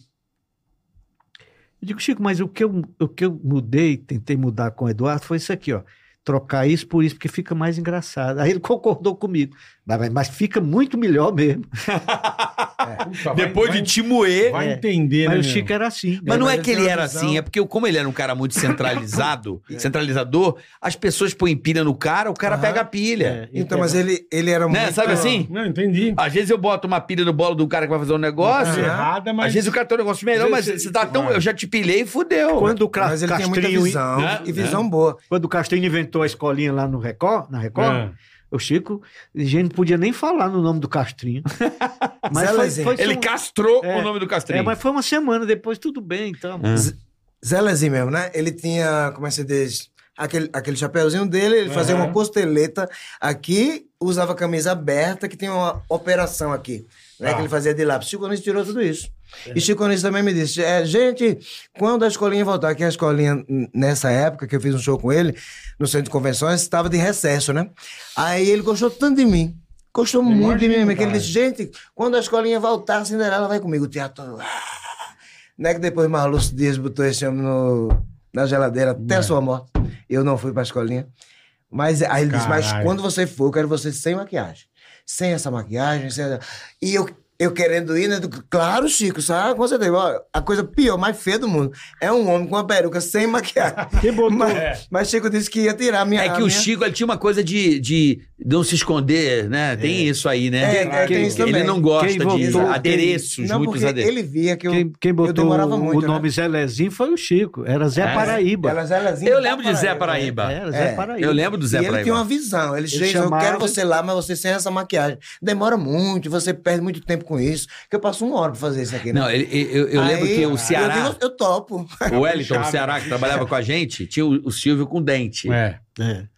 Eu digo, Chico, mas o que eu, o que eu mudei, tentei mudar com o Eduardo, foi isso aqui, ó. Trocar isso por isso, porque fica mais engraçado. Aí ele concordou comigo. Mas, mas- mas fica muito melhor mesmo. Puta, vai- Depois vai, de te moer. Vai É. entender, né? mas o meu? Chico era assim. Mas não é mas que ele ele tem era uma visão. assim, é porque como ele era um cara muito centralizado, centralizador, as pessoas põem pilha no cara, o cara Aham. pega a É. pilha. Então, mas ele, ele É era Né? muito... Sabe assim? Não, entendi. Tá Às vezes eu boto uma pilha no bolo do cara que vai fazer um negócio. Errada, mas. Às vezes o cara tem um negócio melhor, mas Às vezes você tá tão. Eu já te pilhei e fudeu. Quando o Cra- Mas ele tinha muita Castrinho, visão. né? E visão boa. quando o Castrinho inventou a escolinha lá no Record, na Record, É. o Chico, a gente não podia nem falar no nome do Castrinho. Zé mas foi, Lezinho. foi Ele só- castrou É. o nome do É, castrinho. mas foi uma semana depois, tudo bem, então. É. Zé Lezinho mesmo, né? Ele tinha, como é que se diz? Aquele, aquele chapéuzinho dele, ele fazia Aham. uma costeleta aqui, usava a camisa aberta, que tem uma operação aqui, né? Tá. Que ele fazia de lápis. Chico Anísio tirou tudo isso. E Chico Anísio também me disse, é, gente, quando a escolinha voltar, que a escolinha, n- nessa época que eu fiz um show com ele, no centro de convenções, estava de recesso, né? Aí ele gostou tanto de mim. Gostou muito de mim, imagino, que ele cara. disse, gente, quando a escolinha voltar, a Cinderela vai comigo. O teatro... Não é que depois Marluce Dias botou esse homem no- na geladeira até Né. a sua morte. Eu não fui pra escolinha. Mas aí ele disse: Mas Caralho. quando você for, eu quero você sem maquiagem. Sem essa maquiagem, sem essa... E eu, eu querendo ir, né? do- Claro, Chico, sabe? Com certeza. Ó, A coisa pior, mais feia do mundo é um homem com uma peruca sem maquiagem. Que botou. mas, É. mas Chico disse que ia tirar a minha. É a que o minha- Chico ele tinha uma coisa de, de não se esconder, né? Tem isso aí, né? É, é, tem isso ele também. não gosta Quem de voltou- adereços, Não, muitos porque adereços. ele via que eu, Quem, quem eu botou demorava o, muito. o nome Zé Lezinho foi o Chico, era Zé É. né? Paraíba. Ela, Zelazinha Eu da lembro de Zé Paraíba. Era Zé É, Paraíba. Eu lembro do Zé e ele tinha uma Paraíba. visão. Ele, Ele fez, chamava- eu quero você lá, mas você sem essa maquiagem. Demora muito, você perde muito tempo com isso. Que eu passo uma hora pra fazer isso aqui, né? Não, ele- ele- eu, eu lembro Aí, que o Eu, um Ceará, digo, eu topo. o Wellington, o Chave. Ceará que trabalhava com a gente, tinha o, o Silvio com dente. É.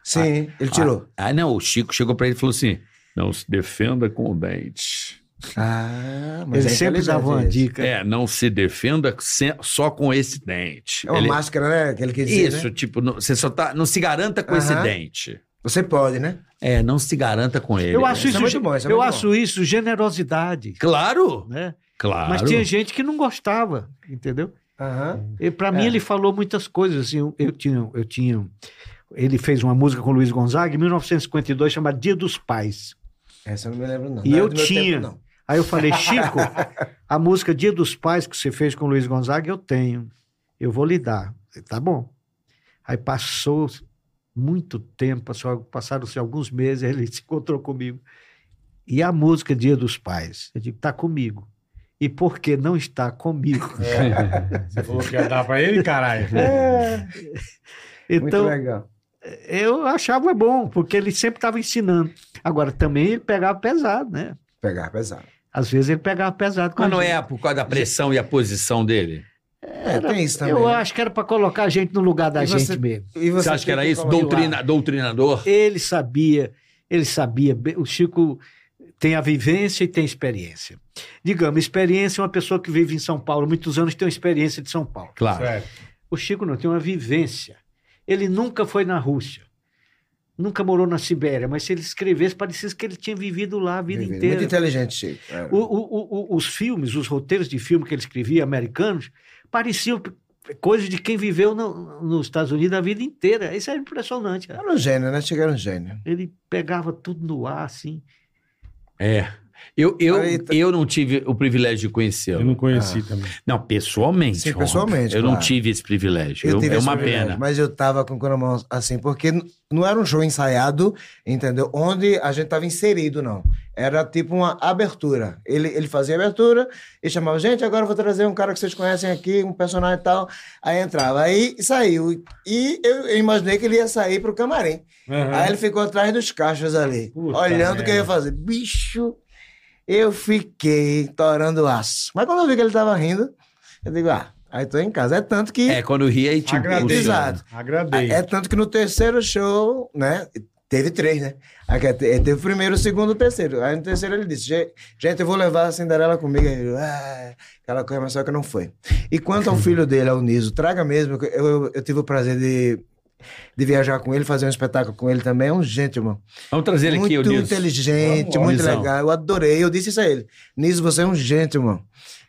Sim, ele tirou. Ah, não, o Chico chegou pra ele e falou assim: Não se defenda com o dente. Ah, Ele é sempre dava uma dica. É, não se defenda se- só com esse dente. É uma Ele- máscara, né? Que ele quis dizer, Isso, né? tipo, não- você só tá. Não se garanta com esse Aham. dente. Você pode, né? É, não se garanta com ele. Eu acho Isso isso, é muito bom, isso é eu muito acho bom. isso generosidade, Claro! né? Claro. Mas tinha gente que não gostava, entendeu? Aham. E para mim É. ele falou muitas coisas assim, eu, eu tinha, eu tinha ele fez uma música com o Luiz Gonzaga em 1952 chamada Dia dos Pais. Essa eu não me lembro, não. E Não é eu do meu tinha. tempo, não. Aí eu falei, Chico, a música Dia dos Pais que você fez com o Luiz Gonzaga eu tenho. eu vou lidar. Eu, Tá bom. Aí passou muito tempo, passou- passaram-se alguns meses, ele se encontrou comigo. E a música Dia dos Pais? Eu digo, tá comigo. E por que não está comigo? É, Você falou que ia dar pra ele, caralho. Muito Então, é legal. eu achava bom, porque ele sempre estava ensinando. Agora, também ele pegava pesado, né? Pegar pesado. Às vezes ele pegava pesado. com a Mas não gente. é por causa da pressão e a posição dele? É, tem isso também. Eu né? acho que era para colocar a gente no lugar da E gente você- mesmo. E Você acha que tem era isso? colocar- Doutrina- doutrinador? Ele sabia, ele sabia. bem- O Chico tem a vivência e tem experiência. Digamos, experiência é uma pessoa que vive em São Paulo, muitos anos tem uma experiência de São Paulo. Claro. Certo. O Chico não tem uma vivência. Ele nunca foi na Rússia. Nunca morou na Sibéria, mas se ele escrevesse, parecia que ele tinha vivido lá a vida Muito inteira. inteligente, Chico. É. O- o- o- o- os filmes, os roteiros de filme que ele escrevia, americanos, pareciam p- coisas de quem viveu no- nos Estados Unidos a vida inteira. Isso é impressionante. cara. Era um gênio, né? Chico era um gênio. Ele pegava tudo no ar, assim. É. Eu, eu, Eita. eu não tive o privilégio de Eu conhecê-lo. não Não... conheci também. pessoalmente. Sim, óbvio. pessoalmente, Eu não claro. tive esse privilégio. Eu- tive é esse uma privilégio, pena. Mas eu tava com o coração assim, porque n- não era um show ensaiado, entendeu? Onde a gente tava inserido, não. Era tipo uma abertura. Ele, ele fazia abertura e chamava, gente, agora eu vou trazer um cara que vocês conhecem aqui, um personagem e tal. Aí entrava, aí saiu. E eu, eu imaginei que ele ia sair pro camarim. Aham. Aí ele ficou atrás dos caixas ali, Puta olhando o que eu ia merda. fazer. Bicho, eu fiquei torando aço. Mas quando eu vi que ele tava rindo, eu digo, ah, aí tô em casa. É tanto que... É, quando ri aí te Agradeço. Exato. Agradei. É tanto que no terceiro show, né? Teve três, né? Aí que te- Teve o primeiro, o segundo, o terceiro. Aí no terceiro ele disse: "Ge- Gente, eu vou levar a Cinderela comigo. Aí eu, "Ah", aquela coisa, mas só que não foi. E quanto ao filho dele, ao Niso, traga mesmo. que Eu, eu, eu tive o prazer de, de viajar com ele, fazer um espetáculo com ele também. É um gente, irmão. Vamos trazer ele aqui, muito o Nilson. inteligente, Vamos, muito Nilson. legal. Eu adorei. Eu disse isso a ele: Niso, você é um gente, irmão.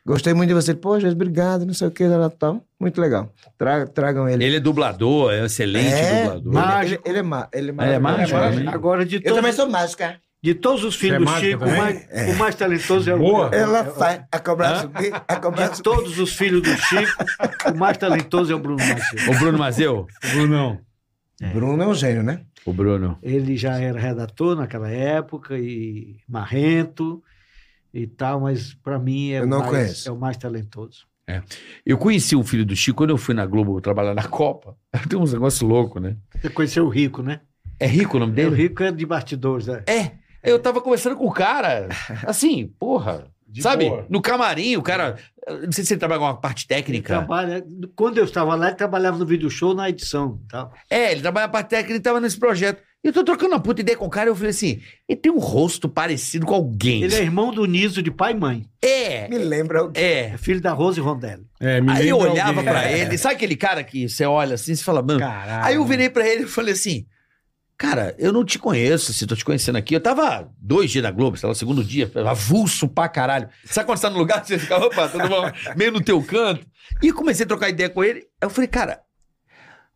Gostei muito de você. Pô, Jesus, obrigado, não sei o que, tal. Muito legal. Traga, tragam ele. Ele é dublador, é um excelente É, dublador. mas- Ele, Mágico. ele é má, ele é É, é mágico, maravilhoso. né? Agora, de, Eu todos, também sou mágica. de todos os Você é filhos do mágico Chico, o também? mais, o mais talentoso é o Boa. Bruno. Ela faz a cobrança subir, a cobrança De subir. todos os filhos do Chico, o mais talentoso é o Bruno Márcio. O Bruno Mazeu? Brunão. Bruno é um gênio, né? O Bruno. Ele já era redator naquela época e marrento e tal, mas para mim é, Eu o não mais, conheço. é o mais talentoso. Eu conheci o filho do Chico quando eu fui na Globo trabalhar na Copa. Tem uns negócios loucos, né? Você conheceu o Rico, né? É rico o nome O dele? Rico é de bastidores, né? É. Eu tava conversando com o cara, assim, porra. De sabe? boa. No camarim, o cara. eu Não sei se ele trabalha com uma parte Ele técnica. trabalha, quando eu estava lá, ele trabalhava no video show na edição. Tá? É, ele trabalha na parte técnica, ele tava nesse projeto. E eu tô trocando uma puta ideia com o cara, eu falei assim: ele tem um rosto parecido com alguém. Ele é irmão do Niso de pai e mãe. É, Me lembra o é. É filho da Rose Rondelli. É, me Aí eu lembra olhava alguém. É. pra ele, sabe aquele cara que você olha assim, você fala, mano. Caralho. Aí eu virei pra ele e falei assim: Cara, eu não te conheço, se tô te conhecendo aqui. Eu tava dois dias na Globo, sei lá, segundo dia, avulso pra caralho. Sabe quando você tá no lugar, você fica, opa, todo mundo meio no teu canto. E comecei a trocar ideia com ele. Aí eu falei, cara,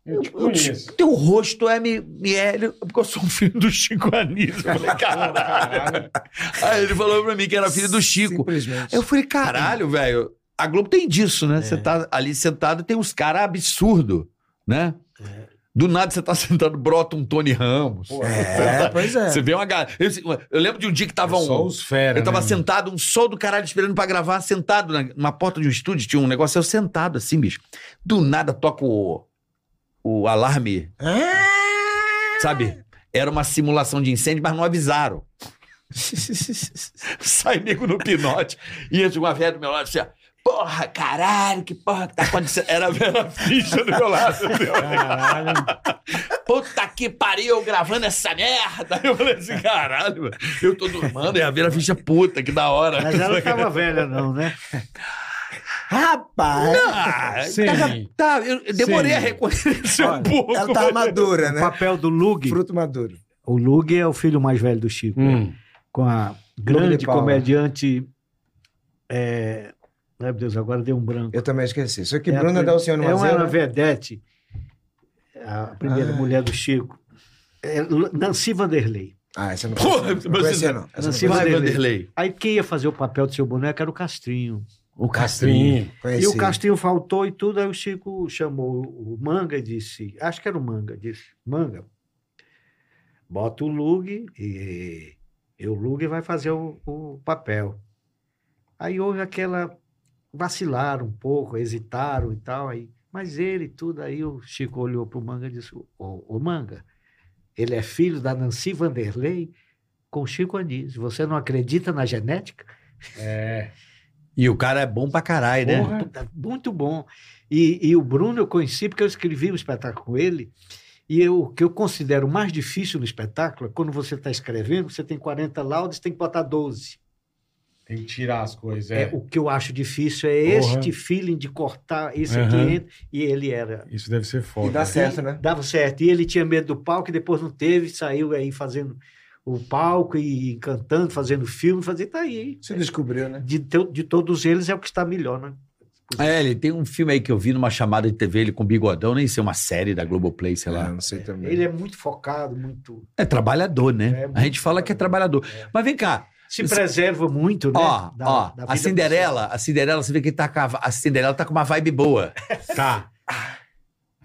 Eu te eu te- conheço. teu rosto é, me, me é, ele- porque eu sou um filho do Chico Anísio. Eu falei, caralho. Aí ele falou pra mim que era filho do Chico. Simplesmente. Eu falei, caralho, velho. A Globo tem disso, né? Você tá ali sentado, tem uns caras absurdo, né? Do nada você tá sentado, brota um Tony Ramos. É, pois é. Você vê uma galera. Eu, eu lembro de um dia que tava É Só um. os fera. Eu tava né? sentado, um sol do caralho esperando pra gravar, sentado na, numa porta de um estúdio, tinha um negócio, eu sentado assim, bicho. Do nada toca o, o alarme, É? Ah! sabe? Era uma simulação de incêndio, mas não avisaram. Sai nego no pinote. E entra uma velha do meu lado assim, ó. Porra, caralho, que porra que tá acontecendo? Era a Vera Ficha do meu lado. entendeu? Caralho. Puta que pariu, gravando essa merda. Eu falei assim, caralho, mano, eu tô dormindo, é a Vera Ficha puta, que da hora. Mas ela não estava velha, não, né? Rapaz! Ah, Sim. tá, tá, eu eu demorei Sim. a reconhecer um Olha, pouco. Ela tá madura, O né? papel do Lug. Fruto maduro. O Lug é o filho mais velho do Chico. Hum. com a Lula grande de Paula. comediante. É... Ai, meu Deus, agora deu um branco. Eu também esqueci. Isso aqui, É a Bruna prim- Dalciano é uma Mazel, era né? vedete, a primeira Ah. mulher do Chico. É Lu- Nancy Vanderlei. Ah, essa eu não Porra, conhecia, não. mas- conhecia, não. Essa eu não Nancy conhecia. Vai, Vanderlei. Vanderlei. Aí quem ia fazer o papel do seu boneco era o Castrinho. O Castrinho. E o Conheci. Castinho faltou e tudo, aí o Chico chamou o Manga e disse, acho que era o Manga, disse, Manga, bota o Lug e, e o Lug vai fazer o, o papel. Aí houve aquela, vacilaram um pouco, hesitaram e tal, aí, mas ele e tudo, aí o Chico olhou para o Manga e disse, ô, ô Manga, ele é filho da Nancy Vanderlei com Chico Anísio, você não acredita na genética? E o cara é bom pra caralho, né? É, Porra. Puta, É Muito bom. E, e o Bruno eu conheci porque eu escrevi um espetáculo com ele. E eu- o que eu considero mais difícil no espetáculo é quando você está escrevendo, você tem 40 laudos, tem que botar 12. Tem que tirar as coisas. É. É. o que eu acho difícil é Porra. este feeling de cortar esse aqui Aham. entra, e ele era. Isso deve ser foda. E dá certo, né? Dava certo. E ele tinha medo do palco e depois não teve, saiu aí fazendo o palco e cantando, fazendo filme, fazendo. Tá aí. Você descobriu, né? De, to- de todos eles é o que está melhor, né? É, ele tem um filme aí que eu vi numa chamada de TV, ele com bigodão, nem sei, uma série da Globoplay, sei Ah, lá. não sei também. Ele é muito focado, muito. É, trabalhador, né? É, a gente fala que é trabalhador. É. Mas vem cá, se Isso- preserva muito, né? ó, da- ó, da a vida Cinderela, a Cinderela, você vê que tá com a, a Cinderela tá com uma vibe boa. Tá.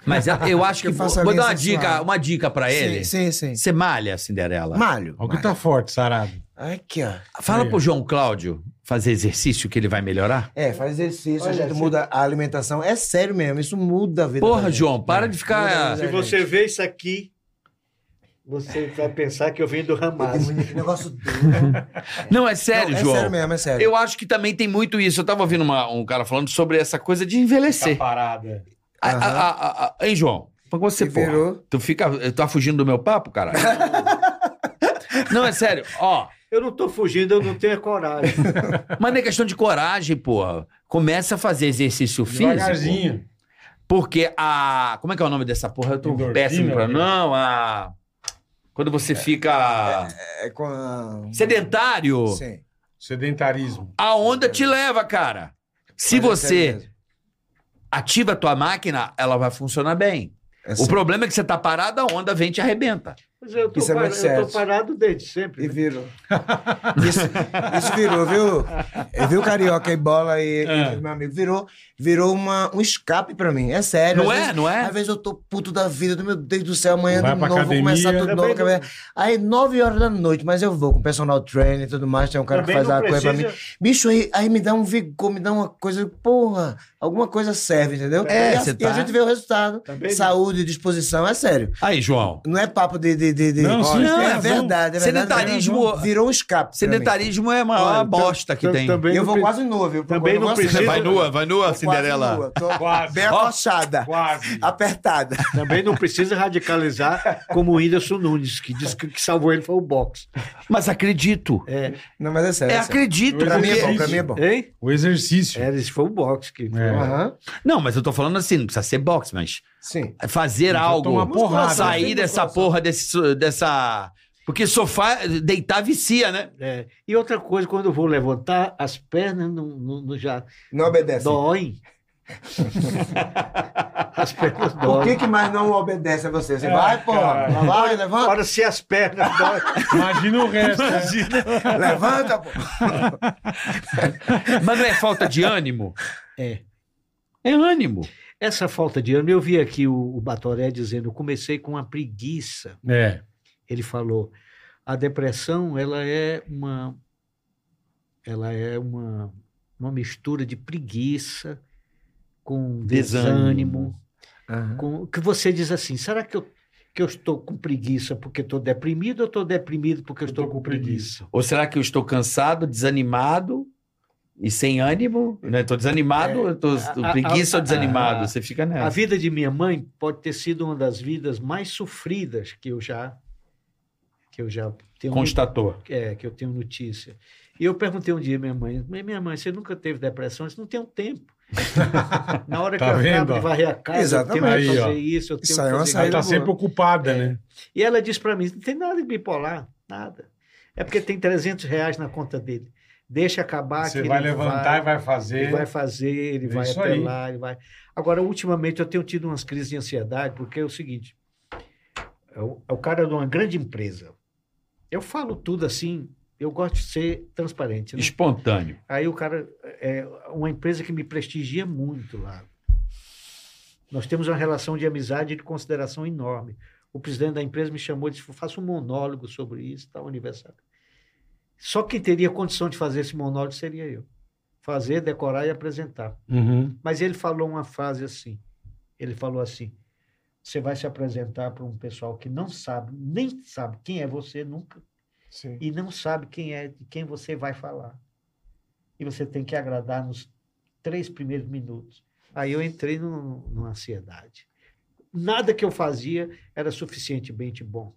Mas ela- eu acho que, Que eu faço vou, vou alguém dar uma sensual. dica, uma dica pra é ele. Sim, sim, sim. Você malha a Cinderela. Malho. Olha o que malho. tá forte, sarado. Aqui, ó. Fala Aí, ó. pro João Cláudio fazer exercício que ele vai melhorar. É, faz exercício, Olha, a gente você- muda a alimentação. É sério mesmo, isso muda a vida. da Porra, gente. É. João, para Muda de a ficar. vida pessoal. da Se você gente. vê isso aqui, você vai pensar que eu vim do Ramaz. Que negócio doido. Não, é sério, Não, é João. sério mesmo, é sério. Eu acho que também tem muito isso. Eu tava ouvindo uma- um cara falando sobre essa coisa de envelhecer. Ah, parada. A- a- Aham. a- a- a- hein, João? Pra você, Se porra. virou. Tu fica. Tá fugindo do meu papo, caralho? não, é sério. Ó, Eu não tô fugindo, eu não tenho a coragem. mas não é questão de coragem, porra. Começa a fazer exercício físico. Devagarzinho. Porque a. Como é que é o nome dessa porra? Eu tô Endorfina, péssimo pra. né? Não, a. Quando você fica É com a... sedentário, Sim. Sedentarismo. a onda te leva, cara. Se Mas é sério você mesmo. ativa a tua máquina, ela vai funcionar bem. É O sério. problema é que você tá parado, a onda vem e te arrebenta. Mas eu tô, Isso é par- muito eu tô certo. parado desde sempre. E né? virou. Isso, isso virou, viu? Eu vi o Carioca e bola e, É. e meu amigo. Virou, virou uma, um escape pra mim. É sério. Não Às é? vezes- não é? Às vezes eu tô puto da vida, do meu Deus do céu, amanhã Vai de pra novo, vou começar academia. tudo novo. Também não- academia. Aí, 9 horas da noite, mas eu vou com personal trainer e tudo mais, tem um cara também que faz não a coisa pra mim. precisa- Bicho, aí, aí me dá um vigor, me dá uma coisa, porra, alguma coisa serve, entendeu? É, e, assim, a, cê e a tá- gente vê o resultado. Também não- Saúde, disposição, é sério. Aí, João. Não é papo de. de, de, de- Não, sim, Olha, tem é, razão. verdade, é verdade. Sedentarismo- Virou um escape. pra mim. Sedentarismo é a maior Olha, bosta que tam- tem. Então, também E eu não vou pre- quase nua, viu? Também Eu não gosto- precisa- Vai nua, vai nua, Tô Cinderela. Quase nua, tô Quase. bem Ó. Ah. acochada, Quase. apertada. Também não precisa radicalizar como o Whindersson Nunes, que disse que o que salvou ele foi o boxe. Mas acredito. É, Não, mas é sério. É, É sério. acredito. Pra mim é Exercício. bom, pra mim é bom. hein? O exercício. É, esse foi o boxe que... É. Aham, Não, mas eu tô falando assim, não precisa ser boxe, mas Sim. fazer Mas eu algo, tomo uma porrada. né? sair dessa porra desse, dessa... Porque sofá, deitar vicia, né? É. E outra coisa, quando eu vou levantar, as pernas não, não- não já Não Assim. obedece. doem. As pernas O doem. que, que mais não obedece a você? Você Ah, vai, porra. caralho. Vai, levanta. Agora, se as pernas doem... Imagina o resto. né? Levanta, porra. Mas não é falta de ânimo? É. É ânimo. Essa falta de ânimo, eu vi aqui o, o Batoré dizendo, eu comecei com uma preguiça. É. Ele falou, a depressão, ela é uma ela é uma, uma mistura de preguiça com desânimo, com que você diz assim, será que eu que eu estou com preguiça porque estou deprimido ou estou deprimido porque eu estou com preguiça? Ou será que eu estou cansado, desanimado e sem ânimo? Né? Tô desanimado, É. eu tô, tô a- preguiça a- ou desanimado? a- Você fica É. A nessa. vida de minha mãe pode ter sido uma das vidas mais sofridas que eu já que eu já um tenho Constatou. é, que eu tenho notícia. E eu perguntei um dia à minha mãe, "Mas, minha mãe, você nunca teve depressão? Isso não tem um tempo. Na hora Tá que eu vendo, acabo ó? de varrer a casa, eu tenho Exatamente. que fazer Aí, ó. isso, eu tenho Isso aí é que uma fazer saída Ela tá boa. aquilo. sempre ocupada, né? E ela disse para mim, não tem nada de bipolar, nada. É porque tem 300 reais na conta dele. Deixa acabar. Ah, que Você ele vai levantar e vai Ele fazer. vai fazer, ele É vai isso aí. apelar, ele vai. Agora, ultimamente, eu tenho tido umas crises de ansiedade, porque é o seguinte: é o, é o cara de uma grande empresa. Eu falo tudo assim, Eu gosto de ser transparente. Né? Espontâneo. Aí o cara, é uma empresa que me prestigia muito lá. Nós temos uma relação de amizade e de consideração enorme. O presidente da empresa me chamou e disse: faça um monólogo sobre isso, tal, aniversário. Só quem teria condição de fazer esse monólogo seria eu. Fazer, decorar e apresentar. Uhum. Mas ele falou uma frase assim. Ele falou assim: você vai se apresentar para um pessoal que não sabe, nem sabe quem é você nunca, Sim. e não sabe quem é de quem você vai falar. E você tem que agradar nos três primeiros minutos. Aí eu entrei num- numa ansiedade. Nada que eu fazia era suficientemente bom.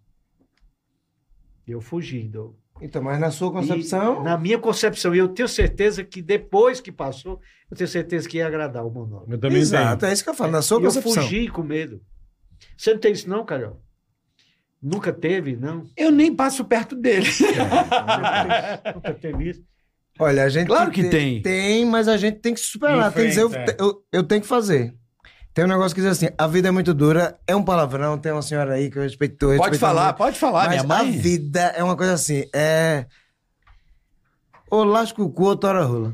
Eu fugi do, Então, mas na sua concepção. e, na minha concepção, e eu tenho certeza que depois que passou, eu tenho certeza que ia agradar o monólogo. Eu também Exato, tenho. é isso que eu falo, na sua E eu concepção. fugi com medo. Você não tem isso, não, Carol? Nunca teve, não? Eu nem passo perto dele. Nunca teve isso. Olha, a gente. Claro que te- tem. Tem, mas a gente tem que superar. Tem que dizer, eu, Enfrenta. eu, eu tenho que fazer. Tem um negócio que diz assim: a vida é muito dura, é um palavrão, tem uma senhora aí que eu respeito. eu Pode respeito falar, muito, pode falar, minha mas a mãe. vida é uma coisa assim: é. Ou lasca o cu, ou tora rola.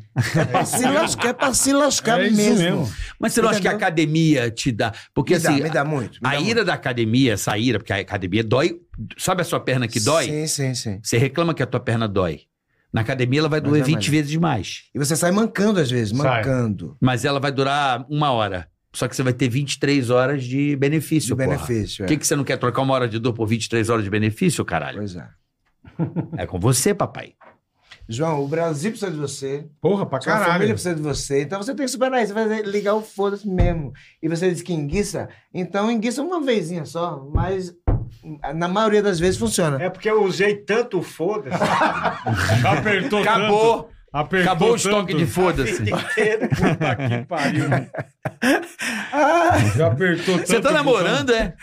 É se lascar, é pra se lascar É isso mesmo. mesmo. Mas você não acha que a Entendeu? academia te dá. Porque Me, dá, assim, me dá muito. me a dá ira da academia, essa ira, porque a academia dói. Sabe a sua perna muito. que dói? Sim, sim, sim. Você reclama que a tua perna dói. Na academia ela vai Mas doer é 20 mais. vezes mais. E você sai mancando às vezes, Sai. mancando. Mas ela vai durar uma hora. Só que você vai ter 23 horas de De benefício, porra. benefício. Por é. que, que você não quer trocar uma hora de dor por 23 horas de benefício, caralho? Pois é. É com você, papai. João, o Brasil precisa de você. Porra, pra Sua família caralho. precisa de você, então você tem que superar isso. Você vai ligar o foda-se mesmo. E você diz que enguiça, então enguiça uma vezinha só, mas na maioria das vezes funciona. É porque eu usei tanto o foda-se Apertou tanto. Acabou! Apertou Acabou o tanto. Tá estoque de foda-se. inteiro. Puta que pariu. Já apertou tanto. Você tá o botão. namorando, é?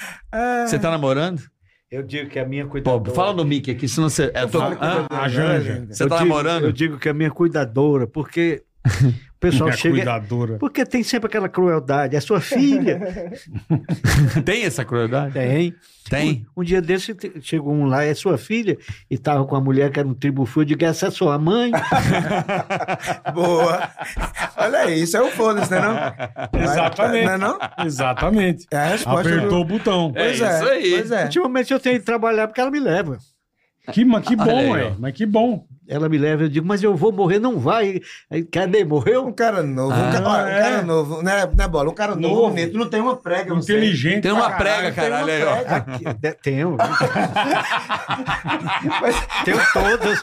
Você tá namorando? Eu digo que a minha Pô, cuidadora. Ah, fala no mic aqui, senão você. Eu tô... Fala com Hã? Deus, a Janja. né, gente? Você Eu tá digo- namorando? Eu digo que a minha cuidadora, porque o pessoal Minha chega. cuidadora. Porque tem sempre aquela crueldade. É sua filha. Tem essa crueldade? Tem. Tem. Um, um dia desse te- chegou um lá, é sua filha, e tava com a mulher que era um tribufio. Eu digo, essa é sua mãe? É Boa. Olha aí, isso é o foda-se, né? Não? Exatamente. Não é não? Exatamente. É a resposta. Apertou do- o botão. Pois É é, isso aí. Pois é. Ultimamente eu tenho que trabalhar porque ela me leva. Que, mas que Olha bom, aí, é. ó. Mas que bom. Ela me leva, eu digo, mas eu vou morrer, não vai. Aí, Cadê? Um Morreu? cara novo, um, ca... olha, um é. cara novo, né, né, bola? Um cara novo, Novo. bonito, não tem uma prega. não sei. Inteligente. Tem uma pra prega, caralho, aí, ó. Aqui, de- tenho, Mas, tenho todas.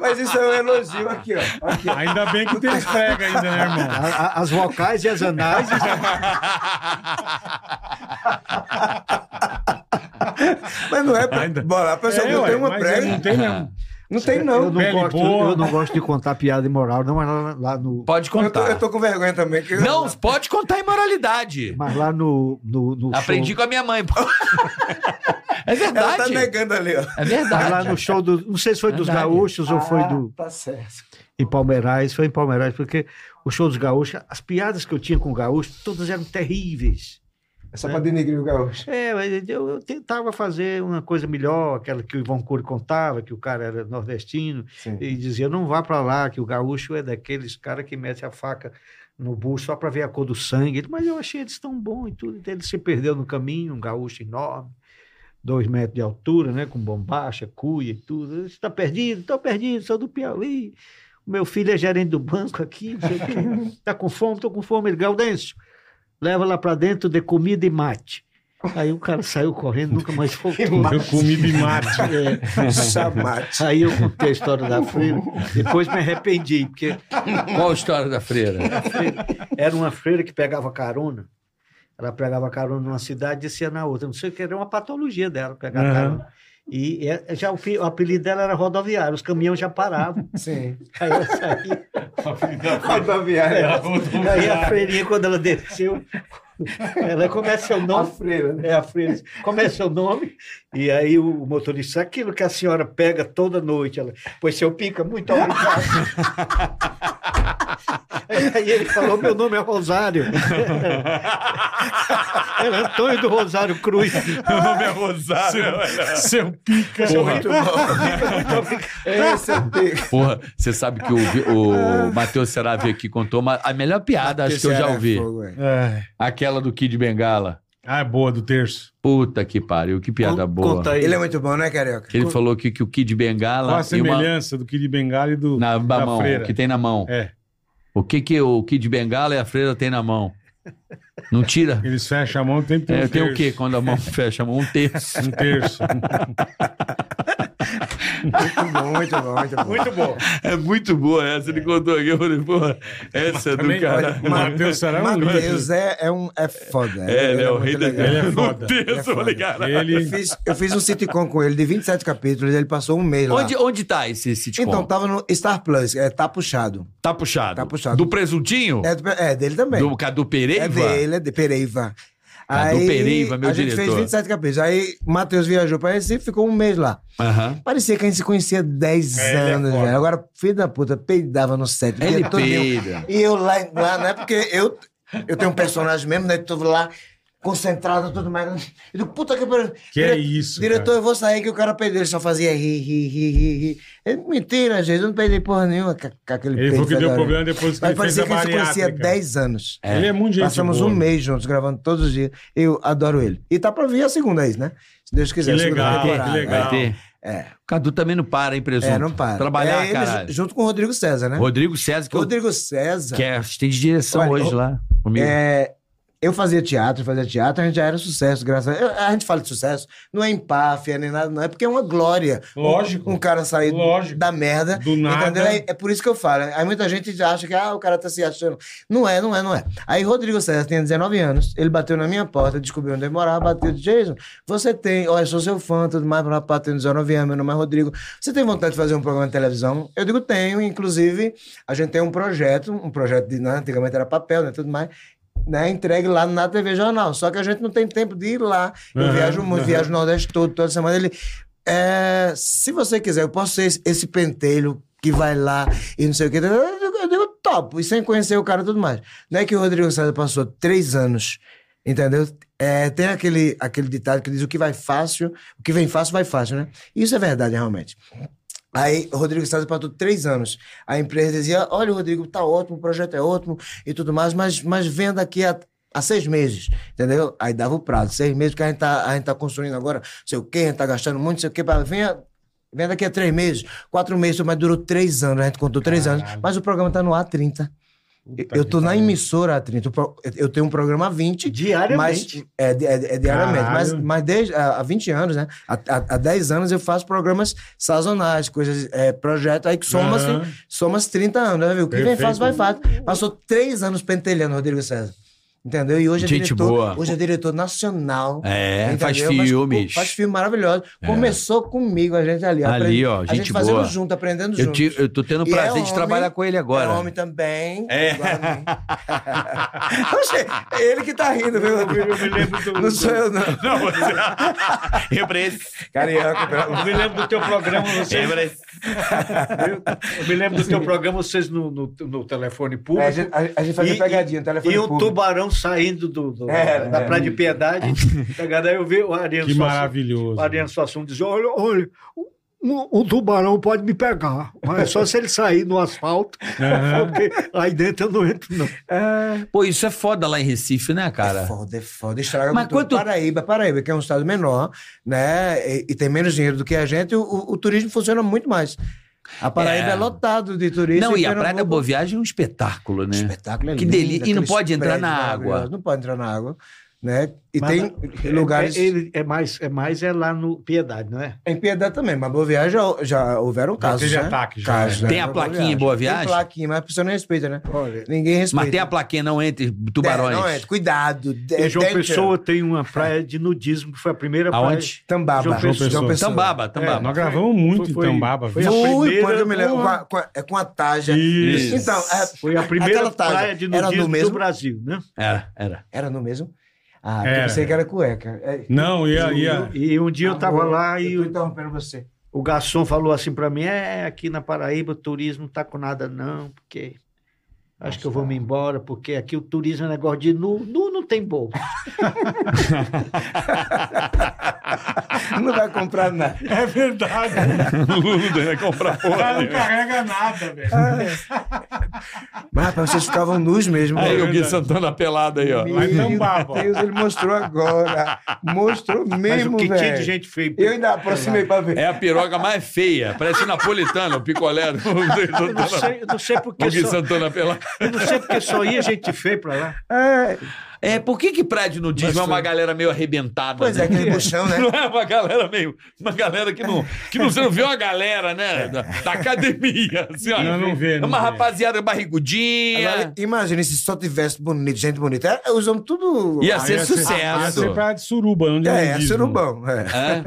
mas isso é um elogio aqui, ó. Aqui, ó. Ainda bem que tem prega ainda, né, irmão? A- a- as vocais e as anais. Mas não é pra... Ainda- Bola, a pessoa É, não ué, tem uma mas prega. é, Não tem mesmo. Não tem, Eu não. não, Pele gosto, boa. eu não gosto de contar piada imoral, não, mas lá, lá no, Pode Eu tô, contar. eu tô com vergonha também. que- Não, pode contar imoralidade. mas lá no, no, no Aprendi show. com a minha mãe. pô. É Ela tá verdade. negando ali, ó. É Mas lá verdade. no show do. Não sei se foi dos Verdade. gaúchos ou foi Ah, do, Tá certo. em Palmeiras. Foi em Palmeiras, porque o show dos gaúchos, as piadas que eu tinha com o gaúcho, todas eram terríveis. É só pra denegrir o gaúcho. É, mas eu, eu tentava fazer uma coisa melhor, aquela que o Ivan Cury contava, que o cara era nordestino, Sim. e dizia: não vá pra lá, que o gaúcho é daqueles cara que mete a faca no bucho só pra ver a cor do sangue. Ele, Mas eu achei eles tão bons e tudo. Então, Ele se perdeu no caminho, um gaúcho enorme, dois metros de altura, né, com bombacha, cuia e tudo. Está perdido, estou perdido, sou do Piauí. O meu filho é gerente do banco aqui, não sei o quê. Está com fome, estou com fome. Ele, Gaudêncio, leva lá pra dentro de comida e mate. Aí o cara saiu correndo, nunca mais voltou. Eu comi de mate. É. Chamate. Aí eu contei a história da freira, depois me arrependi, porque Qual a história da freira? era uma freira que pegava carona. Ela pegava carona numa cidade e descia na outra. Não sei o que era uma patologia dela pegar Aham. carona. E é- já o, fi- o apelido dela era rodoviária, os caminhões já paravam. Sim. Aí ela saía. Rodoviária. Aí né, a freirinha, quando ela desceu, ela como é seu A nome? freira, né? É, a freira disse, como é seu nome? E aí o motorista, aquilo que a senhora pega toda noite. Ela, pois seu pica, muito obrigado. aí ele falou, meu nome é Rosário. Era Antônio do Rosário Cruz. Meu nome é Rosário. né, Seu pica. Porra. Esse é o pico. Porra, você sabe que o, o Matheus Seravi aqui contou uma, a melhor piada, acho que eu já Esse é ouvi. fogo, é. É. Aquela do Kid Bengala. Ah, é boa do terço. Puta que pariu, que piada Con- boa. Conta aí. Ele é muito bom, né, Carioca? Ele falou que, que o Kid Bengala. Qual a Ah, e uma- semelhança do Kid Bengala e do, na, na da mão, freira? que tem na mão. É. O que, que o Kid Bengala e a freira tem na mão? Não tira? Eles fecham a mão, tem por um É, tem o terço. quê quando a mão fecha? a mão? Um terço. Um terço. Muito bom, muito bom, muito bom. bom. É muito boa essa, ele contou aqui. Eu falei, porra, essa é do Também, cara. olha, Matheus Sará é um Mateus é, é um é foda. É, ele é o muito rei da legal. Ele é Um foda. Ele é terço, eu foda. falei, cara. Eu Ele... fiz, eu fiz um sitcom com ele de 27 capítulos, ele passou um mês Onde, lá. onde tá esse sitcom? Então, tava no Star Plus, é, tá puxado. Tá puxado. Tá puxado. Do presuntinho? É, do- é dele também. Do Cadu Pereira? É dele, é de Pereiva. Cadu Pereiva, meu a gente diretor. fez 27 capítulos. Aí Matheus viajou pra Recife, ficou um mês lá. Aham. Parecia que a gente se conhecia 10 É, ele é anos, foda. velho. Agora, filho da puta, peidava no set. o Ele dia todinho. peida. E eu lá, lá né? Porque eu, eu tenho um personagem mesmo, né? Tô lá concentrado, tudo mais. Eu digo, puta que pariu. Que é Dire- isso, Diretor, cara. eu vou sair que o cara perdeu. Ele só fazia ri, ri, ri, ri, ri. Ele, Mentira, gente, eu não perdi porra nenhuma com com aquele Ele falou peido que deu agora. problema depois que Mas ele fez parecia a que a gente se conhecia bariátrica. 10 anos. Ele é muito gente Passamos boa. um mês juntos, gravando todos os dias. Eu adoro ele. E tá pra vir a segunda aí, né? Se Deus quiser. Que a segunda legal, temporada. que legal. Vai ter. É, O Cadu também não para, hein, presunto? é, não para. Trabalhar, é, ele caralho. ju- junto com o Rodrigo César, né? Rodrigo César, que, eu- Rodrigo César. que é assistente de direção Olha, hoje o- lá comigo. É, eu fazia teatro, fazia teatro, a gente já era sucesso, graças a Deus. A gente fala de sucesso, não é empáfia nem nada, não. É porque é uma glória. Lógico. Um, um cara sair Lógico. da merda. Do nada. Entendeu? É, é por isso que eu falo. Aí muita gente acha que ah, o cara tá se achando. Não é, não é, não é. Aí Rodrigo César tem 19 anos, ele bateu na minha porta, descobriu onde eu morava, bateu. Jason, você tem. Olha, sou seu fã, tudo mais, blá, blá, blá, tenho 19 anos, meu nome é Rodrigo. Você tem vontade de fazer um programa de televisão? Eu digo, tenho. Inclusive, a gente tem um projeto, um projeto de. né, antigamente era papel, né? Tudo mais. Né, entregue lá na TV Jornal. Só que a gente não tem tempo de ir lá. Eu Aham, viajo muito, aham. viajo o Nordeste todo, toda semana. Ele, é, se você quiser, eu posso ser esse, esse pentelho que vai lá e não sei o que. Eu digo, eu digo, topo, e sem conhecer o cara e tudo mais. Não é que o Rodrigo César passou três anos, entendeu? É, tem aquele, aquele ditado que diz o que vai fácil, o que vem fácil, vai fácil, né? Isso é verdade, realmente. Aí, o Rodrigo César passou três anos. A empresa dizia: Olha, Rodrigo, tá ótimo, o projeto é ótimo e tudo mais, mas, mas venda daqui a, a seis meses, entendeu? Aí dava o prazo, seis meses, que a gente tá, a gente tá construindo agora, não sei o quê, a gente tá gastando muito, não sei o quê, pra, venha, venha daqui a três meses, quatro meses, mas durou três anos, a gente contou três anos, mas o programa tá no ar há 30. Eu- eu tô na emissora há 30, o pro- eu- eu tenho um programa há 20, Diariamente. mas, é, di- é, di- é diariamente. Mas, Caralho. mas desde, há há 20 anos, né? Há, há, há 10 anos eu faço programas sazonais, coisas, é, projetos aí que soma-se Aham. soma 30 anos, né? viu? O que vem Perfeito. fácil, vai fácil. Passou 3 anos pentelhando Rodrigo César. Entendeu? E hoje é, Gente diretor, boa. hoje é diretor nacional. É, faz Mas, filmes. pô, faz filme maravilhoso. Começou comigo, a gente ali. Ali, ó, A gente gente fazendo boa. junto, aprendendo eu, junto. te- eu tô tendo o E é prazer de homem, trabalhar com ele agora. É homem também. É. igual a mim. Oxê, é ele que tá rindo, viu? Rodrigo? Eu me lembro do, Não sou eu, não. Não, você. Rebres. Carioca, pelo eu me lembro do teu programa, você. Rebres. Eu me lembro do teu programa, vocês no, no- no telefone É, a, público. gente, a, a gente fazia E- pegadinha, telefone E o público. tubarão saindo do, do- É, da é. Praia de Piedade. Pegada, aí eu vi o Ariano Que Suassuna- maravilhoso. O Ariano Suassuna dizia: olha, olha, um, um tubarão pode me pegar, mas é só se ele sair no asfalto, Aham. porque aí dentro eu não entro, não. Pô, isso é foda lá em Recife, né, É cara? foda, é foda. Estraga Mas Mas quanto... quanto- Paraíba, Paraíba, que é um estado menor, né? E, e tem menos dinheiro do que a gente, o, o- o turismo funciona muito mais. A Paraíba É. é, lotado de turistas. não, e a Praia da Boa Viagem é um espetáculo, né? Espetáculo é Que lindo, delícia. E não aqueles pode entrar na prédios água. maravilhosos, Não pode entrar na água, né? E Mas tem lugares... É, ele- é mais, é mais é lá no Piedade, não é? Em Piedade também, mas Boa Viagem já, já houveram casos, teve né? ataque, já, Casos, né? né? tá, Tem a Na plaquinha em Boa Viagem? Tem plaquinha, mas a pessoa não respeita, né? Olha. Ninguém respeita. Mas tem a plaquinha, não entre É, não, tubarões. é, cuidado. Em de- João danger. Pessoa tem uma praia de nudismo, que foi a primeira Aonde? Tambaba. João Pessoa. Tambaba, É, Tambaba. Nós gravamos muito Foi- foi- em Tambaba. foi viu? a- Fui, primeira- quando eu me lembro, Porra. com a, com a- é com a Taja. Isso. Então, é, Foi a primeira aquela Taja praia de era nudismo no mesmo? do Brasil, né? Era, era. Era no mesmo? Ah, Era. eu pensei que era cueca. É, Não, e a... E a... E um dia eu tava amor, lá e Eu tô o, interrompendo você. o garçom falou assim pra mim: é, aqui na Paraíba o turismo não tá com nada, não, porque Acho que eu vou me embora, porque aqui o turismo é negócio de nu. Nu não tem bolso. Não vai comprar nada. É verdade. Luda, né? Comprar O porra. cara não nenhuma. carrega nada, velho. Mas, rapaz, vocês ficavam nus mesmo. Aí o né? Gui Santana pelado aí, ó. Vai tambar, Meu pô. Deus, ele mostrou agora. Mostrou Mas mesmo, o que tinha de velho. gente feia. Eu ainda aproximei pra ver. É a piroca mais feia. Parece napolitano, o picolé do, do, Eu não sei, eu não sei porque do Gui só, Santana pelado. eu não sei porque só ia gente feia pra lá. É, É, por que que praia de nudismo é uma foi- galera meio arrebentada, pois é, né? aquele buchão, né? Não é uma galera meio. Uma galera que não. Que não, você não vê uma galera, né? Da, da academia. Assim, ó. Não, não vê, É não uma vê. rapaziada barrigudinha. Agora, imagina se só tivesse bonito, gente bonita. É, Os homens tudo. Ah, Ia ser Ia ser- Ia sucesso. ser praia de suruba, não né? de É, é nudismo. surubão. É. Hã?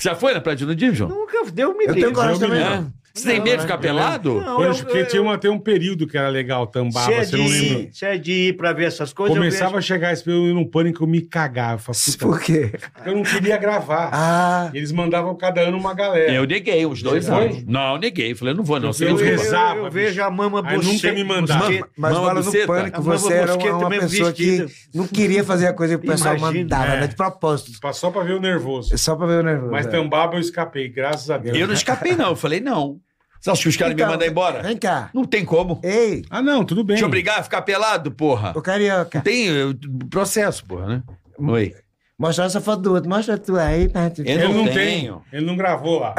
Já foi na praia de nudismo, João? Nunca deu me Eu tenho livre. coragem Eu me também. lembro. não. Hã? Você tem medo de ficar pelado? Não, Quando- eu- Porque eu- tinha uma, tem um período que era legal, Se Tambaba, é, você não de, lembra? ir- se é de ir pra ver essas coisas, Começava eu a chegar esse período eu num pânico, eu me cagava. Eu falava, puta, Por quê? eu não queria gravar. Ah, Eles mandavam cada ano uma galera. Eu neguei uns dois Você anos. Não, eu neguei. Falei, eu não vou, não. Você Eu vejo, eu, eu, me rezava, eu bicho. vejo a mama Aí nunca buceta- me mandaram. buceta- mas Mama o Bala do Buceta. Pânico, A Mama você era uma, Mosqueta uma mesmo pessoa que vestida. não queria fazer a coisa que o pessoal Imagina, mandava, é. né? De propósito. Só pra ver o nervoso. Só pra ver o nervoso. Mas um é. Tambaba eu escapei, graças a Deus. Eu não escapei, não. Eu falei, não. Você acha que os caras me Então, mandam embora? Vem cá. Não tem como. Ei, Ah, não, tudo bem. Te obrigar a ficar pelado, porra. ô carioca, Tem eh, processo, porra, né? Hum. Oi. mostra essa foto do outro. Mostra a tua aí, Pato. Eu Eu não não tenho. tenho. Ele não gravou lá.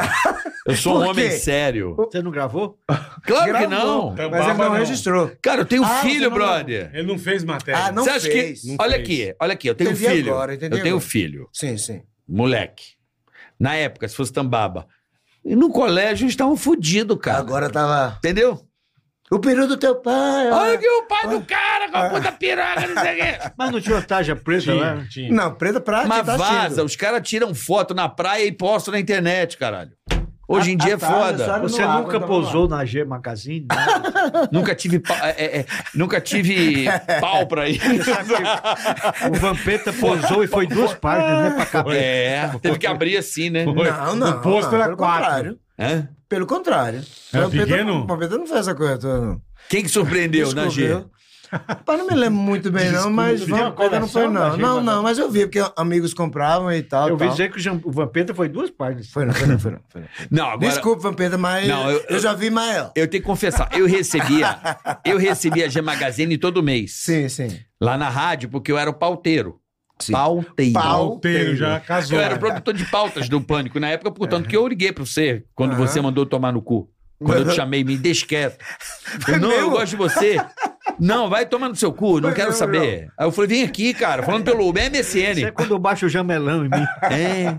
Eu sou um Por quê? homem sério. Você não gravou? Claro que Gravou, não. Tambaba Mas ele não Então, não. registrou. Cara, eu tenho Ah, você filho, não- brother. Ele não fez matéria. Ah, não Você acha fez. que. Não olha fez. aqui, olha aqui, eu tenho Entendi filho. agora, entendi eu tenho agora. filho. Sim, sim. Moleque. Na época, se fosse tambaba. E no colégio eles estavam fodidos, cara. Agora Ah. tava. Entendeu? O peru do teu pai. ó. Olha aqui o pai do cara com a puta piroca, não sei o quê. Mas não tinha uma tarja preta lá? tinha, tinha. então é- Não, preta pra Mas quem tá vaza, assistindo. os caras tiram foto na praia e postam na internet, caralho. Hoje em A- dia a é tarde, foda. a senhora Você não nunca aguenta, pousou na G Magazine? nada? Nunca tive pau, é, é, é, nunca tive pau pra ir. o Vampeta pousou e foi duas páginas, né? Pra caber. É, teve que abrir assim, né? Foi. Não, não. O posto não, era pelo quatro. contrário. Hã? Pelo contrário. Era O Pedro- pequeno? O Vampeta não fez essa coisa toda, não. Quem que surpreendeu, né, Gê? Descobriu. Pai, não me lembro muito bem, não, mas pediu uma Vampeta não foi, coleção da não. G Não, Magazine. não, mas eu vi, porque amigos compravam e tal. Eu ouvi tal. dizer que o, Jean- o Vampeta foi duas páginas. Foi não, foi não, foi não. Foi não. Não, agora Desculpa, Vampeta, mas Não, eu- eu, já vi maior. eu tenho que confessar, eu recebia, eu recebia a G Magazine todo mês. Sim, sim. Lá na rádio, porque eu era o pauteiro. Sim. Pauteiro. Pau. Alteiro já casou. Eu era o produtor de pautas do Pânico na época, portanto, que eu liguei pra você quando Aham. você mandou tomar no cu. Quando eu te Aham. chamei, me desquieto. não, eu meu? gosto de você. Não, vai tomar no seu cu, não Foi quero meu, saber. Aí eu falei, vem aqui, cara, falando pelo Isso é MSN. quando eu baixo o jamelão em mim. É.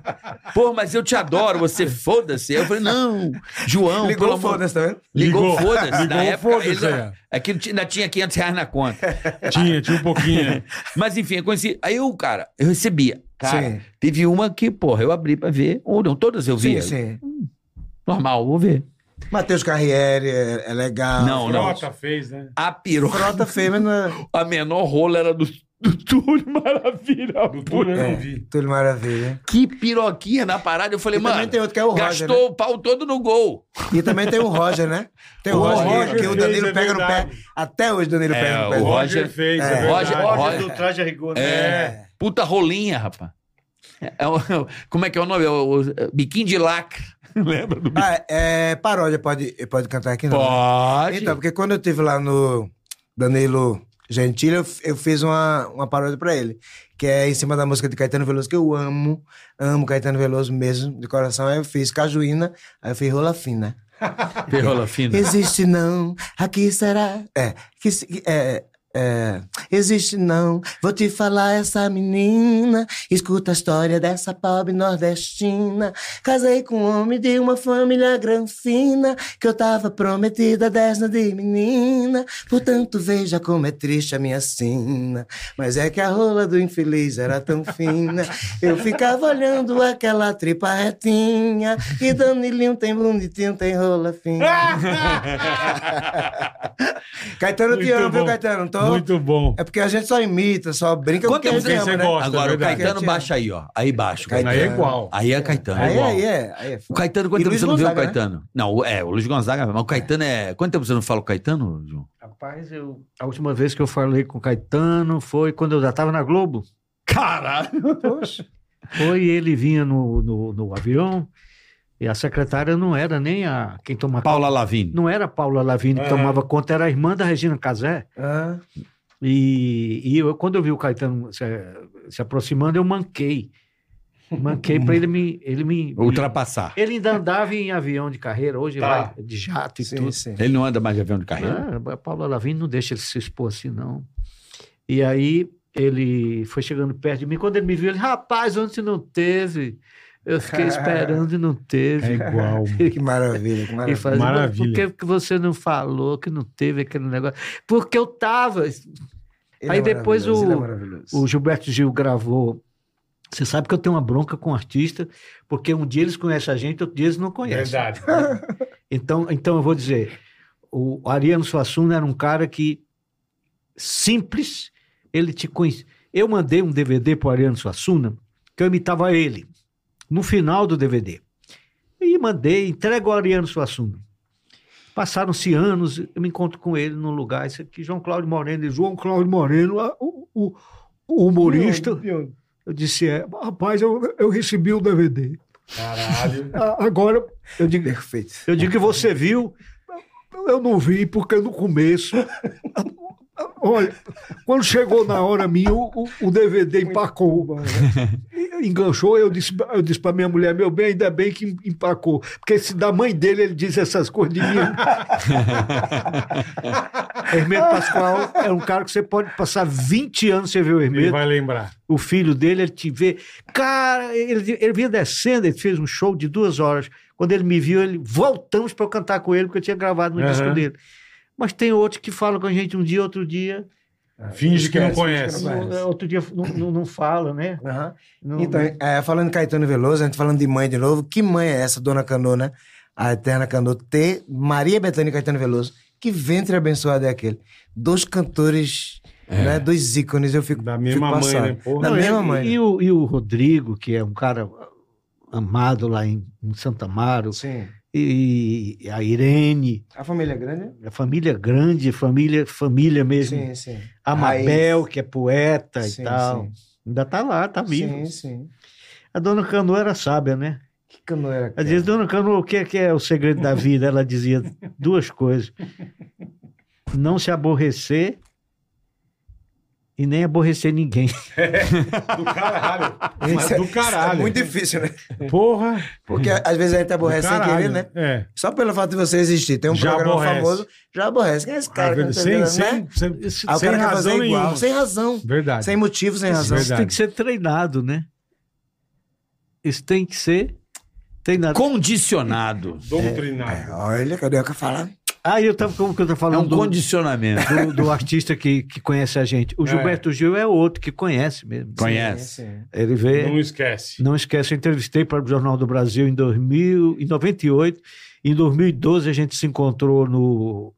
Pô, mas eu te adoro, você foda-se. Aí eu falei, não, João, pelo Ligou o amor foda-se, tá vendo? Ligou, Ligou. foda-se. Na Ligou, época, foda-se, ele- é. aquilo ti- ainda tinha 500 reais na conta. Tinha, tinha um pouquinho. né? Mas enfim, eu conheci. Aí eu, cara, eu recebia. Cara, Sim. teve uma que, porra, eu abri pra ver. Ou não, todas eu Sim, via. sim. Normal, vou ver. Matheus Carriere é, é legal. Não, não. Ah, Frota fez, né? A piroca, Frota fêmea não é... a menor rola era do, do Túlio Maravilha. Do Túlio é. eu não vi. Tudo maravilha. Que piroquinha na parada. Eu falei, E mano, também tem outro que é o Roger, gastou o pau todo no gol. E também tem o Roger, né? Tem o, O Roger, que- Roger que o fez, Danilo é pega no verdade. pé. Até hoje o Danilo É, pega no O O pé. Roger, Roger- fez, é, é, verdade. Roger- Roger- do traje a rigor. né? É. Puta rolinha, rapaz. É o- como é que é o nome? É o, o- é biquinho de lacre. Lembra do biquinho? Ah, é, paródia pode, pode cantar aqui, não? né? Pode. Então, porque quando eu estive lá no Danilo Gentili, eu, eu fiz uma, uma paródia pra ele, que é em cima da música de Caetano Veloso, que eu amo, amo Caetano Veloso mesmo, de coração. Aí eu fiz Cajuína, aí eu fiz Rola Fina. Perrola fina. Existe não, aqui será. É, que se- que- é, é, existe não, vou te falar essa menina. Escuta a história dessa pobre nordestina. Casei com um homem de uma família granfina, que eu tava prometida desna de menina. Portanto, veja como é triste a minha sina. Mas é que a rola do infeliz era tão fina. Eu ficava olhando aquela tripa retinha. E Danilinho tem bonitinho, tem rola fina. Caetano te Muito ama, viu, bom. Caetano? Então, Tô... Muito bom. É porque a gente só imita, só brinca Quanto porque a tempo gente você- ama, você né? gosta? é Agora, o verdade. Caetano baixa aí, ó. Aí baixa. o Caetano. Aí é igual. Aí é Caetano. Aí, igual. aí, é, aí é. O foda. Caetano, quanto E tempo Luiz você não vê o Gonzaga, né? Caetano? Não, é, o Luiz Gonzaga, mas o Caetano é. Quanto tempo você não fala o Caetano, João? Pra Rapaz, eu... a última vez que eu falei com o Caetano foi quando eu já estava na Globo. Caralho! Foi, ele vinha no, no, no avião e a secretária não era nem a quem tomava Paula Lavigne. Não era a Paula Lavigne que É. tomava conta, era a irmã da Regina Casé. Ah, E, e eu, quando eu vi o Caetano se, eh, se aproximando, eu manquei. Manquei para ele me, ele me. Ultrapassar. Ele ainda andava em avião de carreira, hoje Tá. vai de jato e sim, tudo. sim. Ele não anda mais de avião de carreira. Ah, a Paula Lavigne não deixa ele se expor assim, não. E aí ele foi chegando perto de mim. Quando ele me viu, ele, rapaz, ontem não teve. Eu fiquei esperando e não É teve. igual. Que maravilha, que E maravilha. fazendo, Maravilha. por que que você não falou que não teve aquele negócio? Porque eu tava. Ele Aí é depois maravilhoso, ele o- é maravilhoso. O Gilberto Gil gravou. Você sabe que eu tenho uma bronca com Um artista, porque um dia eles conhecem a gente, outro dia eles não É conhecem. Verdade. Então, então eu vou dizer, o Ariano Suassuna era um cara que simples, ele te conhecia. Eu mandei um DVD pro Ariano Suassuna que eu imitava ele no final do DVD. E mandei, entrego ao Ariano Suassuna. Passaram-se anos, eu me encontro com ele num lugar, isso aqui, João Cláudio Moreno, ele, João Cláudio Moreno, a- o, o- o humorista. Eu disse, é, rapaz, eu, eu recebi o DVD. Caralho. A- Agora, eu digo, Perfeito. É eu digo que você viu. Eu não vi, porque no começo. Olha, quando chegou na hora minha, o, o- o DVD empacou. Enganchou, eu disse, eu disse pra minha mulher, meu bem, ainda bem que empacou. Porque se da mãe dele ele diz essas coisas de mim. Hermeto Pascoal é um cara que você pode passar 20 anos sem ver o Ele Hermeto. vai lembrar. O filho dele, ele te vê. Cara, ele, ele vinha descendo, ele fez um show de duas horas. Quando ele me viu, ele voltamos para eu cantar com ele, porque eu tinha gravado no Aham. disco dele. Mas tem outros que falam com a gente um dia, outro dia. Finge que não Esquece, conhece. finge que não não- outro dia não, não, não fala, né? Aham. Não- Então, é, falando em Caetano Veloso, a gente falando de mãe de novo, que mãe é essa, Dona Canô, né? A eterna Canô, T, Maria Bethânia e Caetano Veloso. Que ventre abençoado é aquele. Dois cantores, É. né? Dois ícones, eu fico Da mesma fico mãe, passado. né, porra? Da Não, mesma e, mãe. E o, e o Rodrigo, que é um cara amado lá em, em Santa Amaro, né? Sim. e, e a Irene, A família é grande? né? a família grande, família, família mesmo. Sim, sim. A Mabel, Raiz. que é poeta Sim, e tal. sim. Ainda tá lá, tá vivo. Sim, sim. A dona Canoa era sábia, né? Que Canô era Ela aquela? dizia, dona Canoa, o que é, que é o segredo da vida? Ela dizia duas coisas. Não se aborrecer e nem aborrecer ninguém. Do caralho. Mas Isso é- do isso caralho. É muito difícil, né? Porra. Porque às vezes a gente do aborrece sem querer, caralho. né? É. Só pelo fato de você existir. Tem um Já programa aborrece. famoso, já aborrece. Quem é esse cara? que não Sem, tá entendendo, né? sem, sem, Aí o sem cara quer razão fazer nenhuma. igual. Sem razão. Verdade. Sem motivo, sem razão. Isso tem que ser treinado, né? Isso tem que ser treinado. Condicionado. É, Doutrinado. olha, cadê o que eu falar? Ah, eu tava, como que eu tô É um falando do, condicionamento. do, do artista que, que conhece a gente. O É. Gilberto Gil é outro que conhece mesmo. Conhece. Ele vê... Não esquece. Não esquece, eu entrevistei para o Jornal do Brasil em 2000, em 98. Em 2012, a gente se encontrou no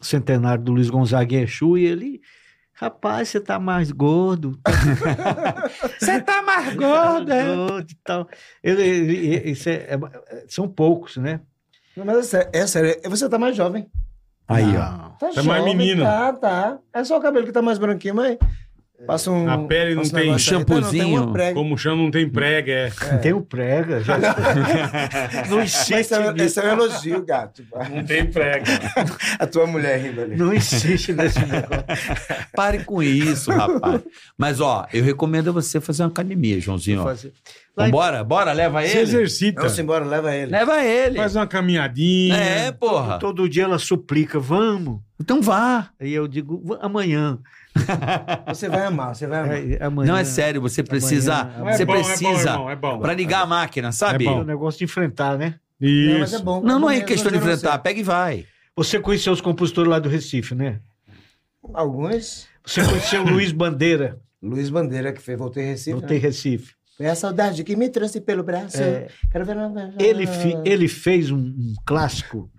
centenário do Luiz Gonzaga e Exu, e ele, rapaz, você tá mais gordo. Você tá mais gordo, tá gordo e tal. Ele, ele- ele- isso é- é- são poucos, né? Não, mas é sério, é sério, você tá mais jovem. Aí, ó. Não. Tá, Tá jovem, mais menino. Tá, tá. É só o cabelo que tá mais branquinho, mas passa um... A pele não passa um tem negócio aí. Tá, não, tem uma shampoozinho. prega. Como o chão não tem prega, é. Tem o prega. Já... não Mas insiste Esse é, nisso. esse é um elogio, gato. Não tem prega. A tua mulher rindo ali. Não insiste nesse negócio. Pare com isso, rapaz. Mas, ó, eu recomendo a você fazer uma academia, Joãozinho. ó. Fazer. Lá em- Vambora, bora, leva Se ele. exercita. Vamos embora, leva ele. Leva ele. Faz uma caminhadinha. É, tá. porra. Todo dia ela suplica, vamos. Então vá. Aí eu digo, "Va- amanhã. Você vai amar, tá você vai amar. É, amanhã. Não é sério, você precisa. Amanhã. Mas Você é bom, É bom, precisa. irmão, é bom. Pra ligar a máquina, sabe? É É um bom. negócio de enfrentar, né? Isso. Não, mas é bom. Não, não é bom questão de mesmo, eu não sei. enfrentar. Pega e vai. Você conheceu os compositores lá do Recife, né? Alguns. Você conheceu o Luiz Bandeira, Luiz Bandeira, que fez Voltei em Recife. tá. voltei Voltei. em Recife. Foi a saudade que me trouxe pelo braço. É. Quero ver... uma- Ele, fi- Ah. ele fez um, um clássico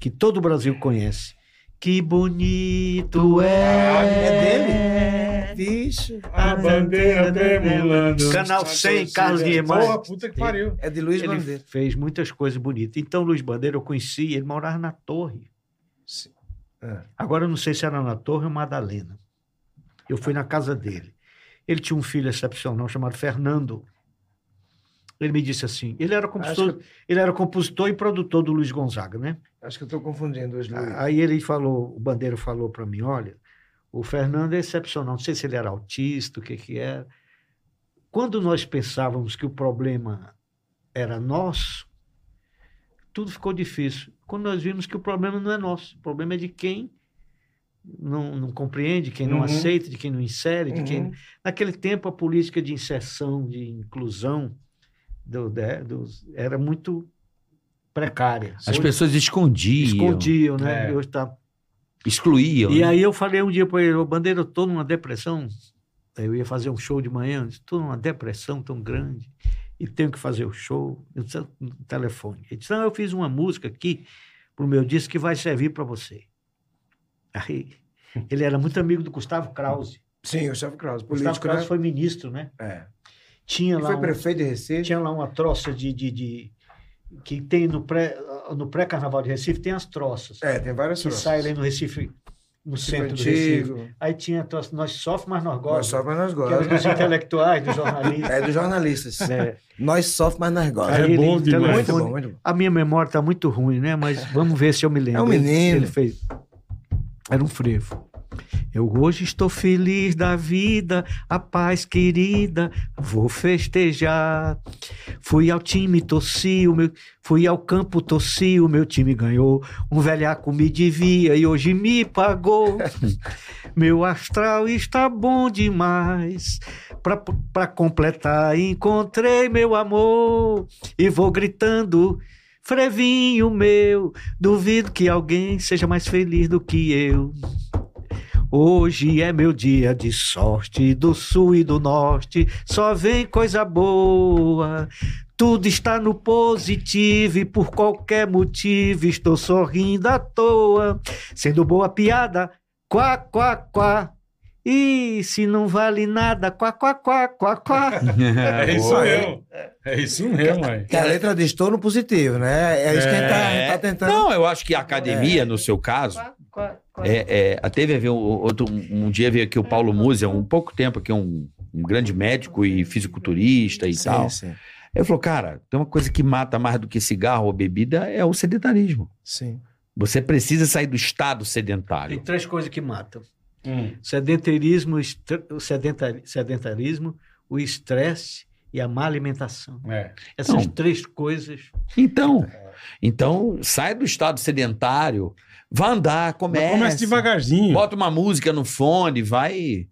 que todo o Brasil conhece. Que bonito é. É dele? Bicho. A bandeira tremulando. Canal 100, Carlos Guimarães. Porra, puta que pariu. É de Luiz Ele Bandeira. fez muitas coisas bonitas. Então, Luiz Bandeira, eu conheci, ele morava na torre. Agora eu não sei se era na Torre ou Madalena. Eu fui na casa dele. Ele tinha um filho excepcional chamado Fernando. Ele me disse assim, ele era compositor, ele era compositor e produtor do Luiz Gonzaga, né? Acho que eu tô confundindo os Luiz. Aí ele falou, o Bandeira falou para mim, olha, o Fernando é excepcional, não sei se ele era autista, o que que era. Quando nós pensávamos que o problema era nosso, tudo ficou difícil. Quando nós vimos que o problema não é nosso, o problema é de quem não, não compreende, quem não Uhum. aceita, de quem não insere, de Uhum. quem... Naquele tempo, a política de inserção, de inclusão, do, de- dos- era muito precária. As Hoje- pessoas escondiam, escondiam, né? É. Hoje tá- excluíam. E né? aí eu falei um dia para ele, ô Bandeira, eu tô numa depressão. Eu ia fazer um show de manhã, eu disse, tô numa depressão tão grande e tenho que fazer o show. Eu disse, no telefone. Ele disse, não, eu fiz uma música aqui pro meu disco que vai servir para você. Aí, ele era muito amigo do Gustavo Krause. Sim, o Chave Krause, Gustavo político, né? Krause foi ministro, né? É. Tinha Ele lá foi um- prefeito de Recife. tinha lá uma troça de, de, de- que tem no pré no pré-carnaval de Recife tem as troças É, tem várias que né? troças. saem ali no Recife no Recife centro do Recife. antigo. Aí tinha a troça, nós sofre, mas nós Nós gosta. sofre, mas nós Que era dos gostamos. intelectuais, dos jornalistas. É dos jornalistas. né? Nós sofre, mas nós É gostamos. Aí ele, então, bom no demais. Muito telefone, bom, muito bom. A minha memória está muito ruim, né? Mas vamos ver se eu me lembro. É um menino. Ele fez. Era um frevo. Eu hoje estou feliz da vida, a paz querida, vou festejar. Fui ao time, torci o meu. Fui ao campo, torci, o meu time ganhou. Um velhaco me devia e hoje me pagou. meu astral está bom demais. Pra, pra completar, encontrei meu amor e vou gritando. Frevinho meu, duvido que alguém seja mais feliz do que eu. Hoje é meu dia de sorte, do sul e do norte, só vem coisa boa. Tudo está no positivo e por qualquer motivo estou sorrindo à toa. Sendo boa piada, quá, quá, quá. E se não vale nada, quá, quá, quá, quá, quá. É isso mesmo. É isso mesmo, mãe. Que a letra de estou no positivo, né? É isso que a gente tá, É. tá tentando. Não, eu acho que a academia, no seu caso, é, é, até veio um, outro, um um dia veio aqui o Paulo Musi, há um pouco tempo aqui, um, um grande médico e fisiculturista e tal. Sim, sim. Ele falou, cara, tem uma coisa que mata mais do que cigarro ou bebida é o sedentarismo. Sim. Você precisa sair do estado Tem sedentário. três coisas que matam. Hum. sedentarismo, estre- o sedenta- sedentarismo, o estresse e a má alimentação. É. Não. Essas três coisas. Então, É. então sai do estado sedentário, vá andar, Mas comece. Começa devagarzinho. Bota uma música no fone, vai.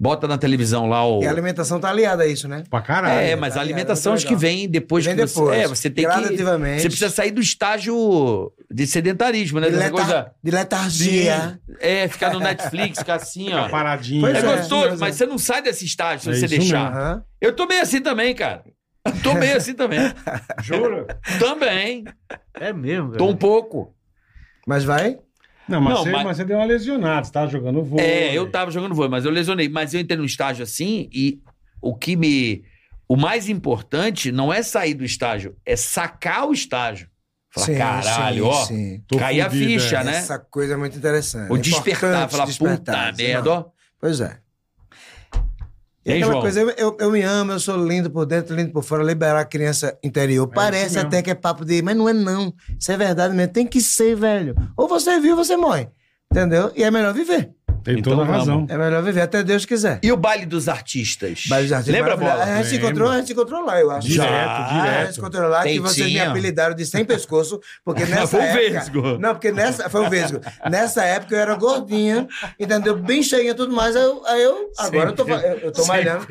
Bota na televisão lá o. E a alimentação tá aliada a isso, né? Pra caralho. É, mas a Aliás, alimentação é acho que legal. vem depois Vem que você. depois. É, você tem que. Gradativamente. Você precisa sair do estágio de sedentarismo, né? de, Dessa letar- coisa. de letargia. É, ficar no Netflix, ficar assim, Fica ó. paradinho. Pois É é, gostoso, mas mas é. você não sai desse estágio se É você isso deixar. Aham. Eu tô meio assim também, cara. Eu Tô meio assim também. Jura? Também. É mesmo, velho. Tô um pouco. Mas vai? Não, mas, Não, você, mas- mas você deu uma lesionada. Você tava jogando vôlei. É, eu tava jogando vôlei, mas eu lesionei. Mas eu entrei num estágio assim e o que me. O mais importante não é sair do estágio, é sacar o estágio. Falar, Sim, caralho, sim, ó. sim. Tô caí a fudido, ficha, é. né? Essa coisa é muito interessante. Ou É despertar, importante falar, despertar, puta senão- merda, ó. Pois é. E Hein, aquela João? coisa, eu, eu- eu me amo, eu sou lindo por dentro, lindo por fora, liberar a criança interior. Parece isso mesmo. até que é papo de, mas não é não. Isso é verdade mesmo, tem que ser, velho. Ou você vive ou você morre. Entendeu? E é melhor viver. Tem Então toda a vamos. razão. É melhor viver até Deus quiser. E o baile dos artistas? Baile de artista Lembra, maravilhoso. Bola? A gente se Lembro. encontrou, a gente se encontrou lá, eu acho. Ah, Direto, A gente direto. se encontrou lá que Tem vocês me tinha. apelidaram de sem pescoço, porque nessa Foi um o época... Vesgo. Não, porque nessa... Foi o Vesgo. Nessa época eu era gordinha, entendeu? Bem cheinha e tudo mais, aí eu... aí eu- agora eu tô, fa- eu, eu tô malhando.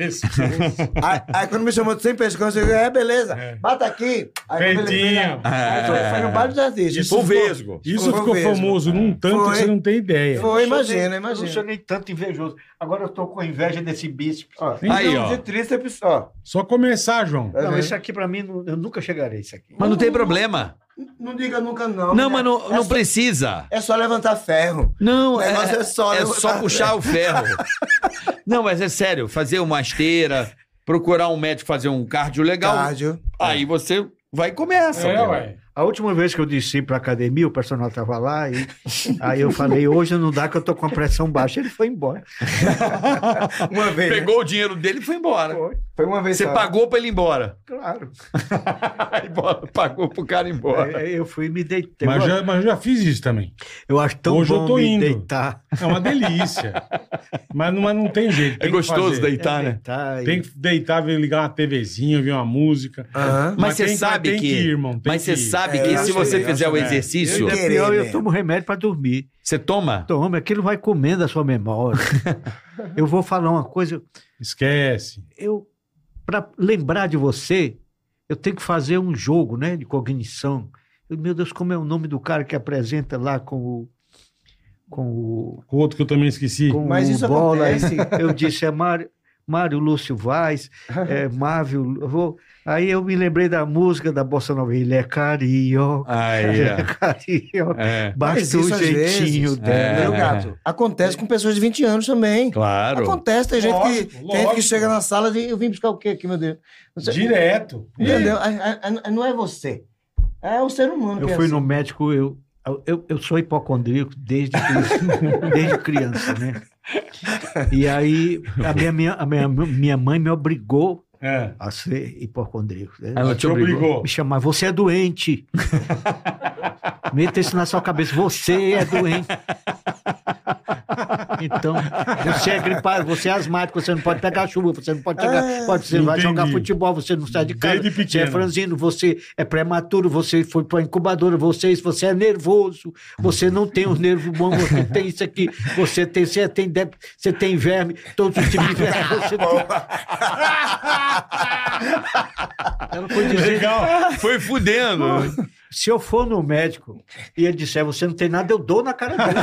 Aí, aí quando me chamou de sem pescoço, eu digo, é, beleza, É. bata aqui. Aí, quando ele fez lá- Feitinho. Aí foi, foi no baile dos artistas. É, Isso um ficou- Isso Foi ficou mesmo. famoso num tanto Foi. que você não tem ideia. Foi, Eu imagina, Não imagina. sou nem tanto invejoso. Agora eu tô com inveja desse bíceps. Ó, tá Aí, ó. de tríceps, ó. Então, Só começar, João. Tá não, vendo? isso aqui pra mim, não- eu nunca chegarei a isso aqui. Mas não tem problema. Não diga nunca não. Não, né? mas não, é não só- precisa. É só levantar ferro. Não, O é, negócio é só é levantar só ferro. puxar o ferro. Não, mas é sério, fazer uma esteira, procurar um médico fazer um cardio legal, Cardio. aí você vai e começa. É, pô. ué. A última vez que eu desci pra academia, o personal tava lá, e aí eu falei, hoje não dá que eu tô com a pressão baixa. Ele foi embora. Uma vez. né? Pegou o dinheiro dele e foi embora. Foi, Foi uma vez. Você só. pagou pra ele ir embora. claro. Aí bola, pagou pro cara ir É, embora. Aí É, Eu fui e me deitei. Mas eu, já, mas eu já fiz isso também. eu acho tão Hoje eu bom tô me indo. deitar. É uma delícia. mas, não, mas não tem jeito. É tem que gostoso fazer. deitar, deitar né? e- Tá, Tem que deitar, ver- ligar uma TVzinha, ouvir uma música. Aham. Mas você tem sabe tem que- ir, irmão. tem Mas você que ir. sabe É, que eu se acho você que- fizer acho o que é. exercício, Eu, ainda é Querer, pior, né? eu tomo remédio pra dormir. você toma? Toma, aquilo vai comendo a sua memória. eu vou falar uma coisa. Esquece. eu para lembrar de você, eu tenho que fazer um jogo, né, de cognição. Eu, meu Deus, como é o nome do cara que apresenta lá com o com o, O outro que eu também esqueci. com Mas o isso bola? acontece. Eu disse é Mário Mário Lúcio Vaz, é Mávio, eu vou- aí eu me lembrei da música da Bossa Nova, ele é carioca, Aí, é carioca, é. Mas basta o isso às jeitinho vezes, dela. É, né? Meu gato. Acontece com pessoas de 20 anos também. Claro. Acontece, tem gente, Lógico, que, tem gente lógico. que chega na sala e diz, eu vim buscar o quê aqui, meu Deus? Não sei- Direto. Entendeu? A- a- a- não é você. É o ser humano. que Eu é fui assim. no médico, eu, eu, eu sou hipocondríaco desde, criança- desde criança, né? E aí a minha, minha, a minha, minha mãe me obrigou É. a ser hipocondríaco. né? Ela Te obrigou. Me chamava, você é doente. Meta isso na sua cabeça, você é doente. Então, você é gripado, você é asmático, você não pode pegar chuva, você não pode pegar. pode, você vai Ah, entendi. jogar futebol, você não sai de casa. Desde Você é pequeno. franzino, você é prematuro, você foi para incubadora, você, isso, você é nervoso, você não tem os nervos bons, você tem isso aqui, você tem, você tem, dep- você tem verme, todos os tipos de verme. Você Ela foi dizer, Legal. Foi fudendo. se eu for no médico e ele disser você não tem nada, eu dou na cara dele.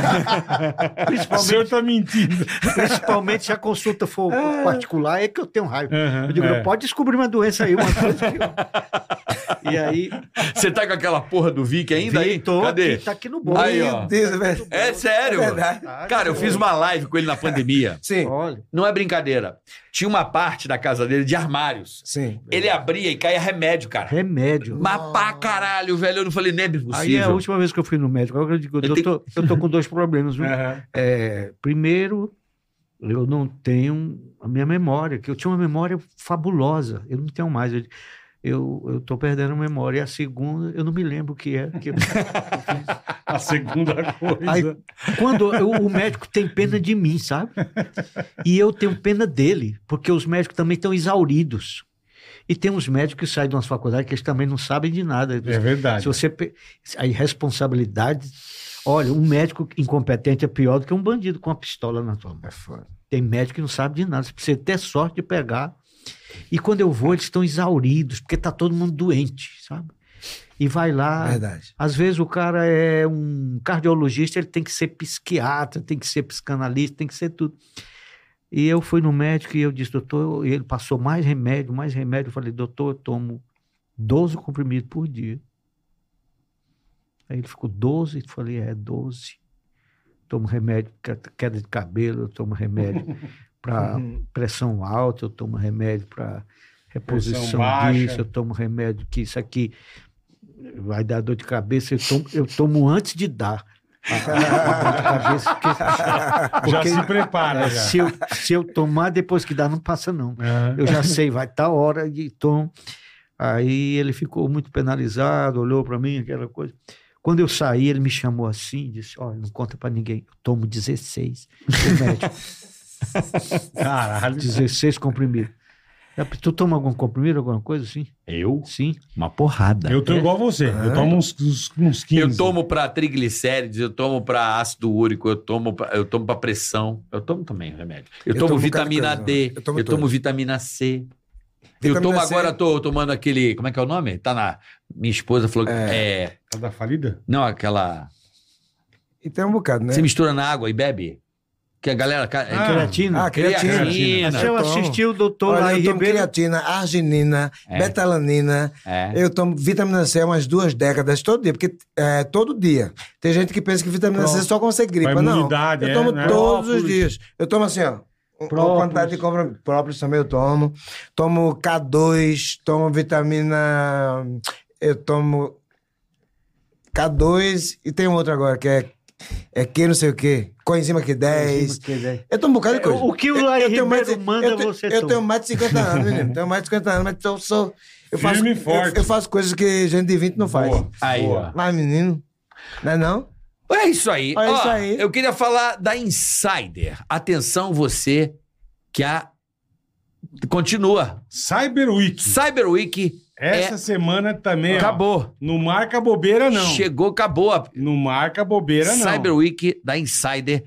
O principalmente, senhor tá mentindo. principalmente se a consulta for particular, é que eu tenho raiva. Aham, eu digo, é. não pode descobrir uma doença aí, uma coisa que eu... E aí, Você tá com aquela porra do Vic ainda aí? Vitor, Cadê? que tá aqui no bolo. Aí, ó. Meu Deus, é verdade. É sério? É verdade. Cara, eu fiz uma live com ele na pandemia. Sim, Olha, Não é brincadeira. Tinha uma parte da casa dele de armários. sim. Ele abria e caía remédio, cara. remédio. Mas pra caralho, velho. Eu não falei, nem é possível. Aí é a última vez que eu fui no médico. Agora eu digo, Eu doutor, eu tô com dois problemas. viu? Aham. É, primeiro, eu não tenho a minha memória, que eu tinha uma memória fabulosa, eu não tenho mais. Eu, eu, eu tô perdendo a memória. E a segunda, eu não me lembro o que é. que eu- A segunda coisa. Aí, quando eu- o médico tem pena de mim, sabe? E eu tenho pena dele, porque os médicos também estão exauridos. E tem uns médicos que saem de umas faculdades que eles também não sabem de nada. É verdade. Se você pe- a irresponsabilidade, olha, um médico incompetente é pior do que um bandido com uma pistola na tua mão. Tem médico que não sabe de nada, você precisa ter sorte de pegar. E quando eu vou, eles estão exauridos, porque tá todo mundo doente, sabe? E vai lá, Verdade. às vezes o cara é um cardiologista, ele tem que ser psiquiatra, tem que ser psicanalista, tem que ser tudo. E eu fui no médico e eu disse, doutor, e ele passou mais remédio, mais remédio. Eu falei, doutor, eu tomo 12 comprimidos por dia. Aí ele ficou 12, eu falei, é 12. Tomo remédio para queda de cabelo, eu tomo remédio para pressão alta, eu tomo remédio para Pressão reposição baixa. disso, eu tomo remédio que isso aqui vai dar dor de cabeça, eu tomo, eu tomo antes de dar. a- a- a dor de cabeça, porque- já porque- se prepara, já. se, eu, se eu tomar depois que dá, não passa, não. Aham. Eu já sei, vai estar a hora de tom. Aí ele ficou muito penalizado, olhou para mim, aquela coisa. Quando eu saí, ele me chamou assim e disse: Olha, não conta para ninguém, eu tomo 16. O médico, Caralho. 16 comprimidos. Eu falei, Tu toma algum comprimido, alguma coisa assim? Eu? Sim. Uma porrada. É. Eu tô igual a você. Eu tomo uns, uns, uns 15. Eu tomo pra triglicérides, eu tomo pra ácido úrico, eu tomo pra, eu tomo pra pressão, eu tomo também remédio. Eu, Eu tomo, tomo um vitamina bocado de coisa, né? D, eu Eu tomo, tomo todas. vitamina C. eu Vitamina tomo C. agora, tô tomando aquele. Como é que é o nome? Tá na. Minha esposa falou que. É. Tá da falida? não, aquela. E tem um bocado, né? Você mistura na água e bebe? Que a galera. ca- é, Ah, Creatina. Ah, creatina. creatina. Se eu eu tomo. assisti o doutor Olha, lá em eu tomo Ribeirão. creatina, arginina, É. betalanina, É. eu tomo vitamina C há umas duas décadas todo dia, porque é, todo dia. Tem gente que pensa que vitamina C Pronto. só consegue gripa, Pra não. imunidade, é, Eu tomo né? todos os Própolis. dias. Eu tomo assim, ó. um- Uma quantidade de compra próprios também eu tomo. Tomo K2, tomo vitamina. Eu tomo K2 e tem um outro agora que é, é que não sei o quê. Coenzima Q10. Eu tomo um bocado de É, coisa. o que o Eu- Laí eu tenho mais Ribeiro de- manda, eu te- você Eu toma. tenho mais de 50 anos, menino. Tenho mais de 50 anos, mas eu sou... Eu faço, Firme e eu, forte. eu faço coisas que gente de 20 não faz. Boa. Aí, Boa. ó. Mas, menino, não é não? É isso aí. É Ó, isso aí. Eu queria falar da Insider. Atenção você que a continua. Cyber Week. Cyber Week Essa É. semana também. ó, acabou. não marca bobeira, não. Chegou, acabou a Não marca bobeira, não. Cyber Week da Insider.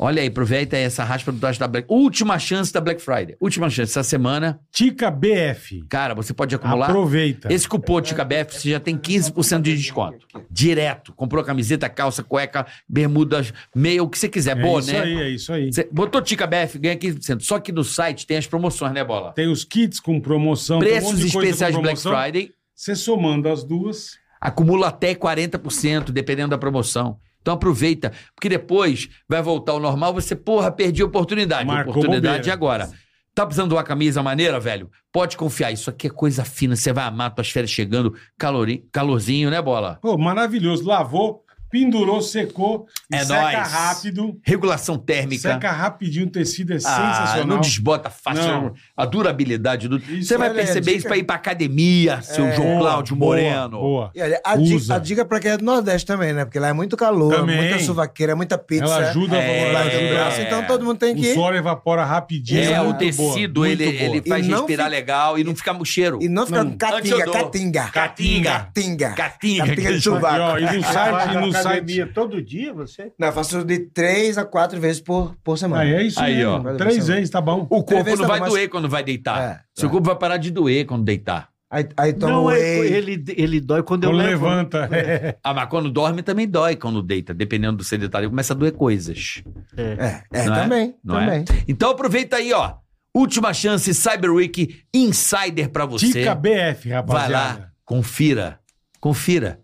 Olha aí, aproveita essa raspa do tacho da Black. Última chance da Black Friday. Última chance essa semana. Tica BF. Cara, você pode acumular Aproveita. Esse cupom TICABF você já tem 15% de desconto. Direto. Comprou camiseta, calça, cueca, bermudas, meia, o que você quiser. é Boa, isso né? aí, é isso aí. Você botou TICABF, ganha 15%. Só que no site tem as promoções, né, Bola? Tem os kits com promoção. tem um monte Preços de coisa com especiais de Black promoção. Friday. Você somando as duas, Acumula até 40%, dependendo da promoção. Então aproveita, porque depois vai voltar ao normal, você, porra, perdi a oportunidade. Marcou oportunidade bobeira. de agora. Tá precisando de uma camisa maneira, velho? Pode confiar, isso aqui é coisa fina, você vai amar tuas férias chegando, calori... calorzinho, né, Bola? pô, maravilhoso. Lavou, pendurou, secou. e É seca nóis. rápido. Regulação térmica. Seca rapidinho, o tecido é Ah, sensacional. não desbota fácil Não. a durabilidade do. Isso, Você vai olha, perceber dica- É, isso pra ir pra academia, seu João Boa, Cláudio É, boa, Moreno. Boa. E olha, a dica, Usa. a dica pra quem é do Nordeste também, né? Porque lá é muito calor, Também. muita suvaqueira, muita pizza. Ela ajuda Um a É, Lá de valorizar o braço. graça, então todo mundo tem que O ir. suor evapora rapidinho. É, Isso é o muito tecido, ele, ele E faz não respirar fica- legal e não fica cheiro. E não fica Não. catinga, Antes eu dou. catinga. Catinga. Catinga. Catinga. Catinga de E, ó, sovaco. e no site, Vai e na no site. academia todo dia, você? Não, eu faço de três a quatro vezes por, por semana. Aí é isso Aí, aí, ó. ó. Três vezes, tá bom. O corpo vezes não tá vai bom, mas- doer quando vai deitar. É, Seu corpo vai parar de doer quando deitar. Aí, aí toma Não, o é- whey. ele, ele dói quando eu Quando levanto. Então levanta. é. Ah, mas quando dorme também dói quando deita, dependendo do sedentário. Começa a doer coisas. É, é, Não é? também. Não é? também. Então aproveita aí, ó. Última chance Cyber Week Insider pra você. Tica BF, Vai rapaziada. lá, confira. Confira.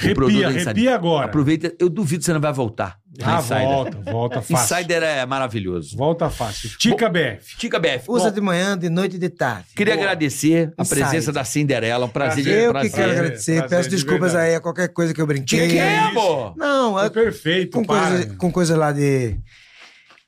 O produto Repia, da Insider. repia agora. Aproveita, eu duvido que você não vai voltar. na Ah, Insider. volta, volta fácil. Insider é maravilhoso. Volta fácil. Tica BF. Tica BF, Usa bom, de manhã, de noite e de tarde. queria agradecer a Insider. presença da Cinderela. Um prazer. Prazer, Eu prazer. que quero agradecer. prazer, Peço de desculpas verdade. aí a qualquer coisa que eu Tica, brinquei. que é é, isso? amor? Não, Foi é perfeito, com para. coisa, com coisa lá de,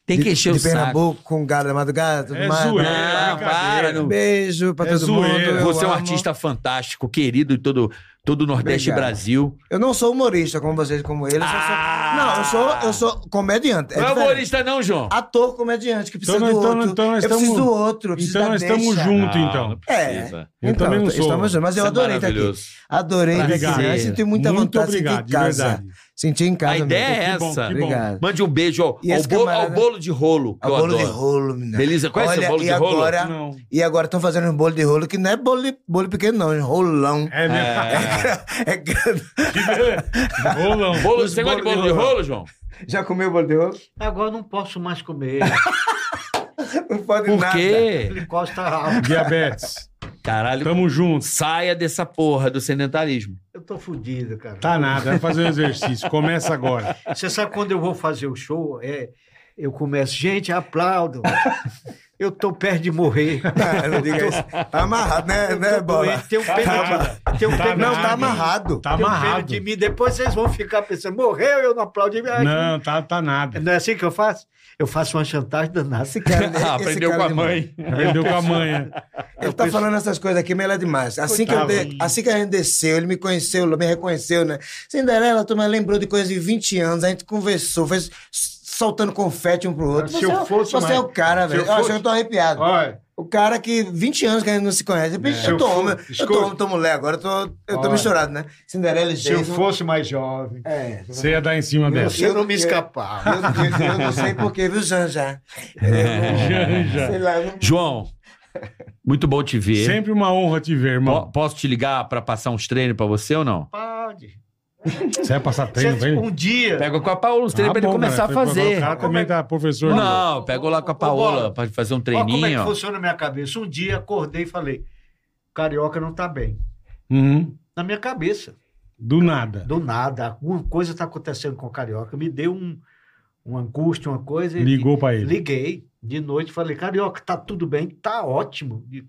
Tem que de, encher o de saco. Pernambuco, com gado da madrugada, tudo É mais. Um zoeira, Não, brincadeira. para, não. Beijo pra É todo zoeira. mundo. eu Você é um amo. artista fantástico, querido de todo, todo o Nordeste e Obrigado. Brasil. Eu não sou humorista como vocês, como ele. Eu só sou- Ah! Não, eu sou, eu sou comediante. É não é diferente. humorista, não, João. Ator comediante que precisa Então, do então, outro. então, nós eu preciso estamos- do outro. Eu preciso Então da nós estamos deixa. juntos, Não, então. Ah, não É. precisa. Eu também não sou. Estamos juntos, mas eu Isso é adorei estar aqui. maravilhoso. Adorei estar Obrigado. aqui. Eu senti muita Muito vontade de obrigado, sentir de em casa. verdade. Senti em casa A ideia mesmo. é Que bom, essa. que bom. Obrigado. Mande um beijo ao, E ao esse bolo, camarada- ao bolo de rolo, que Ao eu bolo de adoro. rolo, menina. Beleza? Conhece Olha, o bolo e de rolo? agora- Não. E agora estão fazendo um bolo de rolo que não é bolo de, bolo pequeno, não. É rolão. É mesmo. É grande. Rolão. Bolo, Os você gosta de bolo de bolo de rolo. rolo, João? Já comeu bolo de rolo? Agora eu não posso mais comer. Não pode Por nada. quê? Glicose tá alta. Diabetes. Caralho, Tamo juntos. saia dessa porra do sedentarismo. Eu tô fudido, cara. Tá nada, vai fazer um exercício. Começa agora. Você sabe quando eu vou fazer o show, é, eu começo, gente, aplaudo. Eu tô perto de morrer. Não, não diga isso. Tá amarrado, né, né bola? doente, Tem um pena de, tem um Tá pena Não, de tá mim. amarrado. Tá Tem um pena amarrado. de mim. Depois vocês vão ficar pensando, morreu, eu não aplaudi. Ah, Não, tá, tá nada. Não é assim que eu faço? Eu faço uma chantagem danada. Esse cara, esse Ah, aprendeu cara com a demais. mãe. Perdeu com a né? manha. Ele tá falando essas coisas aqui, mas ele é demais. Assim que, eu de- assim que a gente desceu, ele me conheceu, me reconheceu, né? Cinderela, tu me lembrou de coisa de 20 anos, a gente conversou, fez soltando confete um pro outro. Se Você eu é o- fosse Você mais- é o cara, se velho. eu Eu acho que fosse- eu tô arrepiado. Olha, O cara que 20 anos que a gente não se conhece, de repente Se eu eu tô for- homem, eu É. escuta. tô homem, tô mulher, agora eu tô, eu tô Olha. misturado, né? Cinderela e se eu Jason. fosse mais jovem, É. Você ia dar em cima dela. você Eu- não me eu- escapava. Eu, eu- eu não sei porquê, viu, É Janja? Sei Janja. lá, eu não... João, muito bom te ver. Sempre uma honra te ver, Po- irmão. Posso te ligar pra passar uns treinos pra você ou não? Pode. Você vai passar é treino, Você- velho? um dia. Pega com a Paola uns treinos tipo um pra ele começar a O fazer. é cara também tá professor. Não. Não, pega lá com a Ô, Bola. Paola pra fazer um Olha como é que treininho. funciona a minha cabeça. Um dia acordei e falei: Carioca não tá bem. Uhum. Na minha cabeça. Do nada. Do nada. Alguma coisa tá acontecendo com o Carioca. Me deu um, uma angústia, uma coisa. e- Ligou pra ele. Liguei de noite falei: Carioca, tá tudo bem? Tá ótimo. E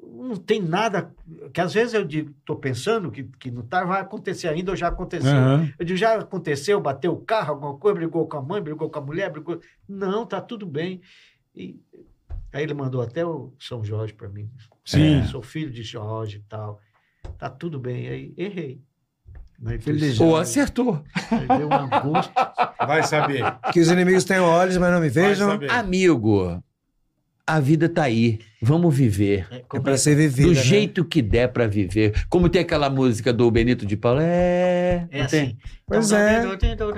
não tem nada. Que às vezes eu digo, tô pensando que, que não tá, vai acontecer ainda ou já aconteceu. Aham. Eu digo, já aconteceu, bateu o carro, alguma coisa, brigou com a mãe, brigou com a mulher, brigou. Não, tá tudo bem. E aí ele mandou até o São Jorge para mim. Sim. É, Sou filho de Jorge e tal. Tá tudo bem. Aí errei. Aí foi- Inteligente. Ou acertou. aí deu uma angústia. Vai saber. Que os inimigos tenham olhos, mas não me Vai vejam. saber. Amigo, a vida tá aí. Vamos viver. né? É pra ser vivido. do né? jeito que der pra viver. Como tem aquela música do Benito de Paula. É. É não tem? assim. Pois é. Então,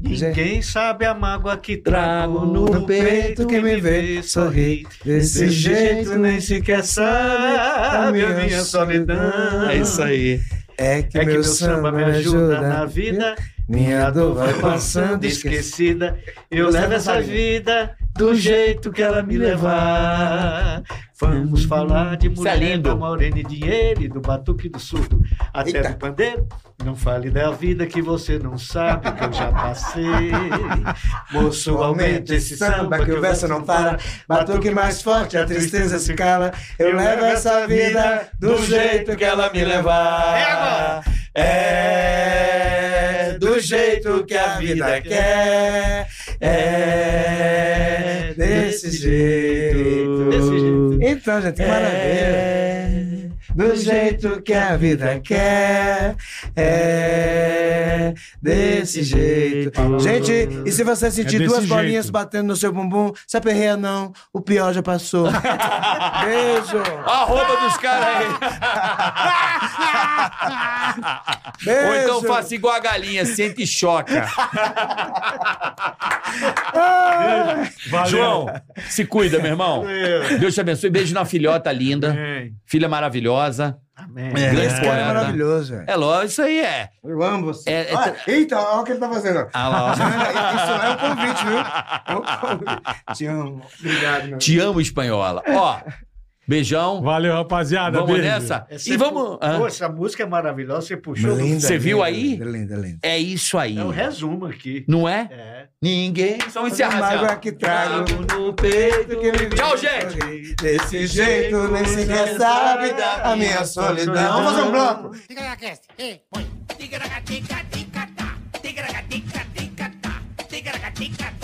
Ninguém sabe a mágoa que Trago trago no no peito peito que que me me vê vê sorrir. sorrir. Desse jeito né? nem sequer sabe a minha solidão. É isso aí. é que, É que meu, meu samba me ajuda na vida, minha dor vai passando esqueci. esquecida. Eu Gostei levo da essa Marina. vida do jeito que ela me levar. Uhum. Vamos falar de mulher, lindo. da morena e de ele, do batuque do surdo até Eita. do pandeiro. Não fale da vida que você não sabe que eu já passei. Moço, aumenta esse samba que o verso não para. Batuque mais forte, a tristeza se cala. Eu levo essa vida do jeito que ela me levar. É agora. É do jeito que a vida quer. É desse jeito. Desse jeito. Então, gente, que maravilha. Do jeito que a vida quer, é desse jeito. Gente, e se você sentir É desse duas bolinhas jeito. batendo no seu bumbum, se aperreia não, o pior já passou. Beijo! Arroba dos caras aí. Beijo! Ou então faça igual a galinha, sente e choca. Valeu. Ah. João, se cuida, meu irmão. Deus te abençoe. Beijo na filhota linda, Amém. filha maravilhosa. Amém. É, Grande esse cara é poeta. maravilhoso, velho. É lógico, isso aí é. Eu amo você. É, é- Olha, eita, olha o que ele tá fazendo. ó. Ah lá, ó. Isso é um convite, viu? É um convite. Te amo. Obrigado, meu Te amo, espanhola. Ó, beijão. Valeu, rapaziada. Vamos Beijo. nessa? É, você E vamos. Ah. pu- Hã? Pô, essa música é maravilhosa, você puxou. do- Você viu aí? Linda, linda, linda. É isso aí. É um resumo aqui. Não é? É. Ninguém. Só um A encerrar. mágoa Zé. que trago no peito que me Tchau, gente. Desse jeito nem sequer sabe da minha solidão. Vamos fazer um bloco. Ticaracast. Ei, põe. Ticaracatica, ticatá. Ticaracatica, ticatá. Ticaracatica,